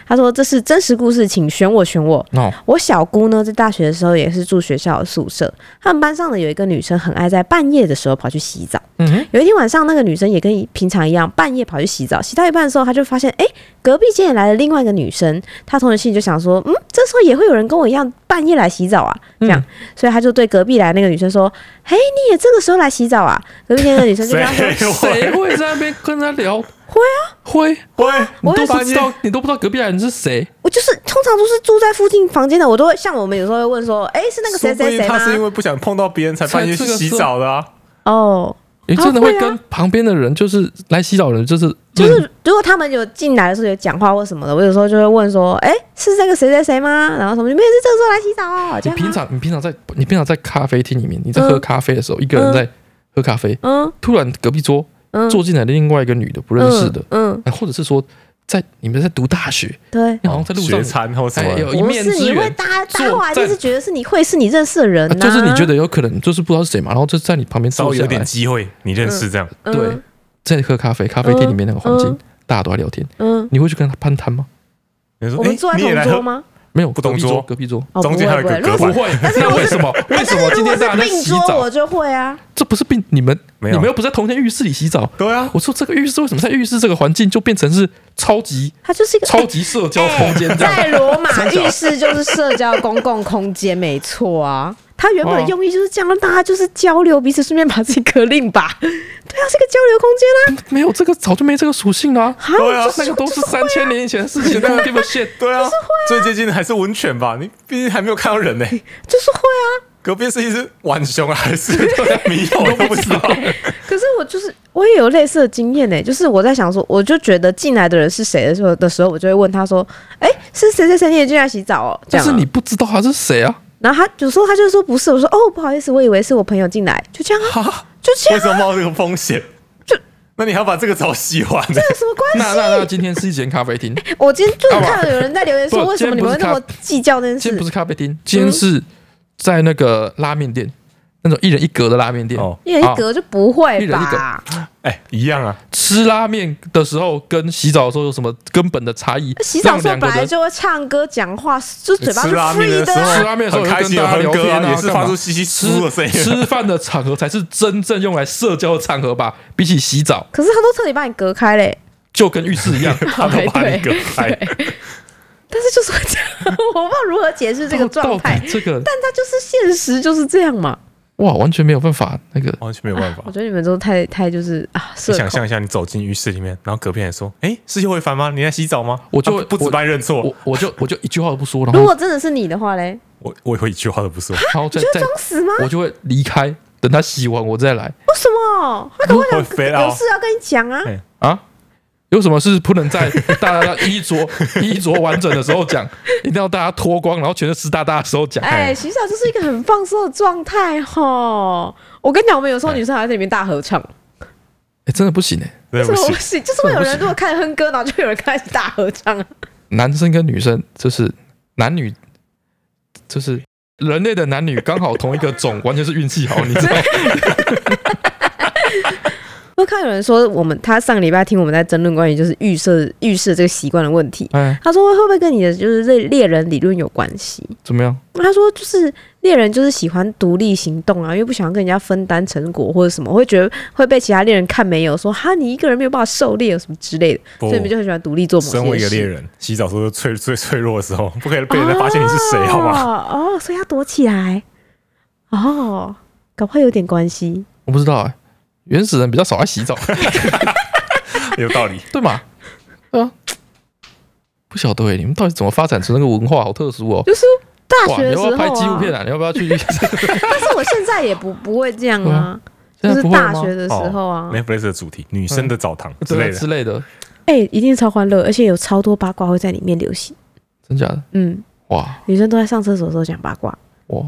Speaker 4: 他说：“这是真实故事，请选我，选我。”
Speaker 2: 哦，
Speaker 4: 我小姑呢，在大学的时候也是住学校的宿舍。他们班上呢有一个女生，很爱在半夜的时候跑去洗澡。
Speaker 2: 嗯哼，
Speaker 4: 有一天晚上，那个女生也跟平常一样，半夜跑去洗澡。洗到一半的时候，她就发现，哎、隔壁间也来了另外一个女生。她同时心里就想说，嗯，这时候也会有人跟我一样半夜来洗澡啊，这样。所以她就对隔壁来那个女生说，嘿，你也这个时候来洗澡啊？隔壁间的女生就跟她说，
Speaker 2: 谁会在那边跟他聊？会啊，啊会，
Speaker 3: 喂，
Speaker 2: 你
Speaker 4: 我也
Speaker 2: 都不
Speaker 3: 是
Speaker 2: 知道，你都不知道隔壁来人是谁。
Speaker 4: 我就是通常都是住在附近房间的，我都会像我们有时候会问说，哎、是那个谁谁谁
Speaker 3: 他
Speaker 4: 吗？
Speaker 3: 是因为不想碰到别人才半夜去洗澡的啊。
Speaker 4: 哦。
Speaker 2: 你真的
Speaker 4: 啊会
Speaker 2: 会
Speaker 4: 啊
Speaker 2: 跟旁边的人，就是来洗澡的人，就是
Speaker 4: 就是如果他们有进来的时候有讲话或什么的，我有时候就会问说：“哎、是这个谁谁谁吗？”然后什么没有是这个时候来洗澡哦。这
Speaker 2: 你
Speaker 4: 样吗
Speaker 2: 平常，你平常在，你平常在咖啡厅里面，你在喝
Speaker 4: 嗯
Speaker 2: 咖啡的时候，一个人
Speaker 4: 嗯
Speaker 2: 在喝咖啡，
Speaker 4: 嗯
Speaker 2: 突然隔壁桌
Speaker 4: 嗯
Speaker 2: 坐进来的另外一个女的不认识的，
Speaker 4: 嗯，嗯
Speaker 2: 啊或者是说在你们在读大学，
Speaker 4: 对，
Speaker 2: 你好像在路
Speaker 3: 学
Speaker 2: 上
Speaker 3: 餐或什
Speaker 2: 哎有
Speaker 3: 么
Speaker 2: 一
Speaker 4: 不
Speaker 2: 面
Speaker 4: 是
Speaker 2: 之
Speaker 4: 你会
Speaker 2: 缘。
Speaker 4: 搭搭
Speaker 2: 坐
Speaker 4: 话，
Speaker 2: 在
Speaker 4: 就是觉得是你会是你认识的人、
Speaker 2: 啊
Speaker 4: 呐。
Speaker 2: 就是你觉得有可能，就是不知道是谁嘛，然后就在你旁边
Speaker 3: 稍
Speaker 2: 坐
Speaker 3: 微
Speaker 2: 下
Speaker 3: 有点
Speaker 2: 来，
Speaker 3: 机会，你认识这样。
Speaker 4: 嗯
Speaker 2: 对，在喝咖啡，咖啡店里面那个环境
Speaker 4: 嗯，
Speaker 2: 大家都在聊天，
Speaker 4: 嗯，
Speaker 2: 你会去跟他攀谈吗？
Speaker 3: 你说
Speaker 4: 我
Speaker 2: 嗯
Speaker 4: 们坐在
Speaker 3: 你也
Speaker 4: 同
Speaker 3: 来
Speaker 4: 桌
Speaker 3: 喝，
Speaker 4: 吗？
Speaker 2: 没有，
Speaker 3: 不同
Speaker 2: 隔壁
Speaker 3: 桌
Speaker 2: 隔壁桌
Speaker 4: 哦，不
Speaker 3: 中间还
Speaker 4: 会
Speaker 3: 有
Speaker 4: 不
Speaker 3: 一个
Speaker 4: 会。
Speaker 3: 隔
Speaker 4: 如果
Speaker 3: 板
Speaker 2: 会，那为什么？为什么今
Speaker 4: 但是如果
Speaker 2: 天大
Speaker 4: 是
Speaker 2: 家在
Speaker 4: 病
Speaker 2: 洗
Speaker 4: 桌，
Speaker 2: 澡
Speaker 4: 我？就会啊。
Speaker 2: 这不是病，你们
Speaker 3: 没
Speaker 2: 你
Speaker 3: 有
Speaker 2: 们又不是在同一间浴室里洗澡。
Speaker 3: 对啊，
Speaker 2: 我说这个浴室为什么在浴室这个环境就变成是超级
Speaker 4: 它就是一个
Speaker 2: 超级社交空间这样？
Speaker 4: 在罗马浴室就是社交公共空间，没错
Speaker 2: 哦
Speaker 4: 啊。它原本的用意就是这样，让大家就是交流彼此，顺便把自己革令吧。对啊，是个交流空间啊。
Speaker 2: 没有这个早就没这个属性啦、
Speaker 4: 哈
Speaker 3: 对 啊
Speaker 4: 就是
Speaker 2: 那个都是三千年以前的事 情，don't give a shit。
Speaker 3: 对啊，最接近的还是温泉吧，你毕竟还没有看到人呢、
Speaker 4: 就是会啊。
Speaker 3: 隔壁是一只浣熊还是迷药，我都不知 道。
Speaker 4: 可是我就是我也有类似的经验呢、就是我在想说，我就觉得进来的人是谁的时候的时候，我就会问他说：“哎、是谁谁谁？你也进来洗澡哦？”这
Speaker 2: 但
Speaker 4: 样啊、
Speaker 2: 是你不知道他是谁啊？
Speaker 4: 然后他有时候他就说不是，我说：“哦，不好意思，我以为是我朋友 进来。”就这样啊，
Speaker 3: 哈
Speaker 4: 就这
Speaker 3: 为
Speaker 4: 样
Speaker 3: 什，么冒这个风险？
Speaker 4: 这
Speaker 3: 那你还要把这个澡洗完呢、
Speaker 4: 啊有什么关系？
Speaker 2: 那那那，今天是一间咖啡厅，
Speaker 4: 我今天 就是看到有人在留言说，
Speaker 2: 不
Speaker 4: 为什么你们会那么
Speaker 2: 今
Speaker 4: 计较这件
Speaker 2: 今天不
Speaker 4: 事？
Speaker 2: 是咖啡厅，今天是在那个拉面店，那种一人一格的拉面店。
Speaker 3: 哦，
Speaker 4: 一人一格就不会吧
Speaker 2: 啊？
Speaker 3: 哎、一样啊，
Speaker 2: 吃拉面的时候跟洗澡的时候有什么根本的差异？
Speaker 4: 洗澡的时候
Speaker 2: 让两
Speaker 4: 本
Speaker 2: 个
Speaker 4: 来
Speaker 2: 人
Speaker 4: 就会唱歌、讲话，就嘴巴
Speaker 3: 吃
Speaker 4: 是
Speaker 3: 拉面
Speaker 4: free
Speaker 3: 的
Speaker 4: 啊
Speaker 3: 时
Speaker 2: 吃
Speaker 3: 候，
Speaker 2: 拉面的时候
Speaker 3: 很开心
Speaker 2: 跟大家
Speaker 3: 哼
Speaker 2: 聊
Speaker 3: 歌
Speaker 2: 天啊
Speaker 3: 也是
Speaker 2: 干嘛
Speaker 3: 发出稀稀疏疏的声
Speaker 2: 吃
Speaker 3: 音。啊
Speaker 2: 吃饭的场合才是真正用来社交的场合吧，比起洗澡
Speaker 4: 可是他都彻底把你隔开嘞。
Speaker 2: 就跟浴室一 样。
Speaker 3: 他都把你隔开，
Speaker 4: 但是就是会这样， 我不知道如何解释这个状态
Speaker 2: 到，底这个
Speaker 4: 但它就是现实，就是这样嘛。
Speaker 2: 哇，完全没有办法那个。
Speaker 3: 完全没有办法
Speaker 4: 我。觉得你们都太太就是啊，社
Speaker 3: 你想
Speaker 4: 恐
Speaker 3: 象一下，你走进浴室里面，然后隔壁人说：“哎、是叶慧凡吗？你在洗澡吗？”
Speaker 2: 我就
Speaker 3: 他不不止把你认错，
Speaker 2: 我我就我就一句话都不说，然
Speaker 4: 如
Speaker 2: 后
Speaker 4: 果真的是你的话嘞，
Speaker 3: 我我以后一句话都不 说。
Speaker 2: 然后再再
Speaker 4: 装死吗？
Speaker 2: 我就会离开，等他洗完我再来
Speaker 4: 为什么？他跟我讲
Speaker 3: 会飞啊
Speaker 4: 有事要跟你讲啊。
Speaker 3: 哎
Speaker 2: 啊。有什么事不能在 大家衣着 衣着完整的时候讲，一定要大家脱光，然后全是湿哒哒的时候讲。
Speaker 4: 哎，洗澡就是一个很放松的状态吼。我跟你讲，我们有时候女生还在里面大合唱，
Speaker 2: 哎、真的不行哎、
Speaker 3: 对
Speaker 4: 什
Speaker 3: 不
Speaker 4: 么
Speaker 3: 起
Speaker 4: 不，行？就是会有人如果看哼歌，然后就有人开始大合唱啊。
Speaker 2: 男生跟女生就是男女，就是人类的男女刚好同一个 种，完全是运气好，你知道吗？
Speaker 4: 我看有人说，我们他上个礼拜听我们在争论关于就是预设预设这个习惯的问题，
Speaker 2: 哎，
Speaker 4: 他说会不会跟你的就是猎猎人理论有关系？
Speaker 2: 怎么样？
Speaker 4: 他说就是猎人就是喜欢独立行动啊，因为不想要跟人家分担成果或者什么，会觉得会被其他猎人看没有，说哈你一个人没有办法狩猎什么之类的，
Speaker 3: 不
Speaker 4: 所以你们就很喜欢独立做某些事。
Speaker 3: 身为一个猎人，洗澡时候最最脆弱的时候，不可以被人家发现你是谁，好 吗？
Speaker 4: 哦，哦所以要躲起来。哦，搞不好有点关系。
Speaker 2: 我不知道哎、原始人比较少爱洗澡，
Speaker 3: 有道
Speaker 4: 啊
Speaker 3: 理。
Speaker 2: 对吗？对啊，不晓得哎、你们到底怎么发展出那个文化，好特殊哦。
Speaker 4: 就是大
Speaker 2: 哇，
Speaker 4: 学
Speaker 2: 你
Speaker 4: 的
Speaker 2: 要
Speaker 4: 时
Speaker 2: 不要
Speaker 4: 候啊，
Speaker 2: 拍纪录片啊？你要不要 去？
Speaker 4: 但是我现在也不不会这样
Speaker 2: 对
Speaker 4: 啊
Speaker 2: 啊，现
Speaker 4: 就
Speaker 2: 在
Speaker 4: 是
Speaker 2: 不会了
Speaker 4: 大
Speaker 2: 吗哦
Speaker 4: 学？的时候啊，
Speaker 3: Netflix 的主题，女生的澡堂之类
Speaker 2: 对啊
Speaker 3: 的
Speaker 2: 之，类的，
Speaker 4: 哎、一定超欢乐，而且有超多八卦会在里面流行。
Speaker 2: 真假的？
Speaker 4: 嗯，
Speaker 2: 哇
Speaker 4: 女生都在上厕所的时候讲八卦。
Speaker 2: 哇，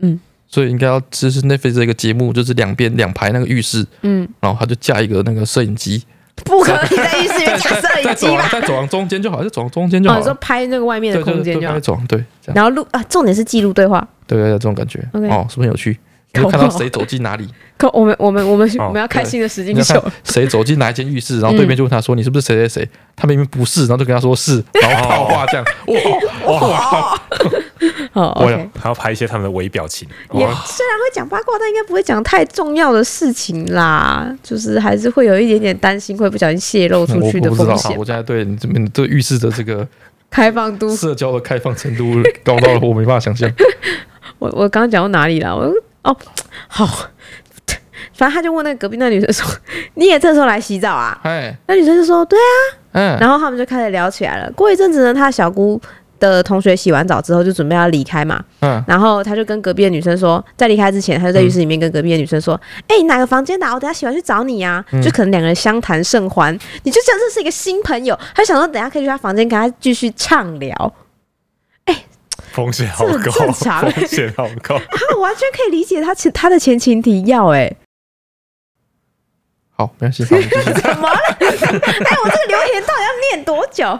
Speaker 4: 嗯，
Speaker 2: 所以应该要就是 Netflix 这个节目，就是两边两排那个浴室，
Speaker 4: 嗯，
Speaker 2: 然后他就架一个那个摄影机，
Speaker 4: 不可以 在浴室里面架摄
Speaker 2: 在
Speaker 4: 影
Speaker 2: 走
Speaker 4: 机
Speaker 2: 廊
Speaker 4: 吧？
Speaker 2: 在走廊啊中间就好，在走廊中间就
Speaker 4: 哦，
Speaker 2: 好
Speaker 4: 你说
Speaker 2: 了。
Speaker 4: 拍那个外面
Speaker 2: 对
Speaker 4: 的
Speaker 2: 对
Speaker 4: 空
Speaker 2: 对，
Speaker 4: 间就好
Speaker 2: 拍，走廊对，这样
Speaker 4: 然后录啊，重点是记录对话。
Speaker 2: 对对对，这种感觉
Speaker 4: OK
Speaker 2: 哦，是不是很有趣？你就看
Speaker 4: 搞
Speaker 2: 到
Speaker 4: 不好
Speaker 2: 谁走进 哪里，
Speaker 4: 可我们我们我们
Speaker 3: 哦
Speaker 4: 我们要开新的实
Speaker 2: 你
Speaker 4: 境
Speaker 2: 要
Speaker 4: 秀，
Speaker 2: 看谁走进哪一间浴室，然后对面就问他说：“你是不是谁谁
Speaker 4: 嗯
Speaker 2: 谁？”他明明不是，然后就跟他说是， 然后套
Speaker 3: 哦
Speaker 2: 话这样，哇哇，
Speaker 4: 好
Speaker 2: 我
Speaker 4: OK。
Speaker 3: 还要拍一些他们的微表情。
Speaker 4: 也虽然会讲八卦，但应该不会讲太重要的事情啦，就是还是会有一点点担心，会不小心泄露
Speaker 2: 我
Speaker 4: 出
Speaker 2: 我
Speaker 4: 去的
Speaker 2: 不知道
Speaker 4: 风，险
Speaker 2: 我。现在对你这边对浴室的这个
Speaker 4: 开放度，
Speaker 2: 社交的开放程度高到了我没办法想象。
Speaker 4: 我我刚刚讲到哪里了？我哦，好， 反正他就问那个隔壁那女生说：“ 你也这时候来洗澡啊
Speaker 2: 哎，？”
Speaker 4: 那女生就说：“对啊。”
Speaker 2: 嗯，
Speaker 4: 然后他们就开始聊起来了。过一阵子呢，他小姑的同学洗完澡之后就准备要离开嘛，
Speaker 2: 嗯，
Speaker 4: 然后他就跟隔壁的女生说，在离开之前，他就在浴室里面跟隔壁的女生说：“哎、你哪个房间的啊、我等下洗完去找你呀、就可能两个人相谈甚欢，你就这样认识一个新朋友。他想说，等下可以去他房间跟他继续畅聊，
Speaker 3: 风险好
Speaker 4: 这
Speaker 3: 高，
Speaker 4: 很正常
Speaker 3: 风险好高。
Speaker 4: 啊，我完全可以理解他前他的前情提要、哎，
Speaker 2: 好，没关系，好，我们继续。
Speaker 4: 怎么了？哎，我这个留言到底要念多久？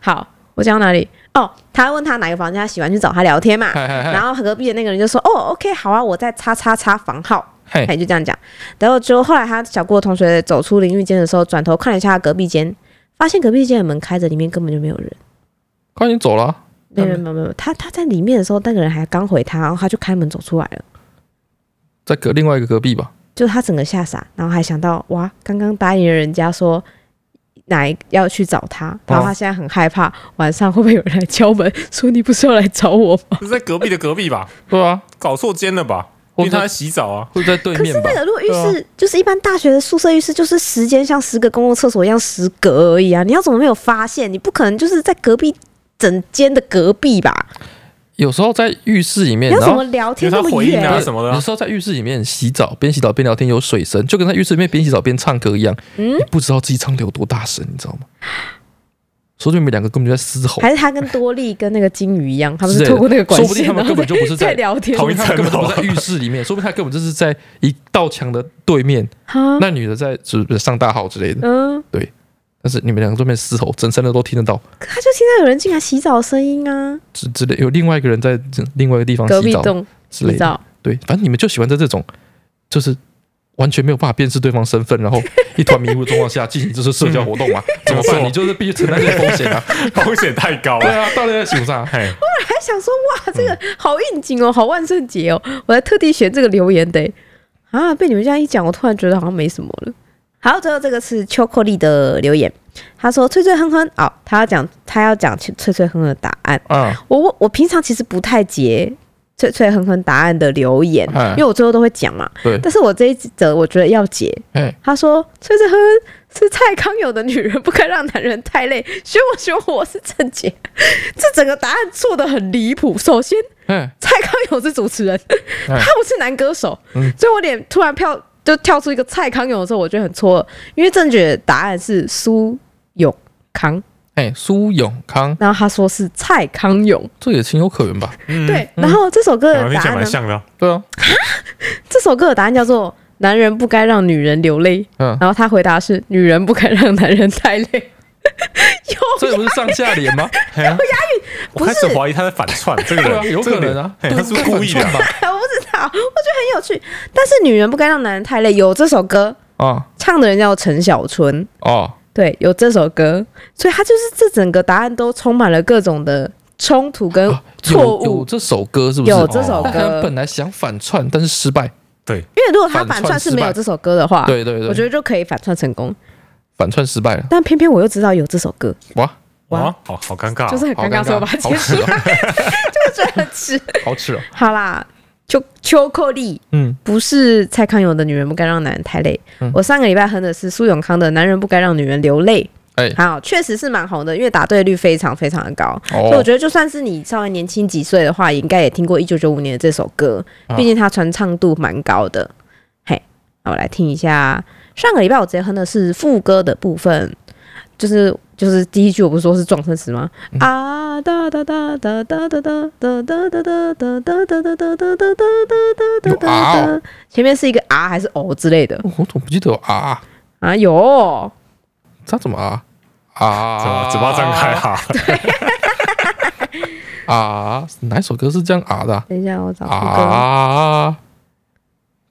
Speaker 4: 好，我讲到哪里？哦，他问他哪个房间，他喜欢去找他聊天嘛。
Speaker 2: 嗨嗨
Speaker 4: 然
Speaker 2: 嗨，
Speaker 4: 后隔壁的那个人就说：“哦，OK，好啊，我在叉叉叉房号。”哎，
Speaker 2: 嘿，
Speaker 4: 就这样讲。然后就后来他小顾的同学走出淋浴间的时候，转头看了一下隔壁间，发现隔壁间的门开着，里面根本就没有人。
Speaker 2: 快点走了啊。
Speaker 4: 没有人，没有没有没有，他他在里面的时候，那个人还刚回他，然后他就开门走出来了。
Speaker 2: 在隔另外一个隔壁吧。
Speaker 4: 就他整个吓傻，然后还想到哇，刚刚答应了人家说哪一要去找他，然后他现在很害怕，晚上会不会有人来敲门说你不是要来找我 吗？
Speaker 3: 是在隔壁的隔壁吧？
Speaker 2: 对啊，
Speaker 3: 搞错间了吧？因
Speaker 2: 或
Speaker 3: 为
Speaker 2: 者
Speaker 3: 他在洗澡啊。
Speaker 2: 会在对
Speaker 4: 可
Speaker 2: 面
Speaker 4: 是
Speaker 2: 吧
Speaker 4: 那？个如果浴
Speaker 2: 对啊
Speaker 4: 室、就是一般大学的宿舍浴室，就是时间像十个公共厕所一样十格而已啊，你要怎么没有发现？你不可能就是在隔壁整间的隔壁吧？
Speaker 2: 有时候在浴室里面，
Speaker 4: 你要
Speaker 2: 然
Speaker 4: 怎
Speaker 2: 后
Speaker 4: 么聊
Speaker 3: 因
Speaker 4: 天那
Speaker 3: 为他
Speaker 4: 么
Speaker 3: 回应
Speaker 4: 远？
Speaker 3: 啊
Speaker 2: 对
Speaker 3: 什么的
Speaker 2: 有时候在浴室里面洗澡，边洗澡边聊天，有水声，就跟在浴室里面边洗澡边唱歌一样。
Speaker 4: 嗯
Speaker 2: 你不知道自己唱的有多大声，你知道吗？说不定你们两个根本就在嘶吼，
Speaker 4: 还是他跟多利跟那个金鱼一样，他们
Speaker 2: 之
Speaker 4: 是
Speaker 2: 类的
Speaker 4: 透过那个管
Speaker 2: 说不定
Speaker 4: 线，
Speaker 2: 他们
Speaker 4: 然后
Speaker 2: 根本就不是
Speaker 4: 在
Speaker 2: 在
Speaker 4: 聊天
Speaker 3: 同一
Speaker 2: 他们根本
Speaker 3: 层
Speaker 2: 就
Speaker 3: 楼
Speaker 2: 不在浴室里面，说 不定他根本就是在一道墙的对面，
Speaker 4: 哈，
Speaker 2: 那女的在是不是上大号之类的。
Speaker 4: 嗯，
Speaker 2: 但是你们两个对面嘶吼，整身的都听得到，
Speaker 4: 可他就听到有人进来洗澡的声音啊，
Speaker 2: 之之类有另外一个人在这另外一个地方
Speaker 4: 隔
Speaker 2: 哦洗
Speaker 4: 壁
Speaker 2: 澡
Speaker 4: 栋
Speaker 2: 之类
Speaker 4: 洗
Speaker 2: 的。
Speaker 4: 澡，
Speaker 2: 对，反正你们就喜欢在这种就是完全没有办法辨识对方身份，然后一团迷雾的状况下进行就是社交活动嘛？怎么
Speaker 3: 没
Speaker 2: 办？
Speaker 3: 错
Speaker 2: 你就是必须承担这个风险啊！
Speaker 3: 风险太高
Speaker 2: 对
Speaker 3: 了。
Speaker 2: 啊，到底在想啥？
Speaker 3: 嘿，
Speaker 4: 还想说哇，这个
Speaker 2: 嗯
Speaker 4: 好应景哦，好万圣节哦，我还特地选这个留言的欸啊，被你们这样一讲，我突然觉得好像没什么了。好，最后这个是秋克力的留言，他说“脆脆哼哼”哦，他要讲他要讲脆脆哼哼的答案。
Speaker 2: 啊，
Speaker 4: 我我我平常其实不太截脆脆哼哼答案的留言，
Speaker 2: 哎
Speaker 4: 因为我最后都会讲嘛。
Speaker 2: 对
Speaker 4: 但是我这一则我觉得要截。
Speaker 2: 哎，
Speaker 4: 他说：“脆脆哼哼是蔡康永的女人，不该让男人太累。选我选我，我是郑杰。 这整个答案做的很离谱。首先，
Speaker 2: 哎，
Speaker 4: 蔡康永是主持人，
Speaker 2: 哎
Speaker 4: 他不是男歌手，
Speaker 3: 嗯
Speaker 4: 所以我脸突然跳就跳出一个蔡康永的时候，我觉得很错愕，因为正确的答案是苏永康，
Speaker 2: 哎，苏永康，
Speaker 4: 然后他说是蔡康永，
Speaker 2: 这也情有可原吧？
Speaker 3: 嗯，
Speaker 4: 对，然后这首歌
Speaker 3: 两个
Speaker 4: 的
Speaker 3: 听
Speaker 4: 答
Speaker 3: 起来
Speaker 4: 案
Speaker 3: 蛮
Speaker 4: 呢？
Speaker 3: 像的啊。
Speaker 2: 对啊，
Speaker 4: 这首歌的答案叫做“男人不该让女人流泪”，
Speaker 2: 嗯，
Speaker 4: 然后他回答是“女人不该让男人太累”，有
Speaker 2: 这不是上下联 吗？
Speaker 3: 嘿啊
Speaker 4: 不
Speaker 3: 我
Speaker 4: 是
Speaker 3: 开始怀疑他在反串这个
Speaker 2: 对啊，
Speaker 3: 人，
Speaker 2: 有
Speaker 3: 这个
Speaker 2: 可能啊，
Speaker 3: 人
Speaker 2: 对
Speaker 3: 嘿他是不是故意的啊？
Speaker 2: 反串吧？
Speaker 4: 我不知道，我觉得很有趣。但是女人不该让男人太累，有这首歌，
Speaker 2: 啊，
Speaker 4: 唱的人叫陈小春，
Speaker 2: 哦，
Speaker 4: 对，有这首歌，所以他就是这整个答案都充满了各种的冲突跟
Speaker 2: 啊
Speaker 4: 呃错
Speaker 2: 有
Speaker 4: 误。
Speaker 2: 有这首歌是不是？哦
Speaker 4: 有这首
Speaker 2: 他可能
Speaker 4: 歌，
Speaker 2: 本来想反串，但是失败。
Speaker 4: 因为如果他
Speaker 2: 反
Speaker 4: 反
Speaker 2: 串
Speaker 4: 串
Speaker 2: 失
Speaker 4: 是
Speaker 2: 败
Speaker 4: 没有这首歌的话，
Speaker 2: 对对
Speaker 4: 啊我觉
Speaker 2: 对，
Speaker 4: 得就可以反串成功。
Speaker 2: 反串失败了，
Speaker 4: 但偏偏我又知道有这首歌，
Speaker 2: 哇，
Speaker 3: 哇，好好尴尬啊，
Speaker 4: 就是很
Speaker 2: 好
Speaker 4: 尴尬，所以我把它
Speaker 2: 好
Speaker 4: 结束
Speaker 2: 耻，啊，
Speaker 4: 就觉得很耻。
Speaker 2: 好耻啊！
Speaker 4: 好啦，秋秋寇丽，
Speaker 2: 嗯，
Speaker 4: 不是蔡康永的《女人不该让男人太累》
Speaker 2: 嗯
Speaker 4: 我上个礼拜哼的是苏永康的《男人不该让女人流泪》。
Speaker 2: 哎
Speaker 4: 好，确实是蛮红的，因为答对率非常非常的高，所以我
Speaker 2: 哦，
Speaker 4: 觉得就算是你稍微年轻几岁的话，也应该也听过一九九五年的这首歌，
Speaker 2: 啊
Speaker 4: 毕竟它传唱度蛮高的。嘿，那我来听一下，上个礼拜我直接哼的是副歌的部分，就是就是第一句我不是说是撞声词吗？啊哒哒哒哒哒哒哒哒哒哒哒哒哒哒哒哒哒哒哒哒哒，前面是一个啊还是哦之类的
Speaker 2: 我怎么不记得有啊？
Speaker 4: 啊有。
Speaker 2: 他怎么啊？
Speaker 3: 怎么
Speaker 2: 啊，
Speaker 3: 嘴巴张开啊？
Speaker 2: 啊？哪一首歌是这样啊的啊
Speaker 4: 等一下，我找副歌。
Speaker 2: 啊？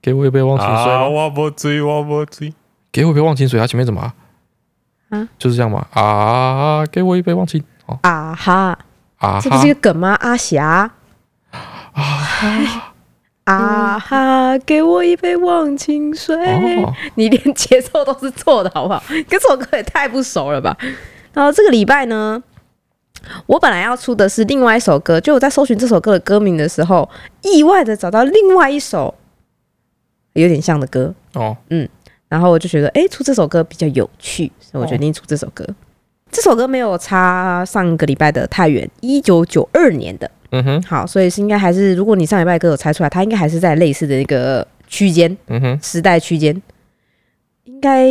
Speaker 2: 给我一杯忘情水
Speaker 3: 啊，
Speaker 2: 吧，
Speaker 3: 我不追，我不追，
Speaker 2: 给我一杯忘情水，它前面怎么啊？
Speaker 4: 啊
Speaker 2: 就是这样嘛。啊，给我一杯忘情哦
Speaker 4: 啊哈，
Speaker 2: 啊
Speaker 4: 这不
Speaker 2: 哈
Speaker 4: 是一个梗吗？阿霞。啊哈，给我一杯忘情水。
Speaker 2: 哦，
Speaker 4: 你连节奏都是错的，好不好？跟这首歌也太不熟了吧。然后这个礼拜呢，我本来要出的是另外一首歌，就我在搜寻这首歌的歌名的时候，意外的找到另外一首有点像的歌，
Speaker 2: 哦，
Speaker 4: 然后我就觉得，哎、出这首歌比较有趣，所以我
Speaker 3: 哦
Speaker 4: 决定出这首歌。这首歌没有差上个礼拜的太远，一九九二年的，
Speaker 2: 嗯哼，
Speaker 4: 好，所以是应该还是，如果你上礼拜的歌有猜出来，它应该还是在类似的一个区间。
Speaker 2: 嗯哼，
Speaker 4: 时代区间，应该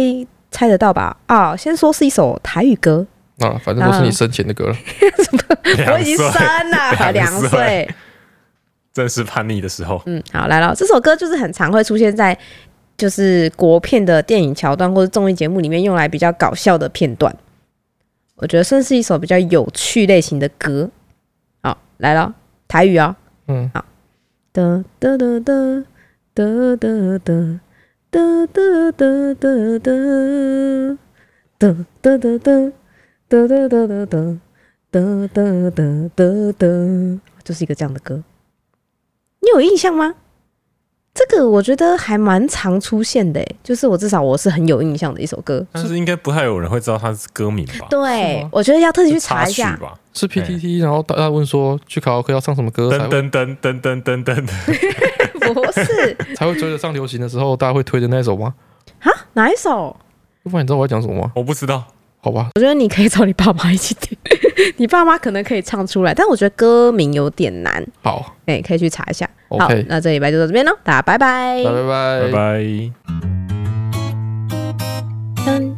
Speaker 4: 猜得到吧？啊，先说是一首台语歌，
Speaker 2: 那反正都是你生前的歌了。
Speaker 4: 我已经
Speaker 3: 两岁
Speaker 4: 生了
Speaker 3: 两
Speaker 4: 两
Speaker 3: 岁
Speaker 4: 岁。
Speaker 3: 正是叛逆的时候。
Speaker 4: 嗯，好，来了，这首歌就是很常会出现在就是国片的电影桥段或者综艺节目里面用来比较搞笑的片段。我觉得算是一首比较有趣类型的歌。好，来了，台语哦。
Speaker 2: 嗯，
Speaker 4: 哒哒哒哒哒哒哒哒哒哒哒哒哒哒哒哒哒哒哒哒哒哒哒哒哒哒，就是一个这样的歌，你有印象吗？这个我觉得还蛮常出现的、欸，就是我至少我是很有印象的一首歌。
Speaker 3: 但是应该不太有人会知道它是歌名吧？
Speaker 2: 是
Speaker 4: 对
Speaker 2: 吗，
Speaker 4: 我觉得要特地去
Speaker 3: 是插
Speaker 4: 查一
Speaker 3: 曲
Speaker 4: 下。
Speaker 3: 吧。
Speaker 2: 是 PTT，然后大家问说去卡拉 OK 要唱什么歌才
Speaker 3: 噔
Speaker 2: 会
Speaker 3: 噔噔噔噔噔噔，
Speaker 4: 不是
Speaker 2: 才会追得上流行的时候，大家会推的那一首吗？
Speaker 4: 啊，哪一首？
Speaker 2: 不然你知道我要讲什么吗？
Speaker 3: 我不知道。
Speaker 2: 好吧，
Speaker 4: 我觉得你可以找你爸妈一起听，你爸妈可能可以唱出来，但我觉得歌名有点难，
Speaker 2: 好
Speaker 4: 哎、可以去查一下。好
Speaker 2: ，OK，，
Speaker 4: 那这礼拜就到这
Speaker 2: 哎
Speaker 4: 边喽，大家拜拜
Speaker 2: 拜拜
Speaker 3: 拜
Speaker 2: 拜
Speaker 3: 拜。
Speaker 4: 噔